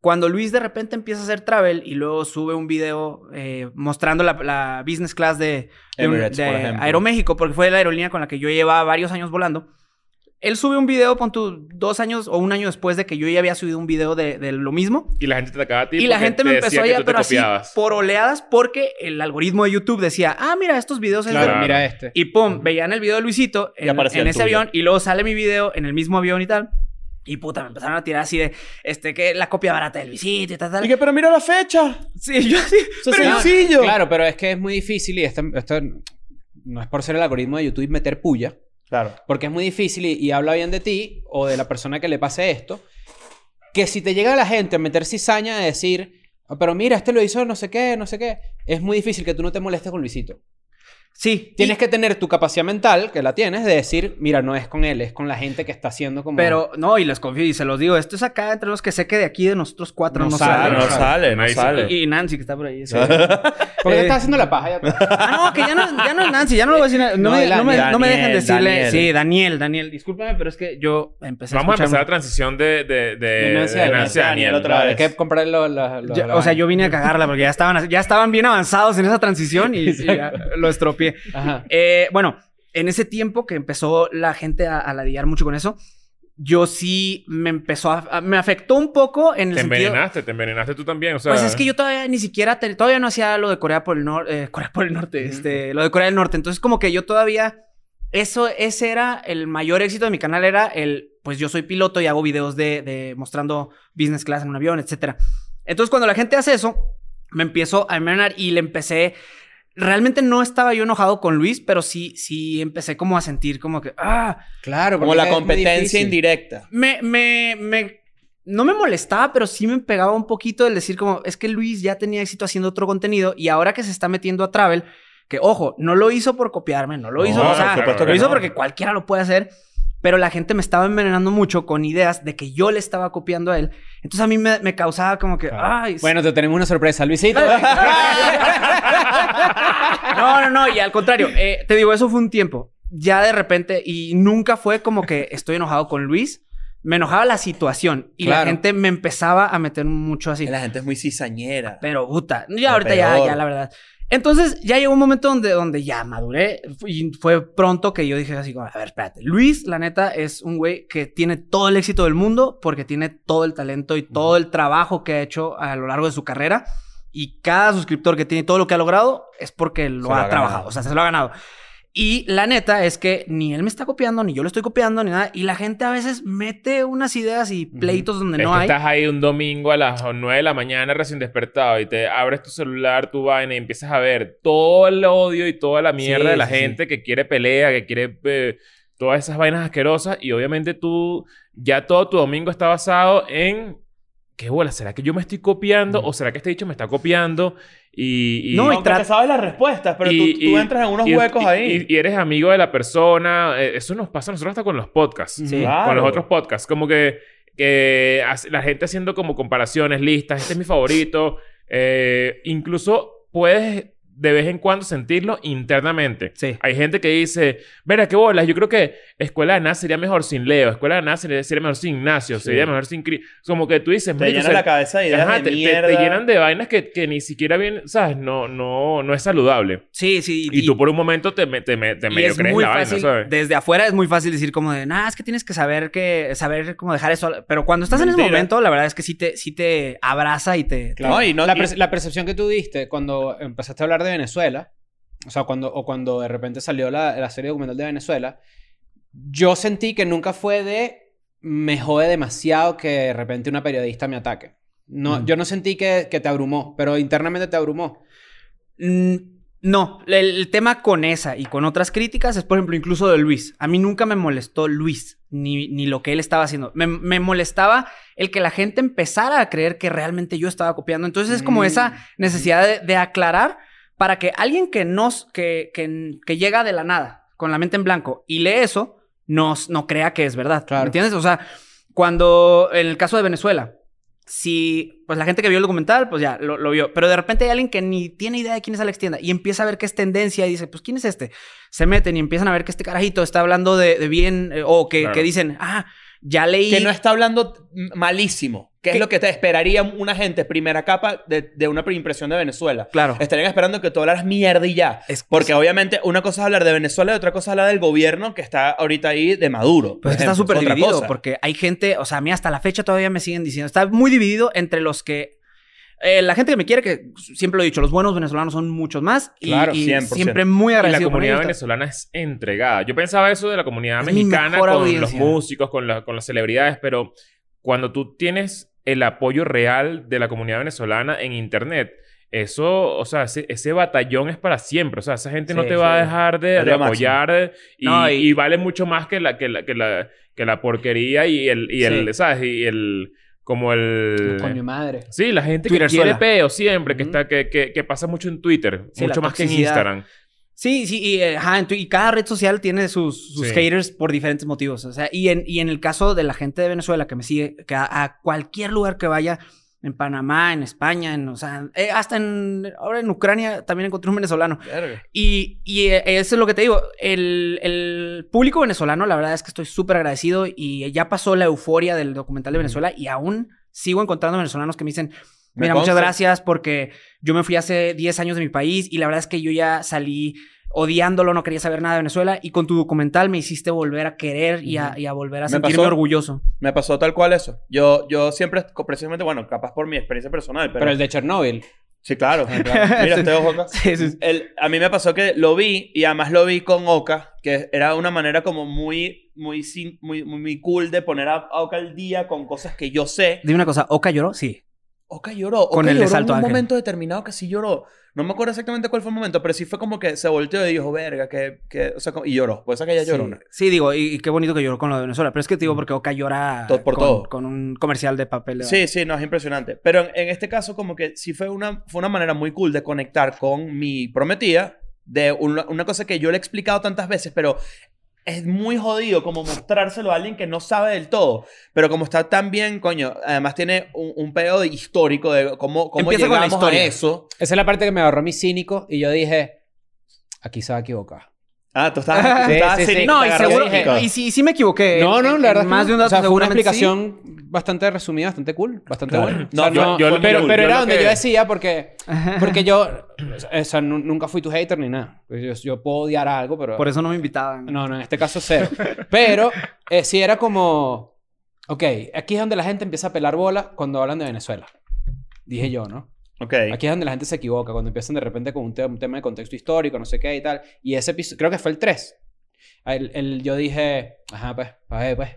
Cuando Luis de repente empieza a hacer travel y luego sube un video eh, mostrando la, la business class de, de, un- Emirates, de por ejemplo. Aeroméxico, porque fue la aerolínea con la que yo llevaba varios años volando, él sube un video, pon tú, dos años o un año después de que yo ya había subido un video de, de lo mismo. Y la gente te acaba a ti Y la porque gente te me decía empezó a que ir, tú te pero así pues, copiabas. por oleadas, porque el algoritmo de YouTube decía, ah, mira, estos videos es de- Claro, Claro. mira este. Y pum, veían el video de Luisito Y en, aparecía en el ese tuyo. avión y luego sale mi video en el mismo avión y tal. Y puta, me empezaron a tirar así de, este, que la copia barata de Luisito y tal, tal. Y que, pero mira la fecha. Sí, yo así, Eso es pero yo- sencillo. Claro, pero es que es muy difícil y esto, esto no es por ser el algoritmo de YouTube y meter puya, Claro. porque es muy difícil y, y habla bien de ti o de la persona que le pase esto, que si te llega la gente a meter cizaña de decir, "Ah, pero mira, este lo hizo no sé qué, no sé qué, es muy difícil que tú no te molestes con Luisito. Sí, Tienes que tener tu capacidad mental, que la tienes, de decir, mira, no es con él, es con la gente que está haciendo como... pero no, y les confío y se los digo, esto es acá entre los que sé que de aquí de nosotros cuatro no, sale. no sale, no Nadie se- sale. Y y Nancy que está por ahí. sí. ¿Por qué Eh, estás haciendo la paja? ya? Ah, no, que ya no, ya no es Nancy, ya no lo voy a decir. No, No, me, no me- Daniel, no me dejen decirle. Daniel. Sí, Daniel, Daniel. Discúlpame, pero es que yo empecé Vamos a escuchar- empezar la transición de, de, de, De Nancy de a Nancy a Daniel Daniel. otra vez. Hay que comprar los... los- los- Yo- la o sea, vaina. yo vine a cagarla porque ya estaban, ya estaban bien avanzados en esa transición y, y ya lo estropeé. Ajá. Eh, bueno, en ese tiempo que empezó la gente a, a ladillar mucho con eso, yo sí me empezó a, a- me afectó un poco en el Te sentido. envenenaste, te envenenaste tú también. O sea, Pues es que yo todavía ni siquiera, te- todavía no hacía lo de Corea por el Norte, Corea por el Norte, este, lo de Corea del Norte. Entonces como que yo todavía, eso, ese era el mayor éxito de mi canal, era el, pues yo soy piloto y hago videos de, de mostrando business class en un avión, etcétera. Entonces cuando la gente hace eso, me empiezo a envenenar y le empecé, realmente no estaba yo enojado con Luis, pero sí, sí empecé como a sentir como que, ah, Claro, Como porque la es muy competencia difícil. indirecta. me, me, me, no me molestaba, pero sí me pegaba un poquito el decir como, es que Luis ya tenía éxito haciendo otro contenido y ahora que se está metiendo a Travel, que ojo, no lo hizo por copiarme, no lo No, hizo, o por sea, supuesto lo que hizo no. porque cualquiera lo puede hacer, pero la gente me estaba envenenando mucho con ideas de que yo le estaba copiando a él. Entonces a mí me, me causaba como que, ay, Bueno, te tenemos una sorpresa, Luisito. No, no, no, y al contrario, eh, te digo, eso fue un tiempo. Ya de repente, y nunca fue como que estoy enojado con Luis, me enojaba la situación y Claro. la gente me empezaba a meter mucho así. La gente es muy cizañera. Pero puta, ya Lo ahorita ya, peor. ya, la verdad. Entonces ya llegó un momento donde, donde ya maduré y fue pronto que yo dije así como, a ver, espérate, Luis, la neta, es un güey que tiene todo el éxito del mundo porque tiene todo el talento y todo el trabajo que ha hecho a lo largo de su carrera y cada suscriptor que tiene todo lo que ha logrado es porque lo Se lo ha, ha trabajado, ganado. o sea, se lo ha ganado. Y la neta es que ni él me está copiando, ni yo lo estoy copiando, ni nada. Y la gente a veces mete unas ideas y pleitos donde Es no que hay. estás ahí un domingo a las 9 de la mañana recién despertado y te abres tu celular, tu vaina y empiezas a ver todo el odio y toda la mierda Sí, de la sí, gente que quiere pelea, que quiere eh, todas esas vainas asquerosas y obviamente tú ya todo tu domingo está basado en ¿qué bola? ¿Será que yo me estoy copiando Mm. o será que este dicho me está copiando? Y, y- No, y Aunque tra- te sabes las respuestas, pero y- tú, tú y- entras en unos y- huecos y- ahí. Y, y eres amigo de la persona. Eh, Eso nos pasa a nosotros hasta con los podcasts Sí. con los Claro. otros podcasts. Como que, que hace- la gente haciendo como comparaciones, listas, este es mi favorito. Eh, incluso puedes de vez en cuando sentirlo internamente. Sí. Hay gente que dice, mira, qué bolas, yo creo que Escuela de Nada sería mejor sin Leo, Escuela de Nada sería, sería mejor sin Ignacio, sería mejor sin Cris. Como que tú dices, Te "Marico, llenan o sea, la cabeza de ideas ajá, de te, te- te mierda. llenan de vainas que, que ni siquiera bien, ¿sabes? No, no, no es saludable. Sí, sí. Y, tú por un momento te, me- te, me- te y medio es crees muy la vaina, fácil, ¿sabes? Desde afuera es muy fácil decir como de, nah, es que tienes que saber que, saber cómo dejar eso. Pero cuando estás en ese Mentira. momento, la verdad es que sí te, sí te abraza y te... Claro. No, y no- la, y- perce- la percepción que tú diste cuando empezaste a hablar de Venezuela, o sea, cuando, o cuando de repente salió la, la serie documental de Venezuela, yo sentí que nunca fue de me jode demasiado que de repente una periodista me ataque. No, Mm. Yo no sentí que, que te abrumó, pero internamente te abrumó. Mm, no, el, el tema con esa y con otras críticas es, por ejemplo, incluso de Luis. A mí nunca me molestó Luis, ni, ni lo que él estaba haciendo. Me, me molestaba el que la gente empezara a creer que realmente yo estaba copiando. Entonces es como Mm. esa necesidad de, de aclarar para que alguien que nos, que, que, que llega de la nada, con la mente en blanco, y lee eso, nos, no crea que es verdad. Claro. ¿Me entiendes? O sea, cuando, en el caso de Venezuela, si, pues la gente que vio el documental, pues ya lo, lo vio. Pero de repente hay alguien que ni tiene idea de quién es Alex Tienda y empieza a ver que es tendencia y dice, pues quién es este. Se meten y empiezan a ver que este carajito está hablando de, de bien eh, o que, Claro. que dicen, ah, ya leí. Que no está hablando m- malísimo. Que ¿Qué? es lo que te esperaría una gente, primera capa de, de una pre- impresión de Venezuela. Claro. Pues, Estarían esperando que tú hablaras mierda y ya. Es- Porque obviamente una cosa es hablar de Venezuela y otra cosa es hablar del gobierno que está ahorita ahí de Maduro. por Pues está ejemplo. súper Es otra dividido cosa. porque hay gente, o sea, a mí hasta la fecha todavía me siguen diciendo, está muy dividido entre los que... eh, la gente que me quiere, que siempre lo he dicho, los buenos venezolanos son muchos más y, Claro, y 100%. siempre muy Y la agradecido. con comunidad ellos. venezolana es entregada. Yo pensaba eso de la comunidad Es mi mexicana mejor con los audiencia. músicos, con, la- con las celebridades, pero cuando tú tienes el apoyo real de la comunidad venezolana en Internet, eso, o sea, ese, ese batallón es para siempre. O sea, esa gente no Sí, te va a sí. dejar de, Es de lo máximo. apoyar eh, y, No, y- y vale mucho más que la, que la, que la, que la porquería y el, y el Sí. ¿sabes? Y el, como el... Coño madre. Sí, la gente que quiere Twitterzuela. peo siempre, que, Ujú. está, que, que, que pasa mucho en Twitter, Sí, la mucho más que en toxicidad. Instagram. Sí, sí, y, eh, ajá, en tu- y cada red social tiene sus, sus Sí. haters por diferentes motivos. O sea, y en, y en el caso de la gente de Venezuela que me sigue, que a, a cualquier lugar que vaya, en Panamá, en España, en, o sea, eh, hasta en, ahora en Ucrania también encontré un venezolano. Verga. Y, y eh, eso es lo que te digo. El, el público venezolano, la verdad es que estoy súper agradecido y ya pasó la euforia del documental de Venezuela y aún sigo encontrando venezolanos que me dicen, Me mira, muchas consta. gracias porque yo me fui hace 10 años de mi país y la verdad es que yo ya salí odiándolo, no quería saber nada de Venezuela y con tu documental me hiciste volver a querer y a, y a volver a Me sentirme pasó. orgulloso. Me pasó tal cual eso. Yo, yo siempre, precisamente, bueno, capaz por mi experiencia personal, pero. Pero el de Chernóbil. Sí, claro. Ah, claro. Mira, este ojo acá. Sí, sí, sí. El- a mí me pasó que lo vi y además lo vi con Oka, que era una manera como muy, muy, sin- muy, muy, muy cool de poner a, a Oka al día con cosas que yo sé. Dime una cosa, ¿Oka lloró? Sí. Oka lloró. Oka Con el de lloró Salto en un Ángel. momento determinado que sí lloró. No me acuerdo exactamente cuál fue el momento, pero sí fue como que se volteó y dijo, verga, que, que, o sea, como- y lloró. Pues esa que ella lloró. Sí, Sí, digo, y, y qué bonito que lloró con lo de Venezuela, pero es que te digo porque Oka llora To- por con, todo. con un comercial de papel. de Sí, sí, no, es impresionante. Pero en, en este caso, como que sí fue una, fue una manera muy cool de conectar con mi prometida, de una, una cosa que yo le he explicado tantas veces, pero es muy jodido como mostrárselo a alguien que no sabe del todo. Pero como está tan bien, coño, además tiene un, un pedo de histórico de cómo, cómo Empieza con la llegamos a historia. eso. Esa es la parte que me agarró mi cínico y yo dije, aquí se va a equivocar. Ah, tú estabas, tú Sí, estabas sí, sí. serio, No, te y Claro, agarró seguro. sí, lógico. Y sí, sí me equivoqué. No, no, Eh, En- la en verdad. es que Más de un no. O dato. sea, fue una seguramente sí. explicación bastante resumida, bastante cool, bastante Claro. buena. No, O sea, yo- yo- pero, yo- pero yo era lo donde que- yo decía porque, porque yo, o sea, nu- nunca fui tu hater ni nada. Pues Yo, yo puedo odiar algo, pero... Por eso no me invitaban. No, no, en este caso cero. Pero eh, sí era como, ok, aquí es donde la gente empieza a pelar bola cuando hablan de Venezuela. Dije yo, ¿no? Ok. Aquí es donde la gente se equivoca, cuando empiezan de repente con un, te- un tema de contexto histórico, no sé qué y tal. Y ese episodio, creo que fue el 3. El, el- yo dije, ajá, pues, a ver, pues.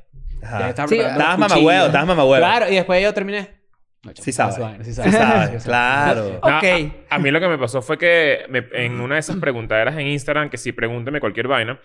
Ajá. Ya estaba Sí, preparando Estabas los mamahuevo, cuchillos. estabas mamahuevo. Claro, y después yo terminé. No, chamo, Sí sabe. esa vaina, Sí Tú sabe. sabes, claro. No, Ok. Ah, a, a mí lo que me pasó fue que me- en una de esas preguntaderas en Instagram, que si pregúntame cualquier vaina,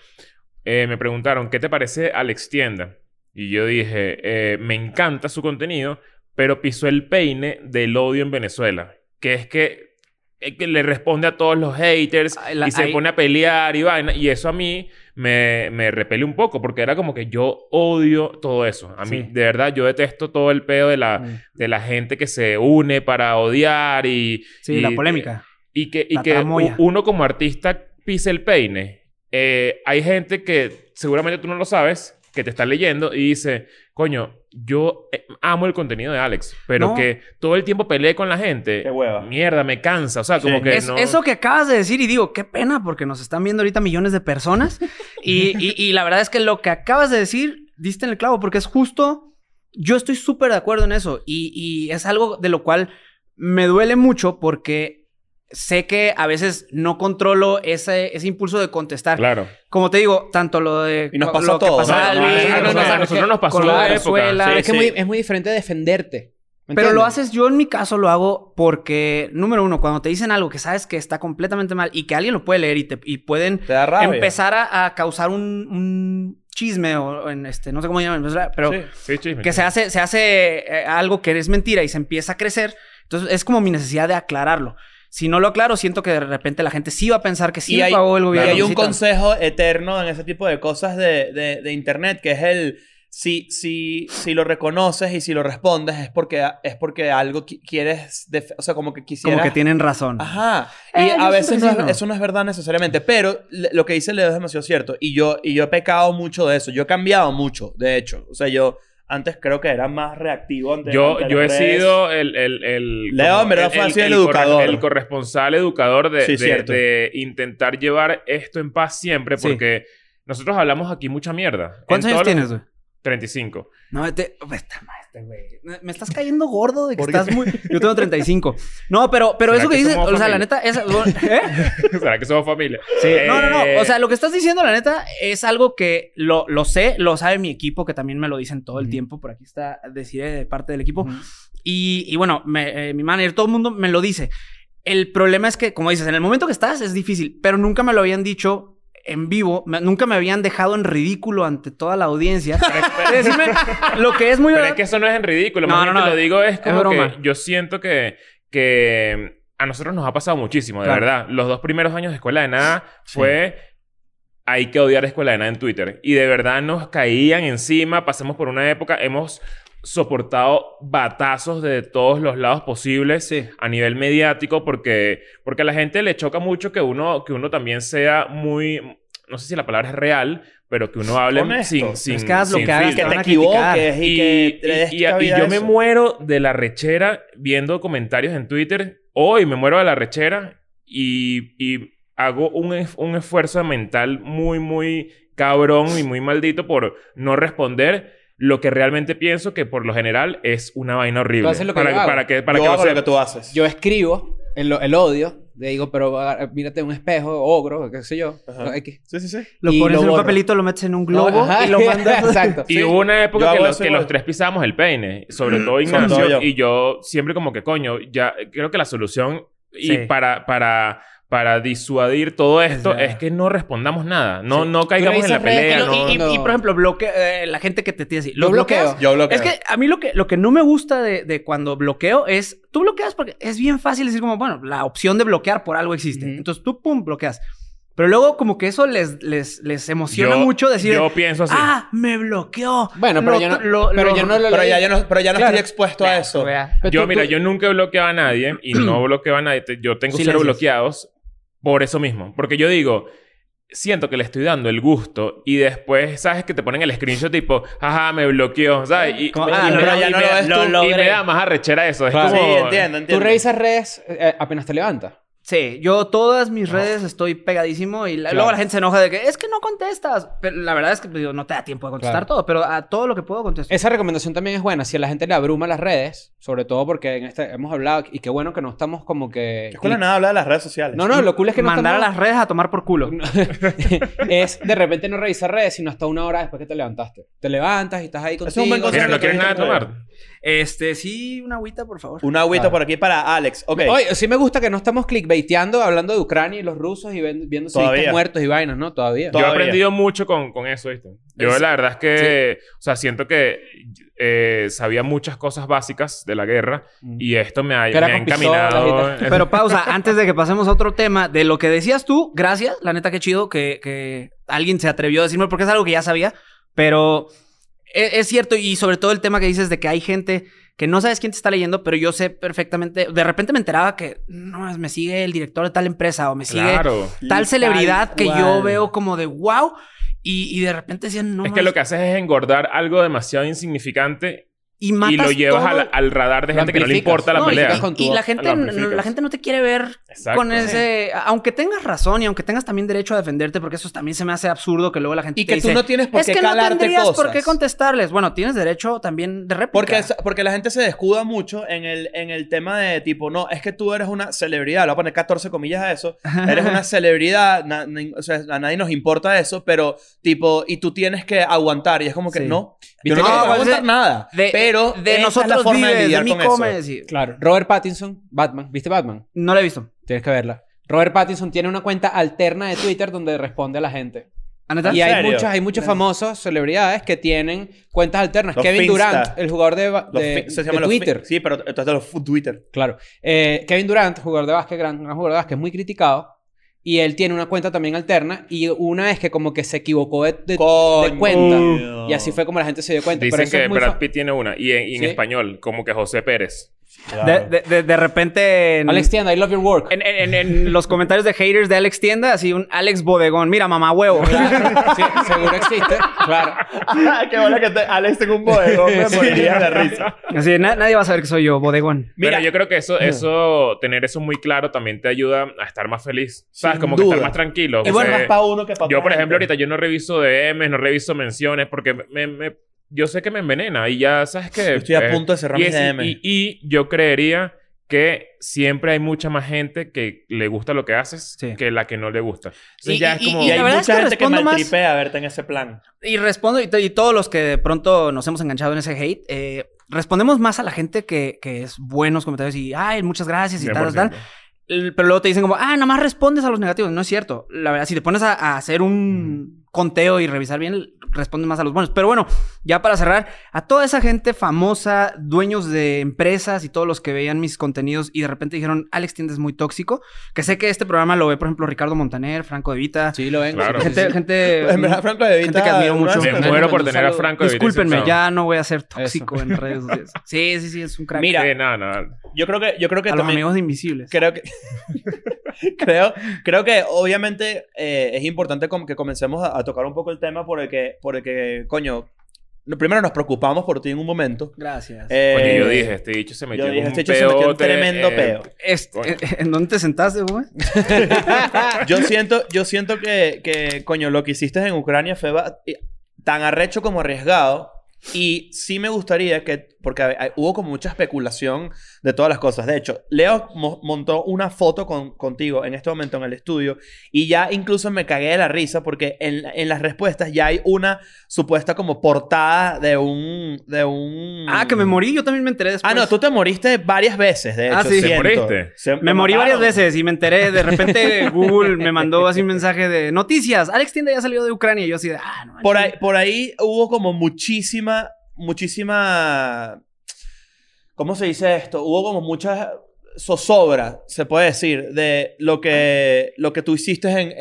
eh, me preguntaron, ¿qué te parece Alex Tienda? Y yo dije, eh, me encanta su contenido, pero pisó el peine del odio en Venezuela, que es que, eh, que le responde a todos los haters Ay, la- y se ay. pone a pelear y vaina. Y eso a mí me, me repele un poco, porque era como que yo odio todo eso. A mí, Sí. de verdad, yo detesto todo el pedo de la Mm. de la gente que se une para odiar y... Sí, y- la polémica. Y que, y La que tramoya. u- uno como artista pise el peine. Eh, hay gente que seguramente tú no lo sabes, que te está leyendo y dice, coño, yo eh, amo el contenido de Alex, pero No. que todo el tiempo pelee con la gente. Qué hueva. Mierda, me cansa. O sea, como Sí. eh, que Es- no... Eso que acabas de decir y digo, qué pena porque nos están viendo ahorita millones de personas y, y- y la verdad es que lo que acabas de decir diste en el clavo porque es justo, yo estoy súper de acuerdo en eso y, y es algo de lo cual me duele mucho porque sé que a veces no controlo ese, ese impulso de contestar. Claro. Como te digo, tanto lo de... Y nos lo pasó a que todos, pasó ¿no? a No, Luis, no, nos no, pasó a a nosotros nos pasó con la la época. Venezuela. Claro, Sí, es que sí. muy- es muy diferente defenderte. ¿me Pero lo entiendes? haces, yo en mi caso lo hago porque, número uno, cuando te dicen algo que sabes que está completamente mal y que alguien lo puede leer y, te, y pueden Te da rabia. empezar a, a causar un, un chisme o o en este, no sé cómo llaman, pero Sí. Sí, chisme. que se hace, se hace eh, algo que es mentira y se empieza a crecer. Entonces es como mi necesidad de aclararlo. Si no lo aclaro, siento que de repente la gente sí va a pensar que sí Y lo hay- pagó el Y gobierno. hay un sí, tal. consejo eterno en ese tipo de cosas de, de- de internet, que es el si, si, si lo reconoces y si lo respondes es porque, es porque algo qui- quieres, def- o sea, como que quisieras. Como que tienen razón. Ajá. Y Eh, yo a siento veces que no sí, es- ¿no? eso no es verdad necesariamente, pero le- lo que dice Leo es demasiado cierto. Y yo, y yo he pecado mucho de eso. Yo he cambiado mucho, de hecho. O sea, yo antes creo que era más reactivo. Ante, Yo, ante yo he las redes. sido el... el, el Leo, en verdad, fue así el corre- educador. El corresponsal educador de, Sí, de- cierto. de intentar llevar esto en paz siempre Sí. porque nosotros hablamos aquí mucha mierda. ¿Cuántos En años todos los- tienes, güey? 35. No, te... oh, Esta madre, este güey. Me- Me estás cayendo gordo de que estás muy... Yo tengo 35. No, pero, pero ¿Será eso que, que dices... somos O sea, familia? la neta... Esa, ¿Eh? ¿Será que somos familia? No, no, Eh, no. O sea, lo que estás diciendo, la neta, es algo que lo, lo sé, lo sabe mi equipo, que también me lo dicen todo el tiempo. Por aquí está, decide de parte del equipo. y, y bueno, me- eh, mi manager, todo el mundo me lo dice. El problema es que, como dices, en el momento que estás es difícil, pero nunca me lo habían dicho en vivo, me- nunca me habían dejado en ridículo ante toda la audiencia. De decirme lo que es muy Pero verdad- es que eso no es en ridículo. No, Más no, bien te no. lo digo es como broma. que yo siento que, que a nosotros nos ha pasado muchísimo, de Claro. verdad. Los dos primeros años de Escuela de Nada fue... Hay que odiar Escuela de Nada en Twitter. Y de verdad nos caían encima. Pasamos por una época... Hemos soportado batazos de todos los lados posibles a nivel mediático porque, porque a la gente le choca mucho que uno, que uno también sea muy... No sé si la palabra es real, pero que uno hable Honesto. sin, sin... Es que hagas lo sin que hagas, filtro. Que Te van te a criticar. equivoques y, que te des y- y- cabida y a yo me eso. muero de la rechera viendo comentarios en Twitter. Hoy me muero de la rechera y, y hago un, es- un esfuerzo mental muy, muy cabrón y muy maldito por no responder lo que realmente pienso que por lo general es una vaina horrible. haces lo que para, yo hago. para que para Yo que lo hago lo sepa. que tú haces. Yo escribo el, el odio, le digo, pero ah, mírate en un espejo, ogro, qué sé yo. Ajá. X. Sí, sí, sí. Lo y pones lo en un borro. papelito, lo metes en un No, globo ajá, y lo mandas. Exacto. Y hubo una Yo época hago que, los- eso que igual. los tres pisábamos el peine, sobre todo Ignacio, todo yo. y yo siempre como que coño, ya creo que la solución y Sí. para, para, para disuadir todo esto Exacto. es que no respondamos nada, no, no Pero caigamos en la esas redes pelea. que no- no- Y, y- No. y, por ejemplo, bloque, eh, la gente que te tiene así. ¿Lo Yo bloqueo. bloqueas? Yo bloqueo. Es que a mí lo que, lo que no me gusta de, de cuando bloqueo es, tú bloqueas porque es bien fácil decir como, bueno, la opción de bloquear por algo existe. Ujú. Entonces tú, pum, bloqueas. Pero luego como que eso les, les, les emociona yo- mucho decir, Yo pienso así. ah, me bloqueó. Bueno, pero Lo- yo no lo- pero lo- yo no lo Pero leí. ya, ya no, pero ya no Claro. estoy expuesto a eso. Pero yo, tú- mira, tú- yo nunca bloqueaba a nadie y no bloqueaba a nadie. Te- Yo tengo cero Silencios. bloqueados por eso mismo. Porque yo digo, siento que le estoy dando el gusto y después, ¿sabes? Que te ponen el screenshot tipo, ajá, me bloqueó, ¿sabes? Y, Como, me- ah, y no, me no, da- ya y no me lo da- ves tú. y me logré. da más arrechera eso. Es Sí, como... entiendo, entiendo. Tú revisas redes eh, apenas te levantas. Sí, yo todas mis redes estoy pegadísimo y la- Claro. luego la gente se enoja de que es que no contestas. Pero la verdad es que digo, no te da tiempo de contestar Claro. todo, pero a todo lo que puedo contestar. Esa recomendación también es buena. Si a la gente le abruma las redes, sobre todo porque en este, hemos hablado, y qué bueno que no estamos como que. Es con la nada habla de las redes sociales. No, no, lo cool es que no Mandar a estamos- las redes a tomar por culo. es de repente no revisar redes, sino hasta una hora después que te levantaste. Te levantas y estás ahí es contigo. un buen Mira, consejo. ¿no quieres nada de tomar? Este, sí, una agüita, por favor. Una agüita Claro. por aquí para Alex. Ok. Oye, sí me gusta que no estamos clickbaiteando hablando de Ucrania y los rusos y ven- viendo si Todavía. viste muertos y vainas, ¿no? Todavía. Yo he Todavía. aprendido mucho con, con eso, ¿viste? Yo Es- la verdad es que, o sea, siento que eh, sabía muchas cosas básicas de la guerra Mm. y esto me ha, Que era me ha con pistolas y encaminado. tal. Pero pausa, antes de que pasemos a otro tema, de lo que decías tú, gracias, la neta, qué chido que, que alguien se atrevió a decirme, porque es algo que ya sabía, pero e- es, cierto, y sobre todo el tema que dices de que hay gente que no sabes quién te está leyendo, pero yo sé perfectamente, de repente me enteraba que, no, me sigue el director de tal empresa o me sigue claro. tal celebridad que yo cual. veo como de wow, y, y de repente decían, no, es que lo mames, que haces es engordar algo demasiado insignificante y, y matas lo llevas todo- al, al radar de Lo gente que no le amplificas. importa la No, y- pelea. quedas con y, tu y la voz, gente, lo la amplificas. gente no te quiere ver Exacto. con ese, aunque tengas razón y aunque tengas también derecho a defenderte, porque eso también se me hace absurdo que luego la gente Y te que tú dice, no tienes por es qué que no calarte tendrías cosas. por qué contestarles. Bueno, tienes derecho también de réplica. Porque, porque la gente se descuda mucho en el, en el tema de tipo, no, es que tú eres una celebridad, le voy a poner 14 comillas a eso, eres una celebridad, na- na- o sea, a nadie nos importa eso, pero tipo, y tú tienes que aguantar, y es como que Sí. no, yo Viste no que- voy a aguantar de- nada, de, pero de esta nosotros es la forma vives, de lidiar mí con comes eso. y- Claro. Robert Pattinson, Batman. ¿Viste Batman? No la he visto. Tienes que verla. Robert Pattinson tiene una cuenta alterna de Twitter donde responde a la gente. ¿Ah, neta? Y hay serio? muchos, hay muchos famosos celebridades que tienen cuentas alternas. Los Kevin Finsta. Durant, el jugador de, ba- Los de- fi- se de llaman los fi- Twitter. Sí, pero entonces los fu- Twitter. Claro. Eh, Kevin Durant, jugador de básquet, gran, gran jugador de básquet, muy criticado. Y él tiene una cuenta también alterna. Y una es que como que se equivocó de, de- de Coño. cuenta. Y así fue como la gente se dio cuenta. Pero Dicen eso que es muy Brad fa- Pitt tiene una y en, y en Sí. español, como que José Pérez. De, de- de- de repente en, Alex Tienda, I love your work. en- en- en- en los comentarios de haters de Alex Tienda, así un Alex Bodegón. Mira, mamá huevo. Sí, seguro existe. Claro. Qué bola que te- Alex tengo un bodegón, me moriría de risa. así, na- nadie va a saber que soy yo, Bodegón. Mira, Mira. yo creo que eso, eso, tener eso muy claro también te ayuda a estar más feliz. ¿Sabes? Sin como que duda. estar más tranquilo. Es bueno, Eh, más para uno que para Yo, por ejemplo, ahorita yo no reviso DMs, no reviso menciones, porque me, me- yo sé que me envenena y ya sabes que... Yo estoy a punto de cerrar eh, y mis es- DM. Y, y yo creería que siempre hay mucha más gente que le gusta lo que haces Sí. que la que no le gusta. Entonces Y- ya es y- como... Y la hay verdad mucha es que gente que respondo más- maltripea verte en ese plan. Y respondo, y, to- y todos los que de pronto nos hemos enganchado en ese hate, eh, respondemos más a la gente que, que es buenos comentarios y, ay, muchas gracias y tal, 100%. tal. El- Pero luego te dicen como, ah, nada más respondes a los negativos. No es cierto. La verdad, si te pones a, a hacer un conteo y revisar bien, respondes más a los buenos. Pero bueno, ya para cerrar, a toda esa gente famosa, dueños de empresas y todos los que veían mis contenidos y de repente dijeron, Alex Tiendes es muy tóxico, que sé que este programa lo ve, por ejemplo, Ricardo Montaner, Franco Evita, Sí, lo ven. Claro. Sí, sí, gente, sí. gente... En verdad, Franco de Vita, Gente que admiro una mucho. Me vez- Bueno, muero bueno, por un tener a saludo. Franco. de Vita Discúlpenme, Simpson. ya no voy a ser tóxico en redes sociales. Sí, sí, sí, es un crack. Mira, Sí, nada, nada. Yo creo que, yo creo que a los también- amigos de Invisibles. Creo que. creo, creo que obviamente eh, es importante como que comencemos a, a tocar un poco el tema por el que, por el que coño, no- primero nos preocupamos por ti en un momento. Gracias. Eh, Coño, yo dije, este bicho se metió yo en dije, un este hecho se metió en un peote, tremendo eh, peo. Este, Bueno. ¿En dónde te sentaste, güey? Yo siento, yo siento que, que, coño, lo que hiciste en Ucrania fue ba- eh, tan arrecho como arriesgado. Y sí me gustaría que, porque hay- hay- hubo como mucha especulación de todas las cosas. De hecho, Leo mo- montó una foto con- contigo en este momento en el estudio y ya incluso me cagué de la risa porque en, en las respuestas ya hay una supuesta como portada de un... De un... Ah, que me morí. Yo también me enteré después. Ah, no, tú te moriste varias veces, de hecho. Ah, sí. ¿Te siento. moriste? Se- Me morí varias mataron. veces y me enteré. De repente Google me mandó así un mensaje de noticias. Alex Tienda ya salió de Ucrania. Y yo así de, ah, no. Por ahí, por ahí hubo como muchísima, muchísima... ¿Cómo se dice esto? Hubo como muchas zozobra, se puede decir, de lo Ah. que, lo que tú hiciste en...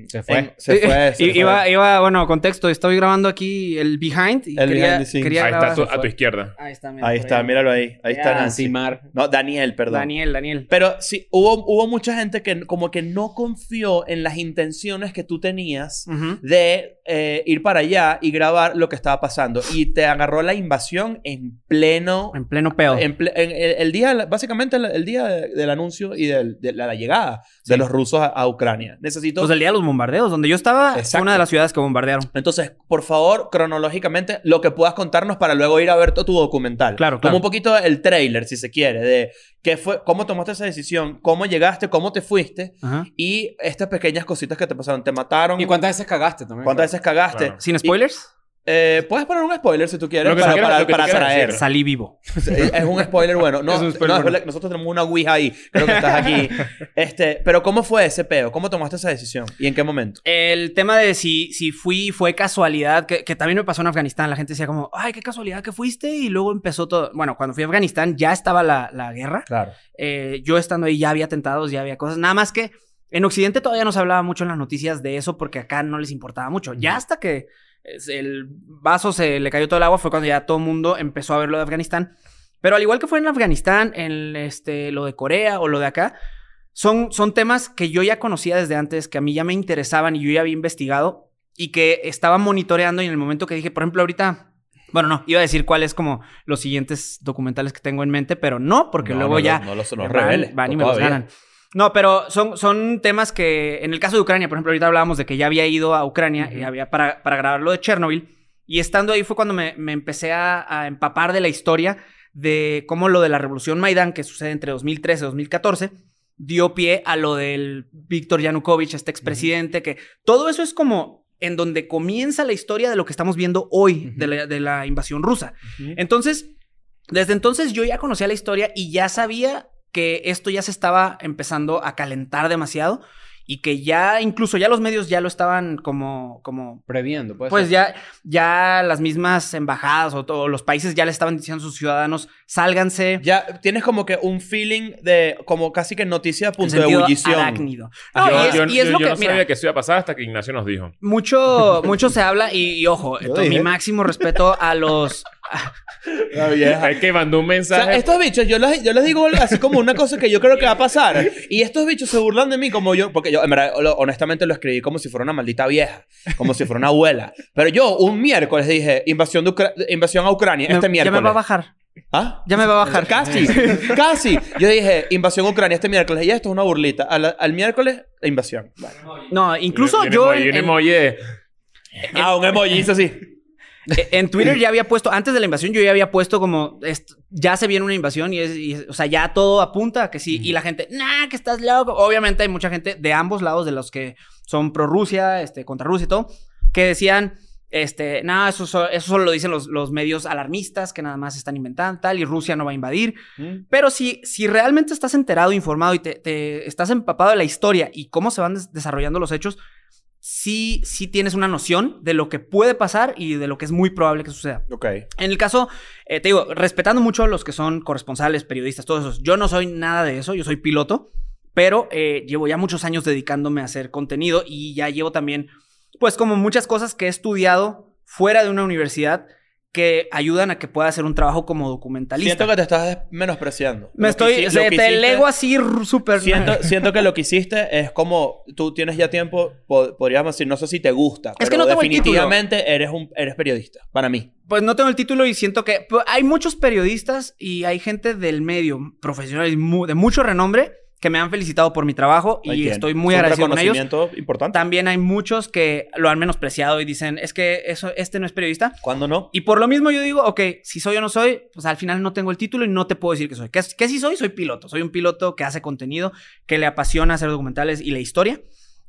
en- Se fue. en- se fue. se I- fue. iba, iba, bueno, contexto. Estoy grabando aquí el behind. Y El quería, behind the scenes. quería Ahí está grabar- tu- a tu izquierda. Ahí está, mira, Ahí por está, míralo ahí. Ahí está Ah, Nancy. sí, Mar. No, Daniel, perdón. Daniel, Daniel. Pero sí, hubo, hubo mucha gente que como que no confió en las intenciones que tú tenías Ujú. de eh, ir para allá y grabar lo que estaba pasando. Y te agarró la invasión en pleno... En pleno peo. en ple- en el, el día, básicamente el, el día de- del anuncio y del- de la, la llegada de Sí. los rusos a, a Ucrania. Necesito... Pues el día de los bombardeos, donde yo estaba, fue Exacto. una de las ciudades que bombardearon. Entonces, por favor, cronológicamente, lo que puedas contarnos para luego ir a ver tu tu documental. Claro, Como claro. un poquito el trailer, si se quiere, de qué fue, cómo tomaste esa decisión, cómo llegaste, cómo te fuiste Ajá. y estas pequeñas cositas que te pasaron. ¿Te mataron? ¿Y cuántas veces cagaste también? ¿Cuántas veces cagaste? Claro. ¿Sin spoilers? Eh, Puedes poner un spoiler si tú quieres Lo que tú para, quieras, para- lo que tú para quieras atraer. decir. Salí vivo. Es es un spoiler bueno. No, Es un spoiler no, es bueno. verdad que nosotros tenemos una Ouija ahí. Creo que estás aquí. Este, pero ¿cómo fue ese peo? ¿Cómo tomaste esa decisión? ¿Y en qué momento? El tema de si, si fui, fue casualidad, que, que también me pasó en Afganistán. La gente decía como, ay, qué casualidad que fuiste. Y luego empezó todo. Bueno, cuando fui a Afganistán ya estaba la, la guerra. Claro. Eh, yo estando ahí ya había atentados, ya había cosas. Nada más que en Occidente todavía no se hablaba mucho en las noticias de eso porque acá no les importaba mucho. Ya hasta que es, el vaso se le cayó todo el agua fue cuando ya todo el mundo empezó a ver lo de Afganistán. Pero al igual que fue en Afganistán, en este, lo de Corea o lo de acá, son, son temas que yo ya conocía desde antes, que a mí ya me interesaban y yo ya había investigado y que estaba monitoreando y en el momento que dije, por ejemplo, ahorita, bueno, no, iba a decir cuáles como los siguientes documentales que tengo en mente, pero no, porque No, luego no, ya No, no los, los van- reveles. Van y me los todavía. ganan. No, pero son, son temas que, en el caso de Ucrania, por ejemplo, ahorita hablábamos de que ya había ido a Ucrania y había para, para grabar lo de Chernobyl. Y estando ahí fue cuando me, me empecé a, a empapar de la historia de cómo lo de la revolución Maidán, que sucede entre 2013 y 2014, dio pie a lo del Víctor Yanukovych, este expresidente, que todo eso es como en donde comienza la historia de lo que estamos viendo hoy de, la, de la invasión rusa. Entonces, desde entonces yo ya conocía la historia y ya sabía que esto ya se estaba empezando a calentar demasiado y que ya incluso ya los medios ya lo estaban como como Previendo, pues. pues ya ya las mismas embajadas o todos los países ya le estaban diciendo a sus ciudadanos sálganse Ya tienes como que un feeling de como casi que noticia a punto en de sentido ebullición. arácnido. Yo, No, y es, yo- y es yo- yo lo que no mira, sabía que eso iba a pasar hasta que Ignacio nos dijo. mucho mucho se habla y, y ojo, Yo esto, mi dije. máximo respeto a los Es que mandó un O mensaje. sea, estos bichos, yo les, yo les digo así como una cosa que yo creo que va a pasar. Y estos bichos se burlan de mí como yo, porque yo, en verdad, lo- honestamente lo escribí como si fuera una maldita vieja, como si fuera una abuela. Pero yo un miércoles dije, invasión, de Ucra- invasión a Ucrania, me- este ya miércoles. me va a bajar, ¿Ah? ya me va a bajar. Casi, casi. Yo dije, invasión a Ucrania este miércoles. Y esto es una burlita. Al, al miércoles, la invasión. No, incluso Y un yo emoji, en- un emoji de- Ah, un emoji, hizo así. Eh, En Twitter ya había puesto, antes de la invasión, yo ya había puesto como, est- ya se viene una invasión y, es, y es- o sea, ya todo apunta a que sí. Y la gente, nah, que estás loco. Obviamente hay mucha gente de ambos lados, de los que son pro Rusia, este, contra Rusia y todo, que decían, este, nada, eso, so- eso solo lo dicen los, los medios alarmistas que nada más están inventando tal y Rusia no va a invadir. Pero si, si realmente estás enterado, informado y te, te estás empapado de la historia y cómo se van des- desarrollando los hechos, sí, sí tienes una noción de lo que puede pasar y de lo que es muy probable que suceda. Ok. En el caso, eh, te digo, respetando mucho a los que son corresponsales, periodistas, todos esos, yo no soy nada de eso, yo soy piloto, pero eh, llevo ya muchos años dedicándome a hacer contenido y ya llevo también, pues como muchas cosas que he estudiado fuera de una universidad que ayudan a que pueda hacer un trabajo como documentalista. Siento que te estás menospreciando. Lo Me que estoy, hici- lo se- que te hiciste- lego así r- súper. Siento, siento que lo que hiciste es como tú tienes ya tiempo, po- podríamos decir, no sé si te gusta. Es que pero no tengo el título. definitivamente eres un eres periodista, para mí. Pues no tengo el título y siento que pues, hay muchos periodistas y hay gente del medio, profesionales mu- de mucho renombre, que me han felicitado por mi trabajo y Ahí tiene. estoy muy Es un agradecido con ellos. reconocimiento importante. También hay muchos que lo han menospreciado y dicen, es que eso, este no es periodista. ¿Cuándo no? Y por lo mismo yo digo, ok, si soy o no soy, pues al final no tengo el título y no te puedo decir que soy. ¿Qué, qué sí soy? Soy piloto. Soy un piloto que hace contenido, que le apasiona hacer documentales y la historia.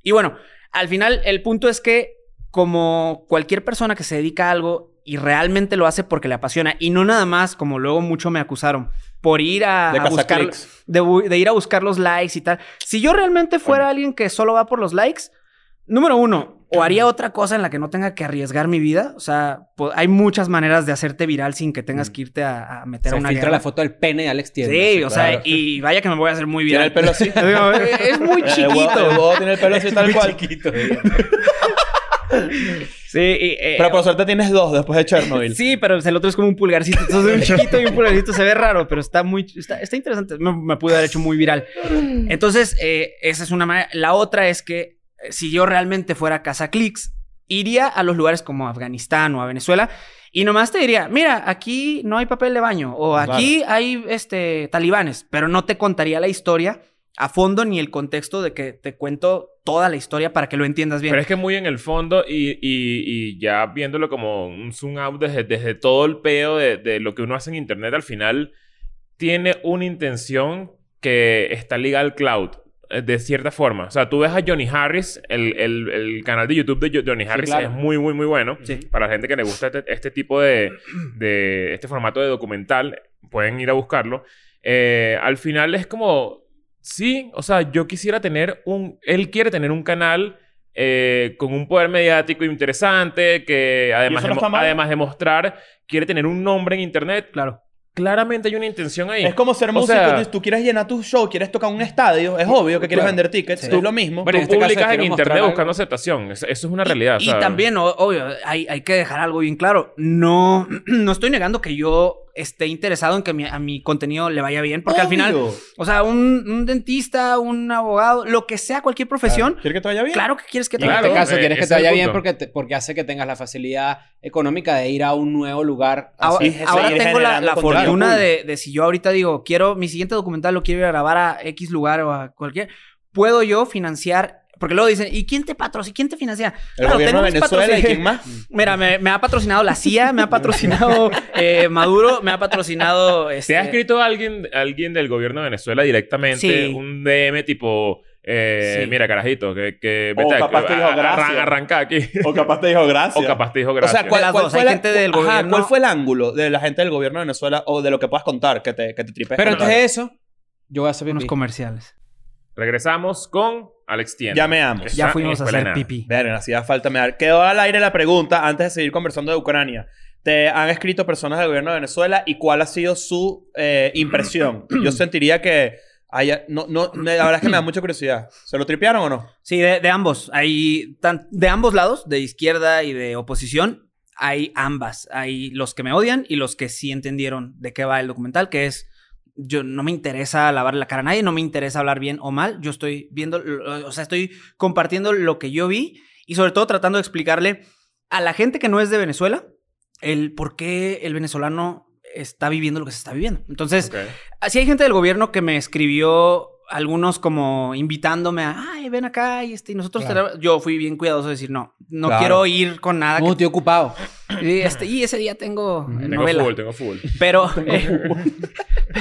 Y bueno, al final el punto es que como cualquier persona que se dedica a algo y realmente lo hace porque le apasiona y no nada más, como luego mucho me acusaron, por ir a, De a buscar... cazaclics. De, bu- de ir a buscar los likes y tal. Si yo realmente fuera alguien que solo va por los likes, número uno, o haría otra cosa en la que no tenga que arriesgar mi vida. O sea, po- hay muchas maneras de hacerte viral sin que Mm. tengas que irte a, a meter a Se una filtra guerra. la foto del pene de Alex Sí, Tienda. o sea, y vaya que me voy a hacer muy Tiene viral. el pelo así. es muy Eh, El huevo, el chiquito. huevo tiene el pelo así tal cual. Sí, y, eh, Pero por suerte tienes dos después de Chernobyl. Sí, pero el otro es como un pulgarcito. Entonces, un chiquito y un pulgarcito se ve raro, pero está muy. Está, está interesante. Me, me pude haber hecho muy viral. Entonces, eh, esa es una manera. La otra es que eh, si yo realmente fuera Cazaclics, iría a los lugares como Afganistán o a Venezuela y nomás te diría: mira, aquí no hay papel de baño o aquí hay este, talibanes, pero no te contaría la historia a fondo ni el contexto de que te cuento toda la historia para que lo entiendas bien. Pero es que muy en el fondo y, y- y ya viéndolo como un zoom out desde, desde todo el peo de, de lo que uno hace en internet, al final tiene una intención que está ligada al cloud. eh, De cierta forma. O sea, tú ves a Johnny Harris, el, el- el canal de YouTube de Jo- Johnny Harris claro. es muy, muy, muy bueno. Sí. Para la gente que le gusta este, este tipo de, de... Este formato de documental, pueden ir a buscarlo. Eh, al final es como... Sí, o sea, yo quisiera tener un... Él quiere tener un canal eh, con un poder mediático interesante que además, no de, mo- está mal? además de mostrar, quiere tener un nombre en internet. Claro. Claramente hay una intención ahí. Es como ser O músico. sea- tú- tú quieres llenar tu show, quieres tocar un estadio. Es obvio que quieres vender tickets. Es lo mismo. Pero en tú este caso publicas en quiero mostrar internet algo. buscando aceptación. Es- eso es una realidad. Y, o sea, también, o- obvio, hay, hay que dejar algo bien claro. No, no estoy negando que yo esté interesado en que mi- a mi contenido le vaya bien, porque al final, Obvio. o sea, un, un dentista, un abogado, lo que sea, cualquier profesión, ¿Quieres que te vaya bien? claro que quieres que te en Claro, este caso, eh, quieres que ese es te el vaya punto. bien porque, te- porque hace que tengas la facilidad económica de ir a un nuevo lugar. Ahora, así. es, ahora seguir tengo la, generando la contenido. fortuna de, de si yo ahorita digo, quiero mi siguiente documental, lo quiero ir a grabar a X lugar o a cualquier, puedo yo financiar, porque luego dicen, ¿y quién te patrocina? ¿Quién te financia? El Claro, gobierno tengo de mis Venezuela y patrocin- quién más. Mira, me, me ha patrocinado la CIA, me ha patrocinado eh, Maduro, me ha patrocinado... ¿Te ha este, escrito alguien, alguien del gobierno de Venezuela directamente Sí. un DM tipo... eh, Sí. Mira, carajito, que... que O capaz te dijo, "Gracias". arranca aquí. O capaz te dijo gracias. O capaz te dijo O gracias. sea, ¿cuál, las cuál dos, fue hay la- gente del ajá, gobierno- ¿Cuál fue el ángulo de la gente del gobierno de Venezuela o de lo que puedas contar que te, que te tripes? Pero Bueno, antes de eso, yo voy a hacer unos pipí. comerciales. Regresamos con Alex Tienda. Ya meamos. Ya Está fuimos en a Ah, escuela hacer nada. pipí. Verga, hacía falta mear. Quedó al aire la pregunta antes de seguir conversando de Ucrania. ¿Te han escrito personas del gobierno de Venezuela y cuál ha sido su eh, impresión? Yo sentiría que haya- no, no, me- la verdad es que me da mucha curiosidad. ¿Se lo tripearon o no? Sí, de, de ambos. Hay tan- de ambos lados, de izquierda y de oposición, hay ambas. Hay los que me odian y los que sí entendieron de qué va el documental, que es yo no me interesa lavar la cara a nadie, no me interesa hablar bien o mal. Yo estoy viendo, lo- o sea, estoy compartiendo lo que yo vi y sobre todo tratando de explicarle a la gente que no es de Venezuela el por qué el venezolano está viviendo lo que se está viviendo. Entonces, Ok. Así hay gente del gobierno que me escribió algunos como invitándome a, ay, ven acá y este, y nosotros te la-". yo fui bien cuidadoso de decir, no, no Claro. quiero ir con nada. No, que- estoy ocupado. y, este, y ese día tengo eh, Tengo novela. fútbol, tengo fútbol. Pero,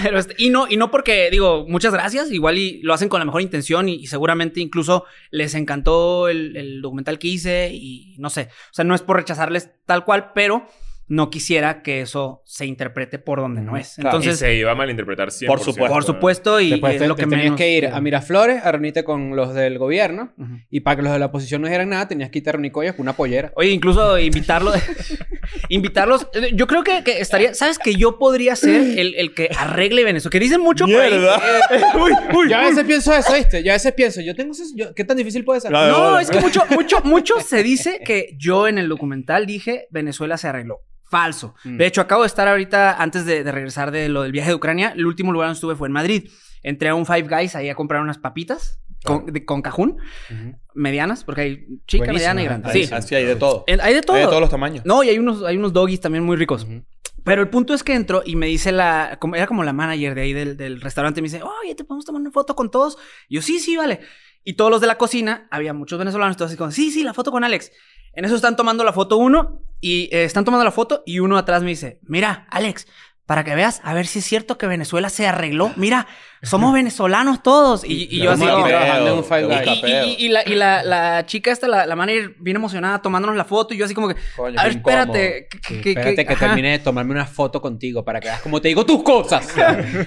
pero este- y no, y no porque digo, muchas gracias, igual y lo hacen con la mejor intención y, y seguramente incluso les encantó el, el documental que hice y no sé, o sea, no es por rechazarles tal cual, pero no quisiera que eso se interprete por donde no es. Claro. Y Entonces, se iba a malinterpretar 100%. Por supuesto. por supuesto, y Después es te, lo te que tenías menos que ir quiero. a Miraflores a reunirte con los del gobierno. Ujú. Y para que los de la oposición no dijeran nada, tenías que irte a reunir con ellos con una pollera. Oye, incluso invitarlos. invitarlos. eh, Yo creo que, que estaría. ¿Sabes que yo podría ser el, el que arregle Venezuela? Que dicen mucho eh, por ahí. uy, uy, Yo a veces pienso eso, ¿viste? Yo a veces pienso, yo tengo esos- yo- ¿qué tan difícil puede ser? La de- No, es que mucho, mucho, mucho se dice que yo en el documental dije Venezuela se arregló. Falso. Mm. De hecho, acabo de estar ahorita, antes de, de regresar de lo del viaje de Ucrania, el último lugar donde estuve fue en Madrid. Entré a un Five Guys ahí a comprar unas papitas con, de- con cajún, Ujú. medianas, porque hay chica, Buenísimo, mediana y grande. buenísimo. Sí. Así hay de todo. En- Hay de todo. Hay de todos los tamaños. No, y hay unos, hay unos doggies también muy ricos. Ujú. Pero el punto es que entro y me dice la... como- Era como la manager de ahí del, del restaurante. Me dice, oye, ¿te podemos tomar una foto con todos? Y yo, sí, sí, vale. Y todos los de la cocina, había muchos venezolanos, todos así como, sí, sí, la foto con Alex. En eso están tomando la foto uno y eh, están tomando la foto y uno atrás me dice, mira, Alex, para que veas, a ver si es cierto que Venezuela se arregló. Mira, somos venezolanos todos. Y, y yo así Estamos como- aquí trabajando en un Y, Five Guys. y- y- y la, y la- la chica esta, la, la manager, bien emocionada tomándonos la foto. Y yo así como que... Coño, a qué ver, espérate. Sí, que- que- espérate que, ajá. termine de tomarme una foto contigo para que veas cómo te digo tus cosas.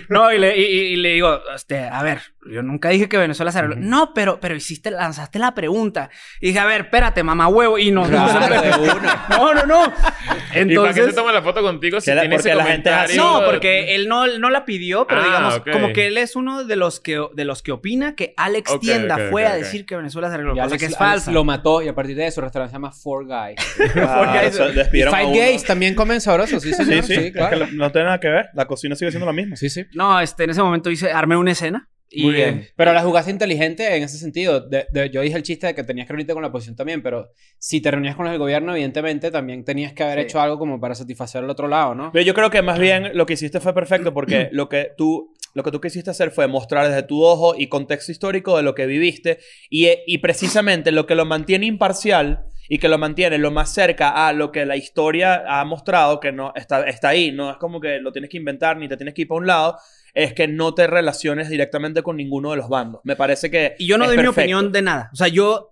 No, y le, y- y- y le digo, este, a ver, yo nunca dije que Venezuela se arregló. No, pero, pero hiciste, lanzaste la pregunta. Y dije, a ver, espérate, mamá huevo. Y nos... Claro, de una. no, no, no. ¿Y para qué se Entonces... toma la foto contigo si Que la- tiene ese porque la gente es comentario? así. No, porque él no, no la pidió, pero Ah, digamos, ok. como que él es uno de los que, de los que opina que Alex Ok, Tienda ok, fue ok, a ok. decir que Venezuela se arregló, Y cosa Alex- que es Alex falsa. Lo mató y a partir de eso el restaurante se llama Four Guys. Ah, eso- eso- Y despidieron a Five uno. Gays también comen sabrosos, sí, Sí, señor. sí. Sí, es que claro. lo- no tiene nada que ver. La cocina sigue siendo la misma. Sí, sí. No, este, en ese momento hice, armé una escena. Y, Muy bien. eh, Pero la jugaste inteligente en ese sentido. De- de- yo dije el chiste de que tenías que reunirte con la oposición también, pero si te reunías con el gobierno, evidentemente también tenías que haber hecho algo como para satisfacer al otro lado, ¿no? Pero yo creo que más bien lo que hiciste fue perfecto porque lo que tú lo que tú quisiste hacer fue mostrar desde tu ojo y contexto histórico de lo que viviste y, eh, y precisamente lo que lo mantiene imparcial y que lo mantiene lo más cerca a lo que la historia ha mostrado que no está está ahí, no es como que lo tienes que inventar ni te tienes que ir para un lado, es que no te relaciones directamente con ninguno de los bandos. Me parece que y yo no es doy mi perfecto. opinión de nada. O sea, yo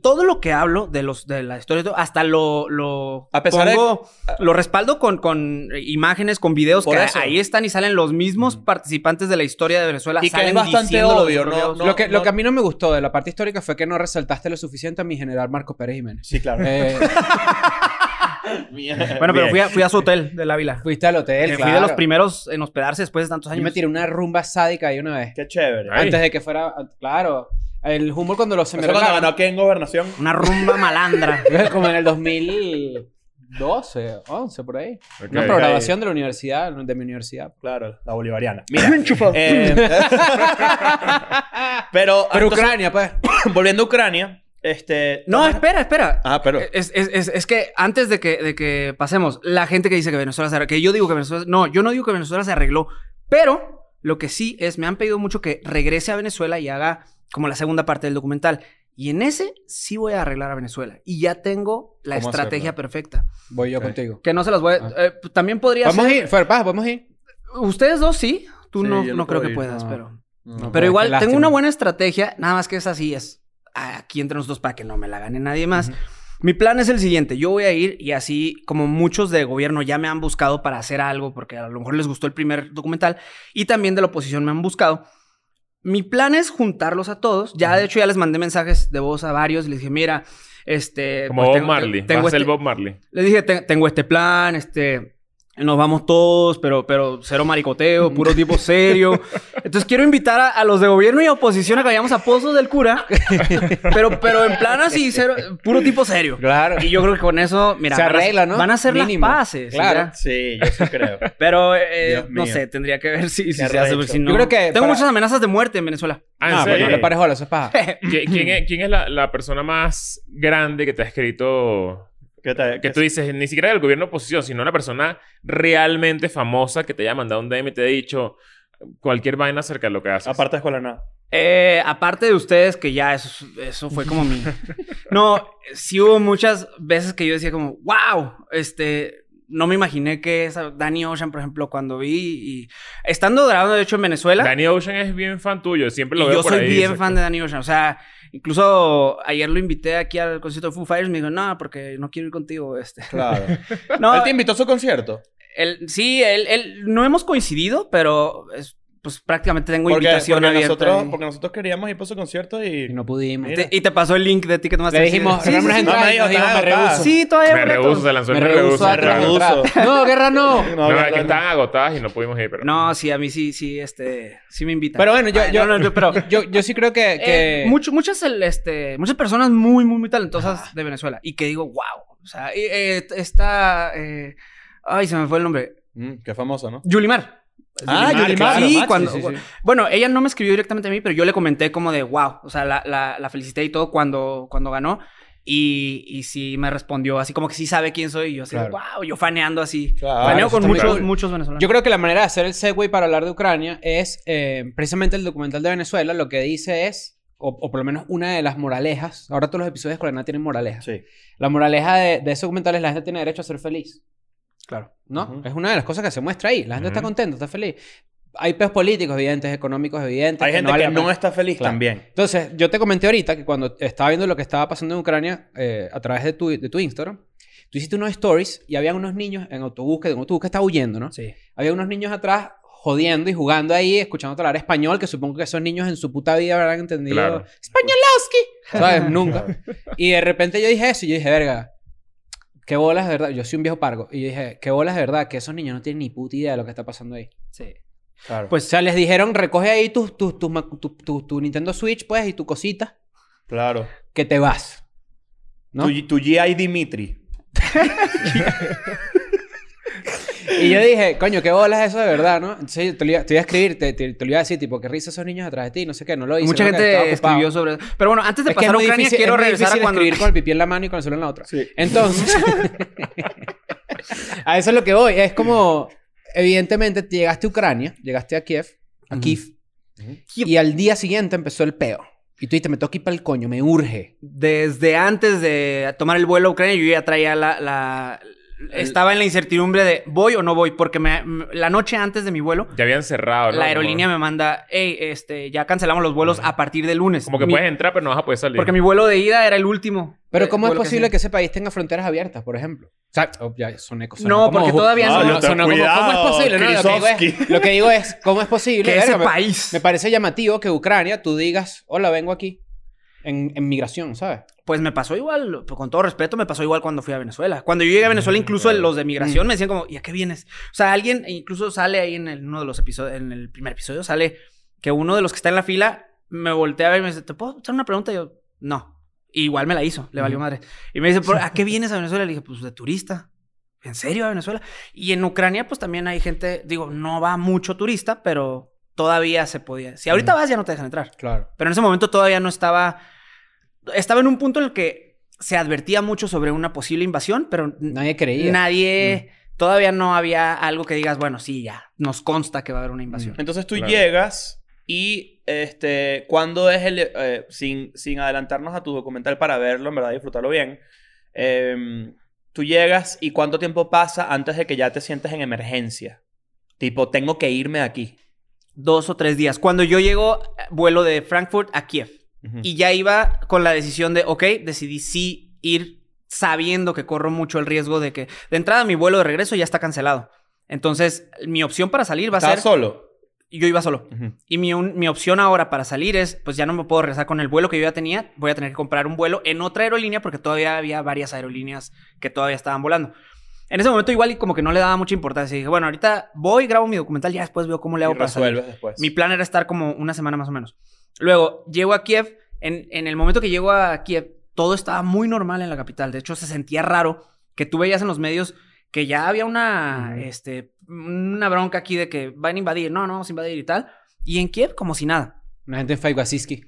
todo lo que hablo de los de la historia, y todo, hasta lo lo A pesar de- pongo- lo respaldo con, con imágenes, con videos Por que eso. ahí están y salen los mismos participantes de la historia de Venezuela. Y que salen es bastante diciendo los obvio, ¿no? propios- No- lo, que, lo no- que a mí no me gustó de la parte histórica fue que no resaltaste lo suficiente a mi general Marco Pérez Jiménez. Sí, claro. Eh, Bueno, pero fui a, fui a su hotel del Ávila. fuiste al hotel, Que claro. Fui de los primeros en hospedarse después de tantos Yo años. me tiré una rumba sádica ahí una vez. Qué chévere. Ay. Antes de que fuera... Claro. El humor cuando lo Ah, se Eso me cuando regalaron. ganó aquí en gobernación. Una rumba malandra. Como en el 2012, 11, por ahí. Ok. Una programación de la universidad, de mi universidad. Claro, la bolivariana. Mira, eh, pero Pero entonces, Ucrania, pues. volviendo a Ucrania, este No, espera, espera. Ah, pero Eh, Es, es- es- es que antes de que, de que pasemos, la gente que dice que Venezuela se arregló, que yo digo que Venezuela... No, yo no digo que Venezuela se arregló, pero lo que sí es, me han pedido mucho que regrese a Venezuela y haga como la segunda parte del documental. Y en ese sí voy a arreglar a Venezuela. Y ya tengo la ¿Cómo estrategia hacerlo? perfecta. Voy yo contigo. Que no se las voy a... Ah. eh, también podría Vamos a ser- ir, Fer, Paz, podemos ir. Ustedes dos sí. Tú Sí, no, yo no no creo puedo que ir. puedas, No. pero... No, pues, Pero qué igual tengo lástima. una buena estrategia, nada más que es así, es aquí entre nosotros para que no me la gane nadie más. Mi plan es el siguiente, yo voy a ir y así como muchos de gobierno ya me han buscado para hacer algo, porque a lo mejor les gustó el primer documental y también de la oposición me han buscado. Mi plan es juntarlos a todos, ya de hecho ya les mandé mensajes de voz a varios, les dije, mira, este... Como pues, Bob tengo- Marley. tengo Vas a ser este- Bob Marley. les dije, "Ten- tengo este plan, este, nos vamos todos, pero, pero cero maricoteo, Mm. puro tipo serio. Entonces quiero invitar a, a los de gobierno y oposición a que vayamos a Pozos del Cura, pero, pero en plan así, cero, puro tipo serio. Claro. Ah, Y yo creo que con eso, mira, Se van a- arregla, ¿no? Van a hacer Mínimo. las paces. Claro. sí, yo sí creo. Pero, eh, Dios no mío. sé, tendría que ver si, si Qué se hace. arrecho. porque si no- Yo creo que Tengo para- muchas amenazas de muerte en Venezuela. Ah, ¿en No, pero serio? no le pares bola, eso es paja. ¿Qui- ¿Quién es, quién es la, la persona más grande que te ha escrito? ¿Qué tal? Que tú dices, ni siquiera del gobierno oposición, sino una persona realmente famosa que te haya mandado un DM y te ha dicho cualquier vaina acerca de lo que haces. aparte de escuela nada. Eh, aparte de ustedes, que ya eso, eso fue como mi... No, sí hubo muchas veces que yo decía como, wow, este, no me imaginé que esa Danny Ocean, por ejemplo, cuando vi y estando grabando, de hecho, en Venezuela, Danny Ocean es bien fan tuyo, siempre y lo veo yo por soy ahí, bien exacto. fan de Danny Ocean, o sea, incluso ayer lo invité aquí al concierto de Foo Fighters, me dijo, no, porque no quiero ir contigo, este. Claro. No, Él te invitó a su concierto. él- sí, él, él- no hemos coincidido, pero es- pues prácticamente tengo invitación porque abierta nosotros, y- porque nosotros queríamos ir para su concierto y, Y no pudimos. Mira. Te- y te pasó el link de Ticketmaster. Le dijimos, Sí, sí, regalamos sí. unas entradas y No, nos dijo, me me digo, rehuso. Sí, todavía Me hay rehuso, boletos. se lanzó el Me me rehuso rehuso. a Me claro. rehuso. rehuso. No, guerra no. No, No, no, es que no. estaban agotadas y no pudimos ir, pero... No, sí, a mí sí, sí, este, sí me invitan. Pero bueno, yo, Ay, yo, no, no, yo- pero yo, yo sí creo que... que... eh, mucho- muchas, el- este, muchas personas muy, muy, muy talentosas de Venezuela y que digo, wow, o sea, y, eh, está, eh, ay, se me fue el nombre, Mm, qué famoso, ¿no? Yulimar. Ah, Yulimar, Yulimar, Sí, Machi, cuando, sí, sí. bueno, ella no me escribió directamente a mí, pero yo le comenté como de, wow, o sea, la, la, la felicité y todo cuando, cuando ganó. Y, y sí me respondió así como que sí sabe quién soy. Y yo así, Claro. Ah, wow, yo faneando así. Claro, Faneo eso con está muy muchos, cool. muchos venezolanos. Yo creo que la manera de hacer el segue para hablar de Ucrania es eh, precisamente el documental de Venezuela. Lo que dice es, o, o por lo menos una de las moralejas. Ahora todos los episodios de Escuela de Nada tienen moralejas. Sí. La moraleja de, de ese documental es la gente tiene derecho a ser feliz. Claro. ¿No? Ujú. Es una de las cosas que se muestra ahí. La gente está Ujú. contenta, está feliz. hay peos políticos evidentes, económicos evidentes. Hay gente que vale la no pena. está feliz Claro. también. Entonces, yo te comenté ahorita que cuando estaba viendo lo que estaba pasando en Ucrania eh, a través de tu, de tu Instagram, tú hiciste unos stories y había unos niños en autobús que en autobús que estaba huyendo, ¿no? Sí. Había unos niños atrás jodiendo y jugando ahí, escuchando hablar español, que supongo que esos niños en su puta vida habrán entendido Claro. ¡Españolowski! ¿Sabes? Nunca. Y de repente yo dije eso y yo dije, verga, qué bolas de verdad. Yo soy un viejo pargo. Y yo dije, qué bolas de verdad que esos niños no tienen ni puta idea de lo que está pasando ahí. Sí. Claro. Pues, o sea, les dijeron, recoge ahí tus- tus- tus ma- tu, tu- tu Nintendo Switch, pues, y tu cosita, claro. que te vas. ¿No? Tu, tu GI Dimitri. Y yo dije, coño, qué bolas eso de verdad, ¿no? Entonces yo te lo iba, te iba a escribir, te, te, te lo iba a decir, tipo, qué risa esos niños atrás de ti, no sé qué, no lo hice. Mucha ¿no? Que estaba gente ocupado. escribió sobre Pero bueno, antes de Es que es pasar a muy Ucrania, difícil- quiero es muy regresar a difícil cuando... escribir con el pipí en la mano y con el celular en la otra. Sí. Entonces, a eso es lo que voy. Es como, evidentemente, te llegaste a Ucrania, llegaste a Kiev, a Kiev, y al día siguiente empezó el peo. Y tú dijiste, me toca ir para el coño, me urge. Desde antes de tomar el vuelo a Ucrania, yo ya traía la... la- Estaba en la incertidumbre de voy o no voy, porque me- m- la noche antes de mi vuelo, Ya habían cerrado, ¿no? la aerolínea Como- me manda, hey, este, ya cancelamos los vuelos a partir de lunes. Como que Mi- puedes entrar, pero no vas a poder salir. Porque mi vuelo de ida era el último. Pero Eh, ¿cómo es vuelo posible que, hacía. ese país tenga fronteras abiertas, por ejemplo? O sea, oh, ya sonó sonó No, como- porque todavía sonó- no- sonó como- ¿Cómo es Ah, Cuidado, posible? No, lo, que digo es, Krzyzowski. lo que digo es, ¿cómo es posible? Que ese Verga, me- país... Me parece llamativo que Ucrania tú digas, hola, vengo aquí. En, en migración, ¿sabes? Pues me pasó igual, con todo respeto, me pasó igual cuando fui a Venezuela. Cuando yo llegué a Venezuela, incluso los de migración me decían como, ¿y a qué vienes? O sea, alguien, e incluso sale ahí en el- uno de los episodios, en el primer episodio, sale que uno de los que está en la fila me voltea a ver y me dice, ¿te puedo hacer una pregunta? Y yo, no. Y igual me la hizo, le valió madre. Y me dice, "¿Por- ¿a qué vienes a Venezuela? Le dije, pues de turista. ¿En serio a Venezuela? Y en Ucrania, pues también hay gente, digo, no va mucho turista, pero todavía se podía. Si ahorita vas, ya no te dejan entrar. Claro. Pero en ese momento todavía no estaba. Estaba en un punto en el que se advertía mucho sobre una posible invasión, pero n- Nadie creía. nadie. Todavía no había algo que digas, bueno, sí, ya, nos consta que va a haber una invasión. Entonces tú Claro. llegas y este, ¿cuándo es el eh, sin, sin adelantarnos a tu documental para verlo, en verdad disfrutarlo bien? em, tú llegas y cuánto tiempo pasa antes de que ya te sientes en emergencia. Tipo, tengo que irme de aquí. Dos o tres días. Cuando yo llego, eh, vuelo de Frankfurt a Kiev. Mm. Y ya iba con la decisión de, ok, decidí sí ir sabiendo que corro mucho el riesgo de que, de entrada, mi vuelo de regreso ya está cancelado. Entonces, mi opción para salir va a ¿Estás ser... solo? Yo iba solo. Ujú. Y mi, un- mi opción ahora para salir es, pues ya no me puedo regresar con el vuelo que yo ya tenía, voy a tener que comprar un vuelo en otra aerolínea porque todavía había varias aerolíneas que todavía estaban volando. En ese momento igual y como que no le daba mucha importancia. Y dije, bueno, ahorita voy, grabo mi documental, ya después veo cómo le Y hago para salir. resuelves después. Mi plan era estar como una semana más o menos. Luego, llego a Kiev. En, en el momento que llego a Kiev, todo estaba muy normal en la capital. De hecho, se sentía raro que tú veías en los medios que ya había una, este, una bronca aquí de que van a invadir. No, no, vamos a invadir y tal. Y en Kiev, como si nada. Una gente en Faiguasiski.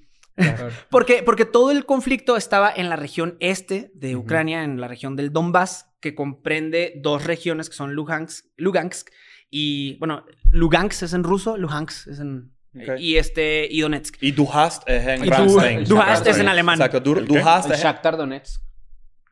Porque, porque todo el conflicto estaba en la región este de Ucrania, en la región del Donbass, que comprende dos regiones que son Luhansk, Lugansk y, bueno, Lugansk es en ruso, Luhansk es en... Ok. Y este, y Donetsk. Y du hast es en Y Du- Rammstein. Du hast es en alemán. Exacto. Du, ¿El du qué? hast El es... Shakhtar Donetsk.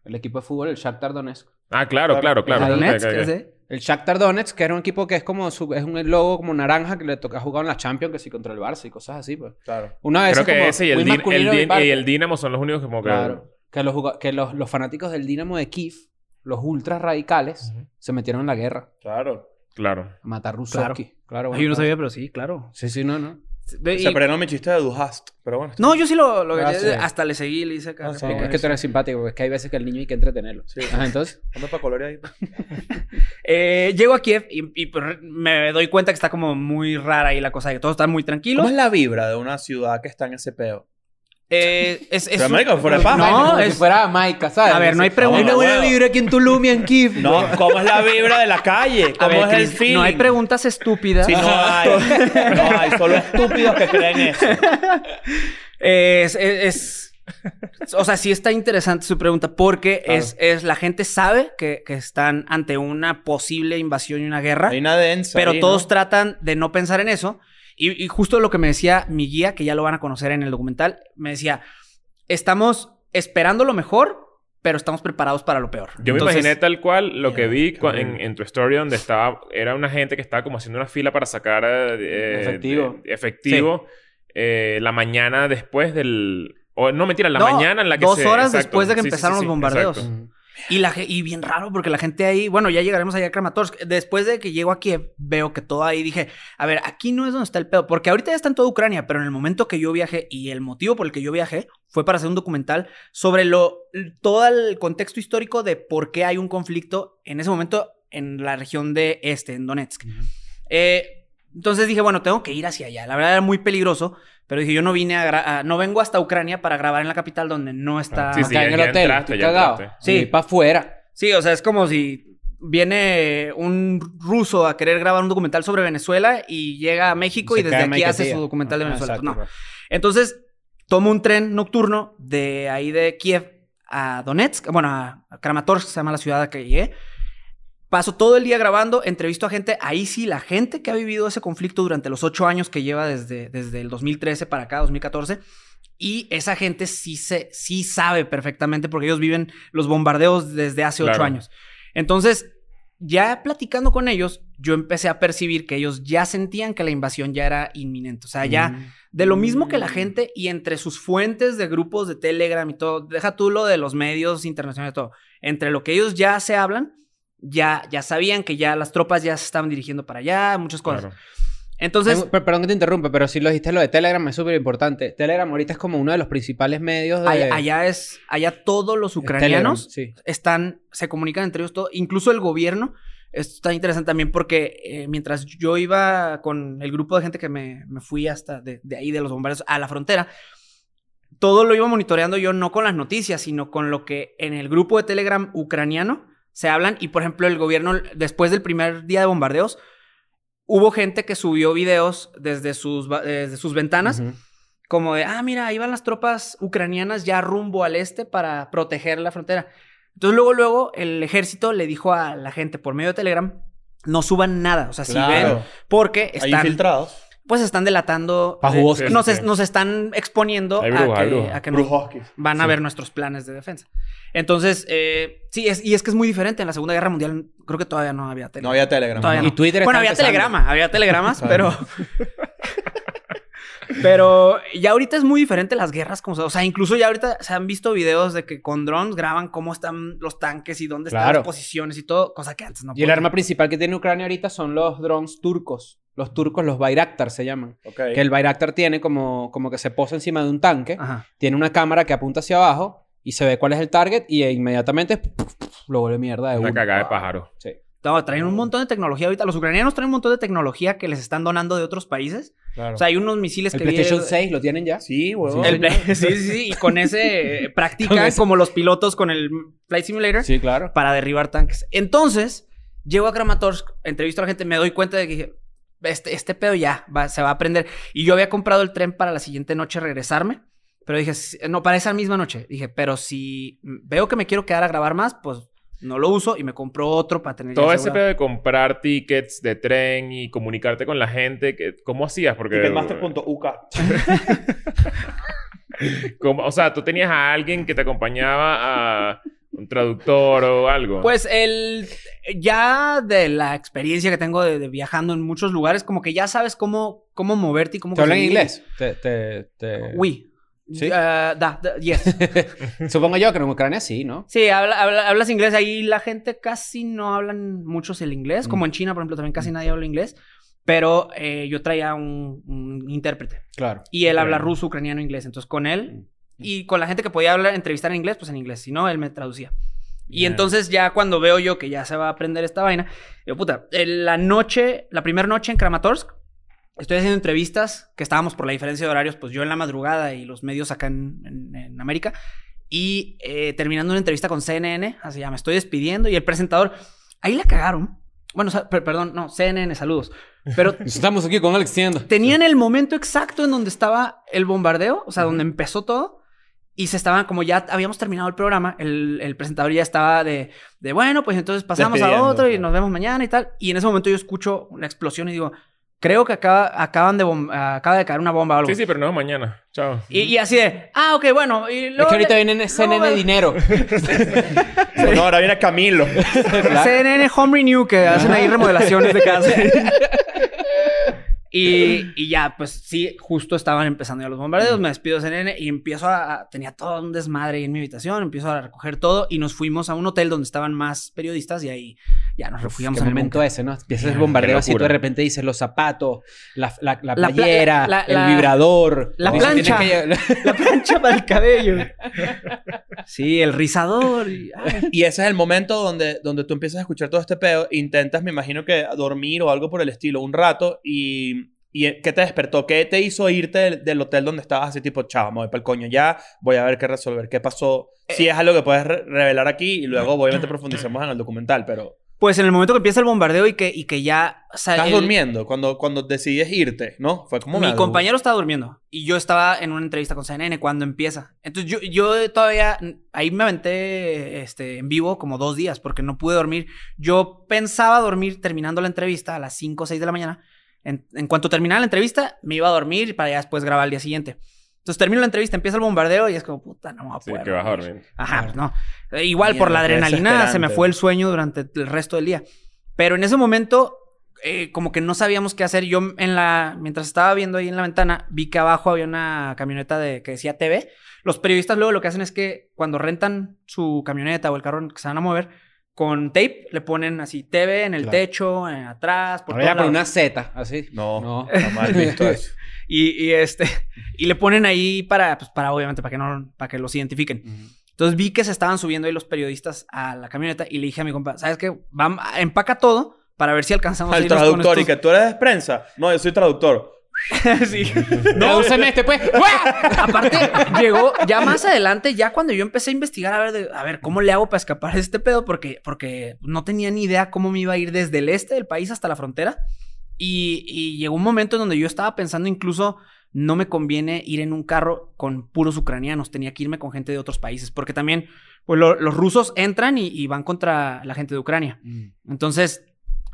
El equipo de fútbol, el Shakhtar Donetsk. Ah, claro, claro, claro. ¿A Donetsk, Ok, ok, ok. es de- El Shakhtar Donetsk, que era un equipo que es como... su- es un logo como naranja que le toca jugar en la Champions, que sí, contra el Barça y cosas así, pues. Claro. Una vez Creo que ese y el, Din- el Din- y el Dinamo. Dinamo son los únicos como que... Claro. Que, los, jugado- que los, los fanáticos del Dinamo de Kiev, los ultras radicales, se metieron en la guerra. Claro. Claro. A matar Rusoski. Claro. bueno, Yo no claro. sabía, pero sí, claro. Sí, sí, no, no. De- y- Se perdió mi chiste de du hast, pero bueno. no, yo sí lo... lo- Ah, sí. Hasta le seguí, le hice acá. Ah, sí. es que tú eres simpático, porque es que hay veces que el niño hay que entretenerlo. Sí. Ajá, entonces. Anda para colorear ahí. Eh, llego a Kiev y, y, pues, me doy cuenta que está como muy rara ahí la cosa, que todo está muy tranquilo. ¿Cómo es la vibra de una ciudad que está en ese peo? Eh, es, es Pero, un- marico, fuera de paja. Bueno, No, como es, si fuera Jamaica, ¿sabes? A ver, no hay Sí. pregunta. Hay una buena Bueno. "Ah, vibra aquí en Tulum y en Kiev. No, ¿cómo es la vibra de la calle? ¿Cómo A ver, es el Cris, feeling? No hay preguntas estúpidas. Sí, no hay. No hay, solo estúpidos que creen eso. Es, es- es- O sea, sí está interesante su pregunta porque es, es la gente sabe que, que están ante una posible invasión y una guerra, Hay una densa. pero ahí, ¿no? todos tratan de no pensar en eso. Y, y justo lo que me decía mi guía, que ya lo van a conocer en el documental, me decía, estamos esperando lo mejor, pero estamos preparados para lo peor. Yo me Entonces, imaginé tal cual lo que vi cua- en, en tu story donde estaba... Era una gente que estaba como haciendo una fila para sacar... eh, Efectivo. de- efectivo. eh, la mañana después del... o no, mentira, la No, mañana en la que dos se- horas exacto. después de que Sí, sí, empezaron sí, los sí, bombardeos. exacto. Y, la, ge- y bien raro, porque la gente ahí, bueno, ya llegaremos allá a Kramatorsk. Después de que llego a Kiev, veo que todo ahí dije, a ver, aquí no es donde está el pedo, porque ahorita ya está en toda Ucrania, pero en el momento que yo viajé y el motivo por el que yo viajé fue para hacer un documental sobre lo, todo el contexto histórico de por qué hay un conflicto en ese momento en la región de este, en Donetsk. Eh, entonces dije, bueno, tengo que ir hacia allá. La verdad era muy peligroso, pero dije, yo no vine a, gra- a- no vengo hasta Ucrania para grabar en la capital donde no está. Sí, Acá sí, ya- en el ya hotel. entraste, estoy ya cagado. entraste. Sí. Sí. para afuera. Sí, o sea, es como si viene un ruso a querer grabar un documental sobre Venezuela y llega a México y, Se desde quema aquí que hace siga. su documental de Ah, Venezuela. exacto, no. bro. Entonces, tomo un tren nocturno de ahí de Kiev a Donetsk, bueno, a a Kramatorsk se llama la ciudad a que llegué. Paso todo el día grabando, entrevisto a gente, ahí sí, la gente que ha vivido ese conflicto durante los ocho años que lleva desde, desde el 2013 para acá, 2014, y esa gente sí, se, sí sabe perfectamente porque ellos viven los bombardeos desde hace ocho Claro. años. Entonces, ya platicando con ellos, yo empecé a percibir que ellos ya sentían que la invasión ya era inminente. O sea, ya de lo mismo Mm. que la gente y entre sus fuentes de grupos de Telegram y todo, deja tú lo de los medios internacionales y todo, entre lo que ellos ya se hablan, ya, ya sabían que ya las tropas ya se estaban dirigiendo para allá, muchas cosas. Claro. Entonces, Ay, per- perdón que te interrumpa, pero si lo dijiste lo de Telegram es súper importante. Telegram ahorita es como uno de los principales medios de... allá, allá es, allá todos los Telegram, ucranianos sí. están, se comunican entre ellos todo, incluso el gobierno. Esto está interesante también porque eh, mientras yo iba con el grupo de gente que me, me fui hasta de, de ahí, de los bombarderos, a la frontera, todo lo iba monitoreando yo no con las noticias, sino con lo que en el grupo de Telegram ucraniano se hablan. Y por ejemplo, el gobierno, después del primer día de bombardeos, hubo gente que subió videos desde sus, va- desde sus ventanas Ujú. como de, ah, mira, ahí van las tropas ucranianas ya rumbo al este para proteger la frontera. Entonces luego, luego el ejército le dijo a la gente por medio de Telegram, no suban nada, o sea, si ven, Claro. porque Hay están, infiltrados. pues están delatando, Pa' eh, jugosos. nos, Sí, es- sí. nos están exponiendo Ah, Hay brujas, a hay que, brujas. a que nos- Brujoski. van a ver nuestros planes de defensa. Entonces, eh, sí, es, y es que es muy diferente, en la Segunda Guerra Mundial creo que todavía no había Telegram. No había Telegram. Todavía ¿no? no. Y Twitter Bueno, está había empezando. telegrama, había telegramas, pero. Claro. pero ya ahorita es muy diferente las guerras como se- o sea, incluso ya ahorita se han visto videos de que con drones graban cómo están los tanques y dónde están Claro. las posiciones y todo, cosa que antes no. pues. Y el podía. arma principal que tiene Ucrania ahorita son los drones turcos. Los turcos, los Bayraktar se llaman. Ok. Que el Bayraktar tiene como, como que se posa encima de un tanque. Ajá. Tiene una cámara que apunta hacia abajo y se ve cuál es el target y e inmediatamente lo vuelve mierda de Una una. cagada de pájaro. No, traen un montón de tecnología ahorita. Los ucranianos traen un montón de tecnología que les están donando de otros países. Claro. O sea, hay unos misiles El que vi- PlayStation 6 lo tienen ya. sí, huevón. El Play- sí, sí, sí. Y con ese eh, practican Con ese. como los pilotos con el Flight Simulator. Sí, claro. para derribar tanques. Entonces, llego a Kramatorsk, entrevisto a la gente, me doy cuenta de que dije, este, este pedo ya va- se va a prender. Y yo había comprado el tren para la siguiente noche regresarme, pero dije, "Si- no, para esa misma noche. Dije, pero si veo que me quiero quedar a grabar más, pues no lo uso y me compro otro para tener... ya Todo ese asegurado". pedo de comprar tickets de tren y comunicarte con la gente, que- ¿cómo hacías? Porque Ticketmaster.uk. ¿cómo- o sea, tú tenías a alguien que te acompañaba a un traductor o algo. Pues el ya de la experiencia que tengo de, de viajando en muchos lugares, como que ya sabes cómo, cómo moverte y cómo... ¿Te hablan conseguir- inglés? Te, te, te- Oui. ¿Sí? Uh, da, da- yes. Supongo yo que en Ucrania sí, ¿no? Sí, habla- habla- hablas inglés. Ahí la gente casi no hablan muchos el inglés. Como en China, por ejemplo, también casi nadie habla inglés. Pero eh, yo traía un, un intérprete. Claro. Y él Ok. habla ruso, ucraniano, inglés. Entonces, con él y con la gente que podía hablar, entrevistar en inglés, pues en inglés. Si no, él me traducía. Y Bien. entonces ya cuando veo yo que ya se va a aprender esta vaina, digo, puta, eh, la noche, la primera noche en Kramatorsk, estoy haciendo entrevistas que estábamos por la diferencia de horarios, pues yo en la madrugada y los medios acá en, en- en América, y eh, terminando una entrevista con CNN, así ya me estoy despidiendo, y el presentador, ahí la cagaron. Bueno, o sea, per- perdón, no, CNN, saludos. Pero Estamos aquí con Alex Tienda. tenían el momento exacto en donde estaba el bombardeo, o sea, donde empezó todo. Y se estaban, como ya habíamos terminado el programa, el, el presentador ya estaba de, de, bueno, pues entonces pasamos a Despidiendo, otro y claro. nos vemos mañana y tal. Y en ese momento yo escucho una explosión y digo, creo que acaba, acaban de bom- acaba de caer una bomba o algo. Sí, sí, pero no mañana. Chao. Y, y así de, ah, ok, bueno. Y Es luego que ahorita le- viene CNN luego- Dinero. No, ahora viene Camilo. CNN Home Renew que hacen ahí remodelaciones de casa. Y, y ya, pues sí, justo estaban empezando ya los bombardeos. Me despido de CNN y empiezo a, a- Tenía todo un desmadre ahí en mi habitación. Empiezo a recoger todo y nos fuimos a un hotel donde estaban más periodistas y ahí ya nos refugiamos Qué en el momento búnker. ese, ¿no? Empiezas el bombardeo así, tú de repente dices los zapatos, la, la, La la pla- playera, la- la- el vibrador. la Dices, tienes plancha. que- La plancha para el cabello. Sí, el rizador. y- ay, Y ese es el momento donde, donde tú empiezas a escuchar todo este pedo. Intentas, me imagino que dormir o algo por el estilo un rato. Y, y eh, ¿qué te despertó? ¿Qué te hizo irte del, del hotel donde estabas? Así tipo, chao, me voy para el coño ya. Voy a ver qué resolver, qué pasó. Eh, Si es algo que puedes re- revelar aquí. Y luego, obviamente, profundicemos en el documental. Pero Pues en el momento que empieza el bombardeo y que, y que ya. o sea, estás Ah, el- durmiendo cuando, cuando decides irte, ¿no? Fue como. Mi algo- compañero estaba durmiendo y yo estaba en una entrevista con CNN cuando empieza. Entonces yo, yo todavía, ahí me aventé este, en vivo como dos días porque no pude dormir. Yo pensaba dormir terminando la entrevista a las 5 o 6 de la mañana. En, en cuanto terminaba la entrevista, me iba a dormir para ya después grabar al día siguiente. Entonces termino la entrevista, empieza el bombardeo y es como, puta, no me voy a Sí, poder que vas a dormir. Ajá, pues no. Eh, Igual por la pues, Mierda, qué adrenalina se me desesperante. fue el sueño durante el resto del día. Pero en ese momento, eh, como que no sabíamos qué hacer. Yo en la, mientras estaba viendo ahí en la ventana, vi que abajo había una camioneta de, que decía TV. Los periodistas luego lo que hacen es que cuando rentan su camioneta o el carro en que se van a mover, con tape le ponen así TV en el Claro. techo, en atrás, por Ahora ya todos por lados. una Z, así. No, No. no. mal visto eso. Y, y este, y le ponen ahí para, pues, para obviamente, para que no, para que los identifiquen. Entonces vi que se estaban subiendo ahí los periodistas a la camioneta y le dije a mi compa, ¿sabes qué? Vam- empaca todo para ver si alcanzamos Al irnos con traductor. ¿Y que estos". tú eres prensa? No, yo soy traductor. Sí. No, úsame este, pues. Aparte, llegó ya más adelante, ya cuando yo empecé a investigar, a ver, de- a ver, ¿cómo le hago para escapar de este pedo? Porque, porque no tenía ni idea cómo me iba a ir desde el este del país hasta la frontera. Y, y llegó un momento en donde yo estaba pensando incluso, no me conviene ir en un carro con puros ucranianos, tenía que irme con gente de otros países, porque también pues, lo- los rusos entran y- y van contra la gente de Ucrania. Entonces,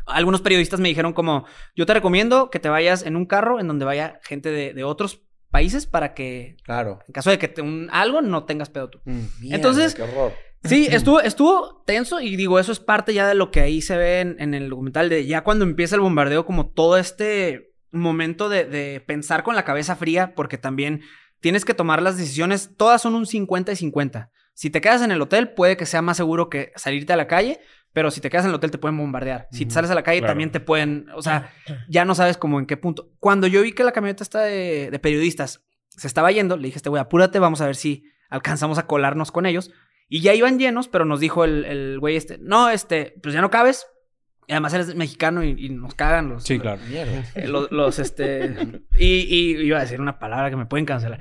algunos periodistas me dijeron como, yo te recomiendo que te vayas en un carro en donde vaya gente de, de otros países para que, Claro. en caso de que te un, algo, no tengas pedo tú. Mierda, Entonces- qué horror. Sí, estuvo, estuvo tenso y digo, eso es parte ya de lo que ahí se ve en, en el documental de ya cuando empieza el bombardeo, como todo este momento de, de pensar con la cabeza fría, porque también tienes que tomar las decisiones, todas son un 50 y 50. Si te quedas en el hotel, puede que sea más seguro que salirte a la calle, pero si te quedas en el hotel te pueden bombardear. Si te sales a la calle Claro. también te pueden, o sea, ya no sabes como en qué punto. Cuando yo vi que la camioneta está de, de periodistas se estaba yendo, le dije a este güey, apúrate, vamos a ver si alcanzamos a colarnos con ellos. Y ya iban llenos, pero nos dijo el, el güey este, no, este, pues ya no cabes. Y además eres mexicano y, y nos cagan los... Sí, claro. eh, Los, los, este... y, y iba a decir una palabra que me pueden cancelar.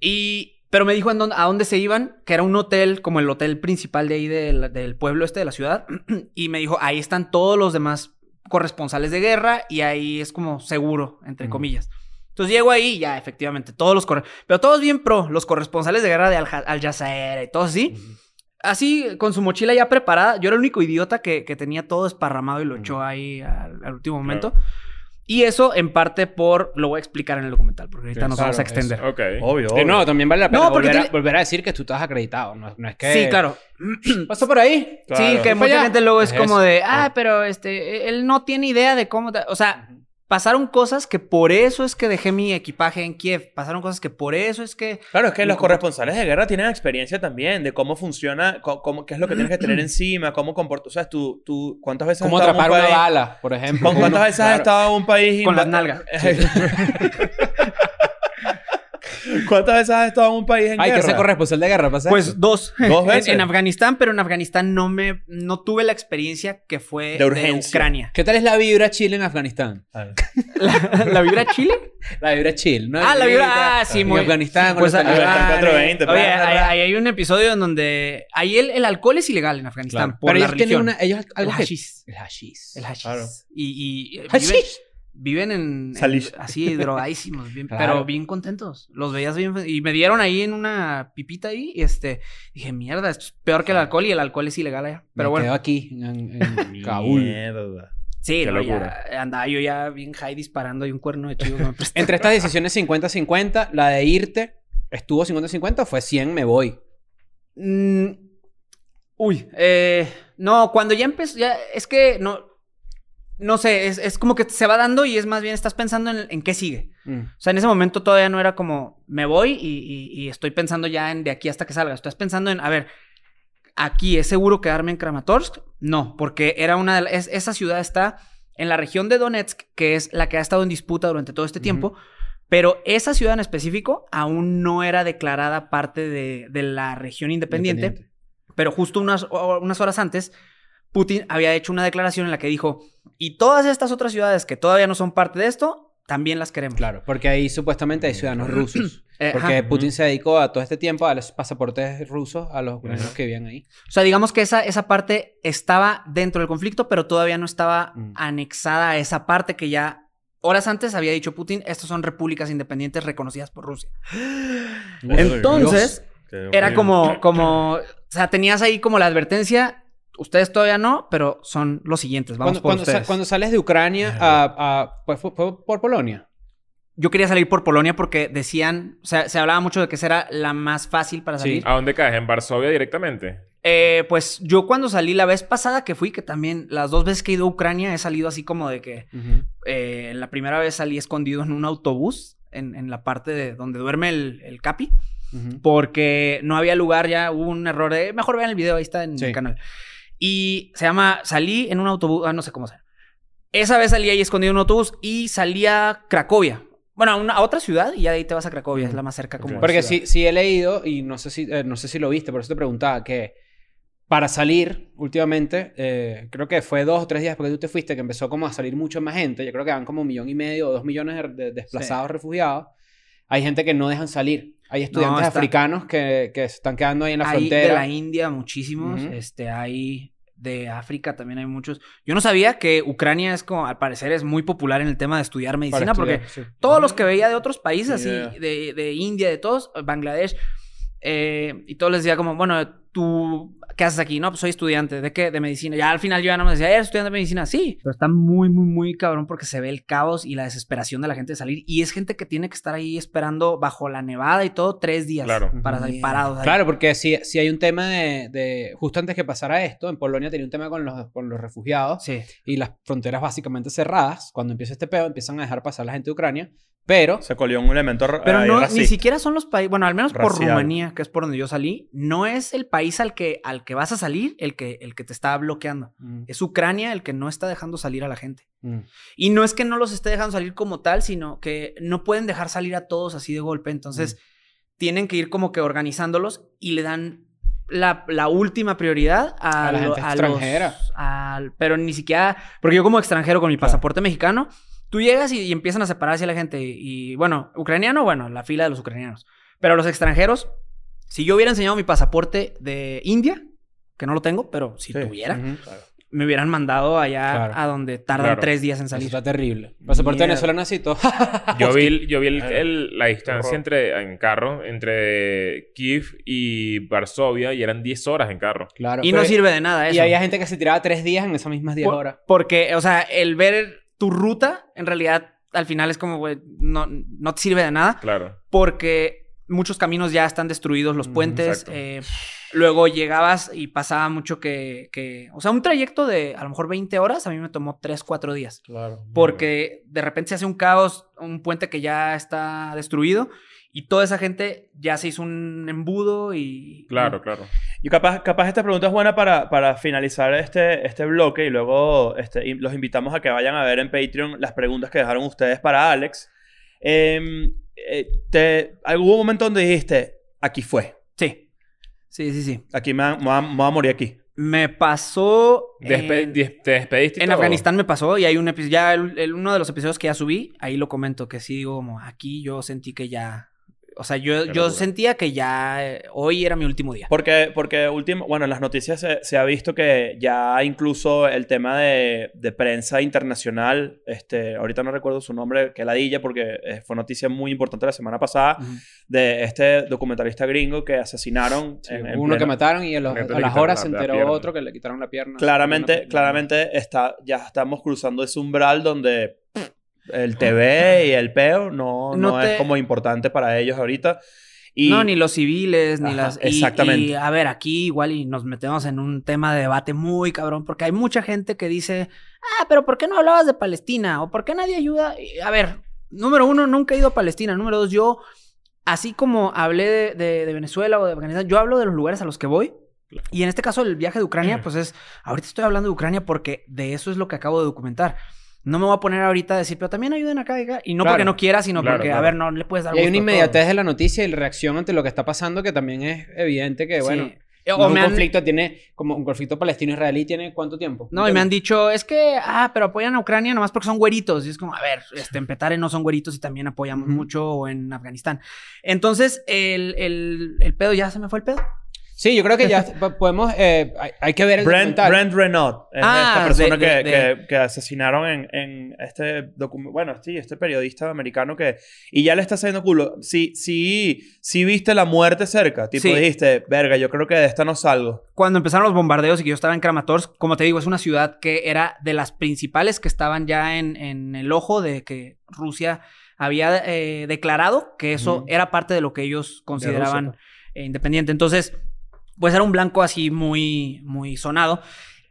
Y... Pero me dijo en dónde- a dónde se iban, que era un hotel, como el hotel principal de ahí del, del pueblo este, de la ciudad. Y me dijo, ahí están todos los demás corresponsales de guerra y ahí es como seguro, entre comillas. Entonces llego ahí y ya, efectivamente, todos los corre- Pero todos bien pro, los corresponsales de guerra de Al, Al Jazeera y todo así. Así, con su mochila ya preparada. Yo era el único idiota que, que tenía todo esparramado y lo echó ahí al, al último momento. Y eso en parte por... Lo voy a explicar en el documental, porque ahorita Sí, nos claro, vamos a extender. Ok. Obvio. De nuevo, también vale la pena Eh, No, porque volver, a, tiene- volver a decir que tú estás acreditado. No, no es que... Sí, claro. Pasó por ahí. Sí, Claro. que Pues mucha ya. gente luego es Es como eso. de, ah, pero este, él no tiene idea de cómo, ta-". o sea, pasaron cosas que por eso es que dejé mi equipaje en Kiev, pasaron cosas que por eso es que Claro, es que los corresponsales de guerra tienen experiencia también de cómo funciona, co- cómo- qué es lo que tienes que tener encima, cómo comportar. O sea, tú, tú, ¿cuántas veces ¿Cómo estado en atrapar un una país- bala, por ejemplo? ¿Con cuántas Uno, veces has claro. estado en un país con las inva- nalgas. ¿Cuántas veces has estado en un país en Ay, que guerra? ser corresponsal de guerra, pasa Pues dos. Dos En- veces. En, Afganistán, pero en Afganistán no me, no tuve la experiencia que fue De de, urgencia. Ucrania. ¿Qué tal es la vibra chill en Afganistán? Ay. ¿La, la vibra Chile? La vibra chill, ¿no? ah, la vibra, Ahorita, ah, sí, en muy. Afganistán, con pues, los ah, talibanes. Afganistán 420, Oye, bla, bla, ahí, bla. ahí hay un episodio en donde ahí el, el alcohol es ilegal en Afganistán Claro. por Pero la ellos tienen religión. una... Ellos algo El que- hashish. El hashish. El hashish. Claro. Y, y, eh, viven, hashish. viven en, en- Salish. así drogadísimos, bien- Claro. pero bien contentos. Los veías bien fe- y me dieron ahí en una pipita ahí y este dije, "Mierda, esto es peor que el alcohol y el alcohol es ilegal allá." Pero Me bueno. quedo aquí, en, en- en Kabul. Mierda. Sí, Qué no, locura. ya andaba yo ya bien high disparando y un cuerno de chivo que me prestó. Entre estas decisiones 50-50, la de irte, ¿estuvo 50-50 o fue 100 me voy? Mm, uy, eh, no, cuando ya empezó, ya, es que no, no sé, es, es como que se va dando y es más bien estás pensando en, en qué sigue. Mm. O sea, en ese momento todavía no era como, me voy y, y- y estoy pensando ya en de aquí hasta que salga. Estás pensando en, a ver, aquí es seguro quedarme en Kramatorsk. No, porque era una de la- es- esa ciudad está en la región de Donetsk, que es la que ha estado en disputa durante todo este Ujú. tiempo. Pero esa ciudad en específico aún no era declarada parte de, de la región independiente, Pero justo unas, o- unas horas antes, Putin había hecho una declaración en la que dijo, y todas estas otras ciudades que todavía no son parte de esto, también las queremos. Claro, porque ahí supuestamente hay ciudadanos rusos. Eh, ajá. Porque Putin se dedicó a todo este tiempo a los pasaportes rusos a los ucranianos que vivían ahí. O sea, digamos que esa, esa parte estaba dentro del conflicto, pero todavía no estaba Mm. anexada a esa parte que ya horas antes había dicho Putin, estas son repúblicas independientes reconocidas por Rusia. Entonces, era como, como, o sea, tenías ahí como la advertencia, ustedes todavía no, pero son los siguientes, vamos Cuando, por cuando sa- ustedes. cuando sales de Ucrania a... a- pues, fue- fue por Polonia. Yo quería salir por Polonia porque decían, o sea, se hablaba mucho de que esa era la más fácil para Sí. salir. ¿A dónde caes? ¿En Varsovia directamente? Eh, pues yo cuando salí la vez pasada que fui, que también las dos veces que he ido a Ucrania he salido así como de que... eh, la primera vez salí escondido en un autobús, en, en la parte de donde duerme el, el Capi, Ujú. porque no había lugar ya, hubo un error de, mejor vean el video, ahí está en Sí. el canal. Y se llama, salí en un autobús, ah, no sé cómo se llama. Esa vez salí ahí escondido en un autobús y salí a Cracovia. Bueno, a, una- a otra ciudad y ya de ahí te vas a Cracovia, es la más cerca como... Porque ciudad. sí, sí he leído, y no sé, si, eh, no sé si lo viste, por eso te preguntaba, que para salir últimamente, eh, creo que fue dos o tres días porque tú te fuiste, que empezó como a salir mucho más gente. Yo creo que van como un millón y medio o dos millones de, de desplazados, refugiados. Hay gente que no dejan salir. Hay estudiantes está- africanos que, que se están quedando ahí en la Hay de frontera. la India muchísimos, Ujú. este, hay de África también hay muchos. Yo no sabía que Ucrania es como, al parecer es muy popular en el tema de estudiar para medicina porque estudiar, sí. todos los que veía de otros países, Ni idea. así, de, de India, de todos, Bangladesh, eh, y todos les decía como, bueno, tú, ¿qué haces aquí? No, pues soy estudiante, ¿de qué? De medicina. Ya al final yo ya no me decía, eres estudiante de medicina, sí. Pero está muy, muy, muy cabrón porque se ve el caos y la desesperación de la gente de salir, y es gente que tiene que estar ahí esperando bajo la nevada y todo tres días Claro. para salir Mierda. parados. ahí. Claro, porque si, si hay un tema de, de- Justo antes que pasara esto, en Polonia tenía un tema con los, con los refugiados. Sí. y las fronteras básicamente cerradas, cuando empieza este pedo, empiezan a dejar pasar la gente de Ucrania, pero Se colió un elemento Pero no, ni racista. siquiera son los países, bueno, al menos por Racial. Rumanía, que es por donde yo salí, no es el país al que, al que vas a salir el que, el que te está bloqueando. Es Ucrania el que no está dejando salir a la gente. Mm. Y no es que no los esté dejando salir como tal, sino que no pueden dejar salir a todos así de golpe. Entonces, tienen que ir como que organizándolos y le dan la, la última prioridad a, A la lo- gente a los- extranjera. al- pero ni siquiera, porque yo como extranjero con mi pasaporte mexicano, tú llegas y, y empiezan a separarse a la gente. Y, y, bueno, ucraniano, bueno, la fila de los ucranianos. Pero los extranjeros, si yo hubiera enseñado mi pasaporte de India, que no lo tengo, pero si Sí. tuviera, Ujú. me hubieran mandado allá Claro. a donde tardan Claro. tres días en Eso salir. está terrible. Pasaporte Mierda. venezolano así todo. Yo vi, el- yo vi el- Claro. el- la distancia entre, en carro entre Kiev y Varsovia y eran 10 horas en carro. claro. Y no pero- sirve de nada eso. Y había gente que se tiraba tres días en esas mismas 10 Por- horas. Porque, o sea, el ver tu ruta, en realidad, al final es como, güey, no, no te sirve de nada. Claro. Porque muchos caminos ya están destruidos, los Mm, puentes. exacto. eh, luego llegabas y pasaba mucho que, que- O sea, un trayecto de a lo mejor 20 horas, a mí me tomó 3, 4 días. Claro. Porque de repente se hace un caos, un puente que ya está destruido. Y toda esa gente ya se hizo un embudo y... Claro, claro. Y capaz, capaz esta pregunta es buena para, para finalizar este, este bloque y luego este, y los invitamos a que vayan a ver en Patreon las preguntas que dejaron ustedes para Alex. Em, eh, te, ¿Algún momento donde dijiste, aquí fue? Sí. Sí, sí, sí. Aquí me, van- me van- me voy a morir aquí. Me pasó... Despe- en- des- ¿Te despediste? y En todo? Afganistán me pasó y hay un episodio, ya el, el- uno de los episodios que ya subí, ahí lo comento, que sí digo como aquí yo sentí que ya, O sea, yo, Qué yo locura. sentía que ya eh, hoy era mi último día. Porque, porque último, bueno, en las noticias se, se ha visto que ya incluso el tema de, de prensa internacional, este, ahorita no recuerdo su nombre, que ladilla, porque eh, fue noticia muy importante la semana pasada, Ujú. de este documentalista gringo que asesinaron. Sí, en- hubo en uno que pleno- mataron y a, los- Gente a le las quitaron horas la- se la enteró pierna. otro que le quitaron la pierna. Claramente, Una- claramente está, ya estamos cruzando ese umbral donde el TV y el peo no, no, No te- es como importante para ellos ahorita. Y No, ni los civiles, ni Ajá, las... y- exactamente. Y, a ver, aquí igual y nos metemos en un tema de debate muy cabrón, porque hay mucha gente que dice, ah, pero ¿por qué no hablabas de Palestina? ¿O por qué nadie ayuda? Y, a ver, número uno, nunca he ido a Palestina. Número dos, yo, así como hablé de, de- de Venezuela o de Afganistán, yo hablo de los lugares a los que voy. Y en este caso, el viaje de Ucrania, pues es, ahorita estoy hablando de Ucrania porque de eso es lo que acabo de documentar. No me voy a poner ahorita a decir, pero también ayuden acá, acá. Y no Claro. porque no quiera, sino Claro, porque, a claro. ver, no le puedes dar Y hay gusto una a todos. inmediatez de la noticia y la reacción ante lo que está pasando que también es evidente que, Sí. bueno, Eh, no o es un me han- conflicto tiene, como un conflicto palestino-israelí tiene cuánto tiempo? No, y me han dicho, es que, ah, pero apoyan a Ucrania nomás porque son güeritos. Y es como, a ver, este, en Petare no son güeritos y también apoyamos Ujú. mucho o en Afganistán. Entonces, el, el, el pedo, ¿ya se me fue el pedo? Sí, yo creo que ya po- podemos, eh, hay, hay que ver el Brent, documental. Brent Renaud, es Ah, esta persona de- de- que, Que, que asesinaron en, en este documento. Bueno, sí, este periodista americano que. Y ya le está haciendo culo. Sí, sí, sí viste la muerte cerca. Tipo, Sí. dijiste, verga, yo creo que de esta no salgo. Cuando empezaron los bombardeos y que yo estaba en Kramatorsk, como te digo, es una ciudad que era de las principales que estaban ya en, en el ojo de que Rusia había eh, declarado que eso Ujú. era parte de lo que ellos consideraban eh, independiente. Entonces, pues era un blanco así muy, muy sonado.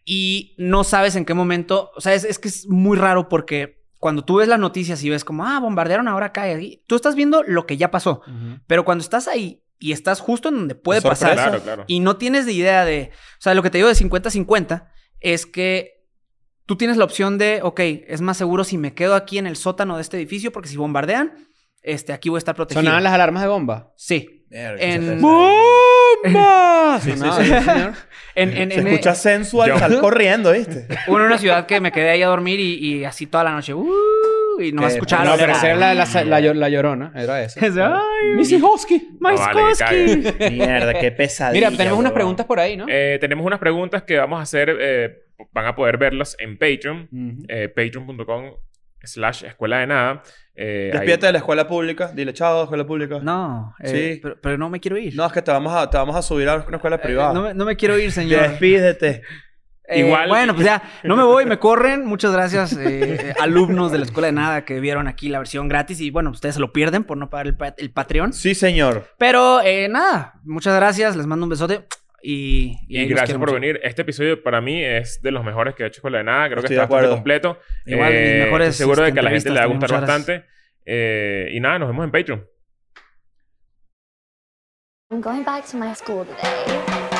Y no sabes en qué momento. O sea, es, es que es muy raro porque cuando tú ves las noticias y ves como, ah, bombardearon ahora acá. y ahí", Tú estás viendo lo que ya pasó. Ujú. Pero cuando estás ahí y estás justo en donde puede Sorpresa. pasar Claro, claro. y no tienes de idea de. O sea, lo que te digo de 50-50 es que. Tú tienes la opción de, ok, es más seguro si me quedo aquí en el sótano de este edificio, porque si bombardean, este, aquí voy a estar protegido. Sonaban las alarmas de bomba. Sí. Verga, En- Sí, sí, Sonaban, sí. señor. En, en, Se en- eh, escucha sensual, Yo. sal corriendo, ¿viste? Uno en una ciudad que me quedé ahí a dormir y, y así toda la noche. Uh, y nomás Que- escuchaba Ah, no, la pero oreja. esa era la, Ah. la, la, llor- la llorona, era esa. Es de, "Ay, Missy Hosky. my No, Ah, vale, que Skorsky". Mierda, qué pesadilla. Mira, tenemos unas weón. preguntas por ahí, ¿no? Eh, tenemos unas preguntas que vamos a hacer. eh, van a poder verlas en Patreon. Ujú. eh, Patreon.com slash escuela de nada. Eh, ahí- Despídete de la escuela pública. Dile, chao, escuela pública. No, No, eh, Sí. pero, pero no me quiero ir. es que te vamos a, te vamos a subir a una escuela Eh, privada. no, me, no me quiero ir, señor. Despídete. Eh, Igual- Bueno, pues ya, no me voy, me corren. Muchas gracias, eh, eh, alumnos de la Escuela de Nada que vieron aquí la versión gratis. Y bueno, ustedes se lo pierden por no pagar el, pa- el Patreon. Sí, señor. Pero eh, nada, muchas gracias, les mando un besote. Y, Y ahí los gracias quiero por mucho. venir. Este episodio para mí es de los mejores que he hecho escuela de nada. Creo que Estoy está de bastante acuerdo. completo. Igual, mis Eh, mejores, estoy seguro de este, que a la gente le va a entrevistas gustar también, muchas bastante. Eh, y nada, nos vemos en Patreon. I'm going back to my school today.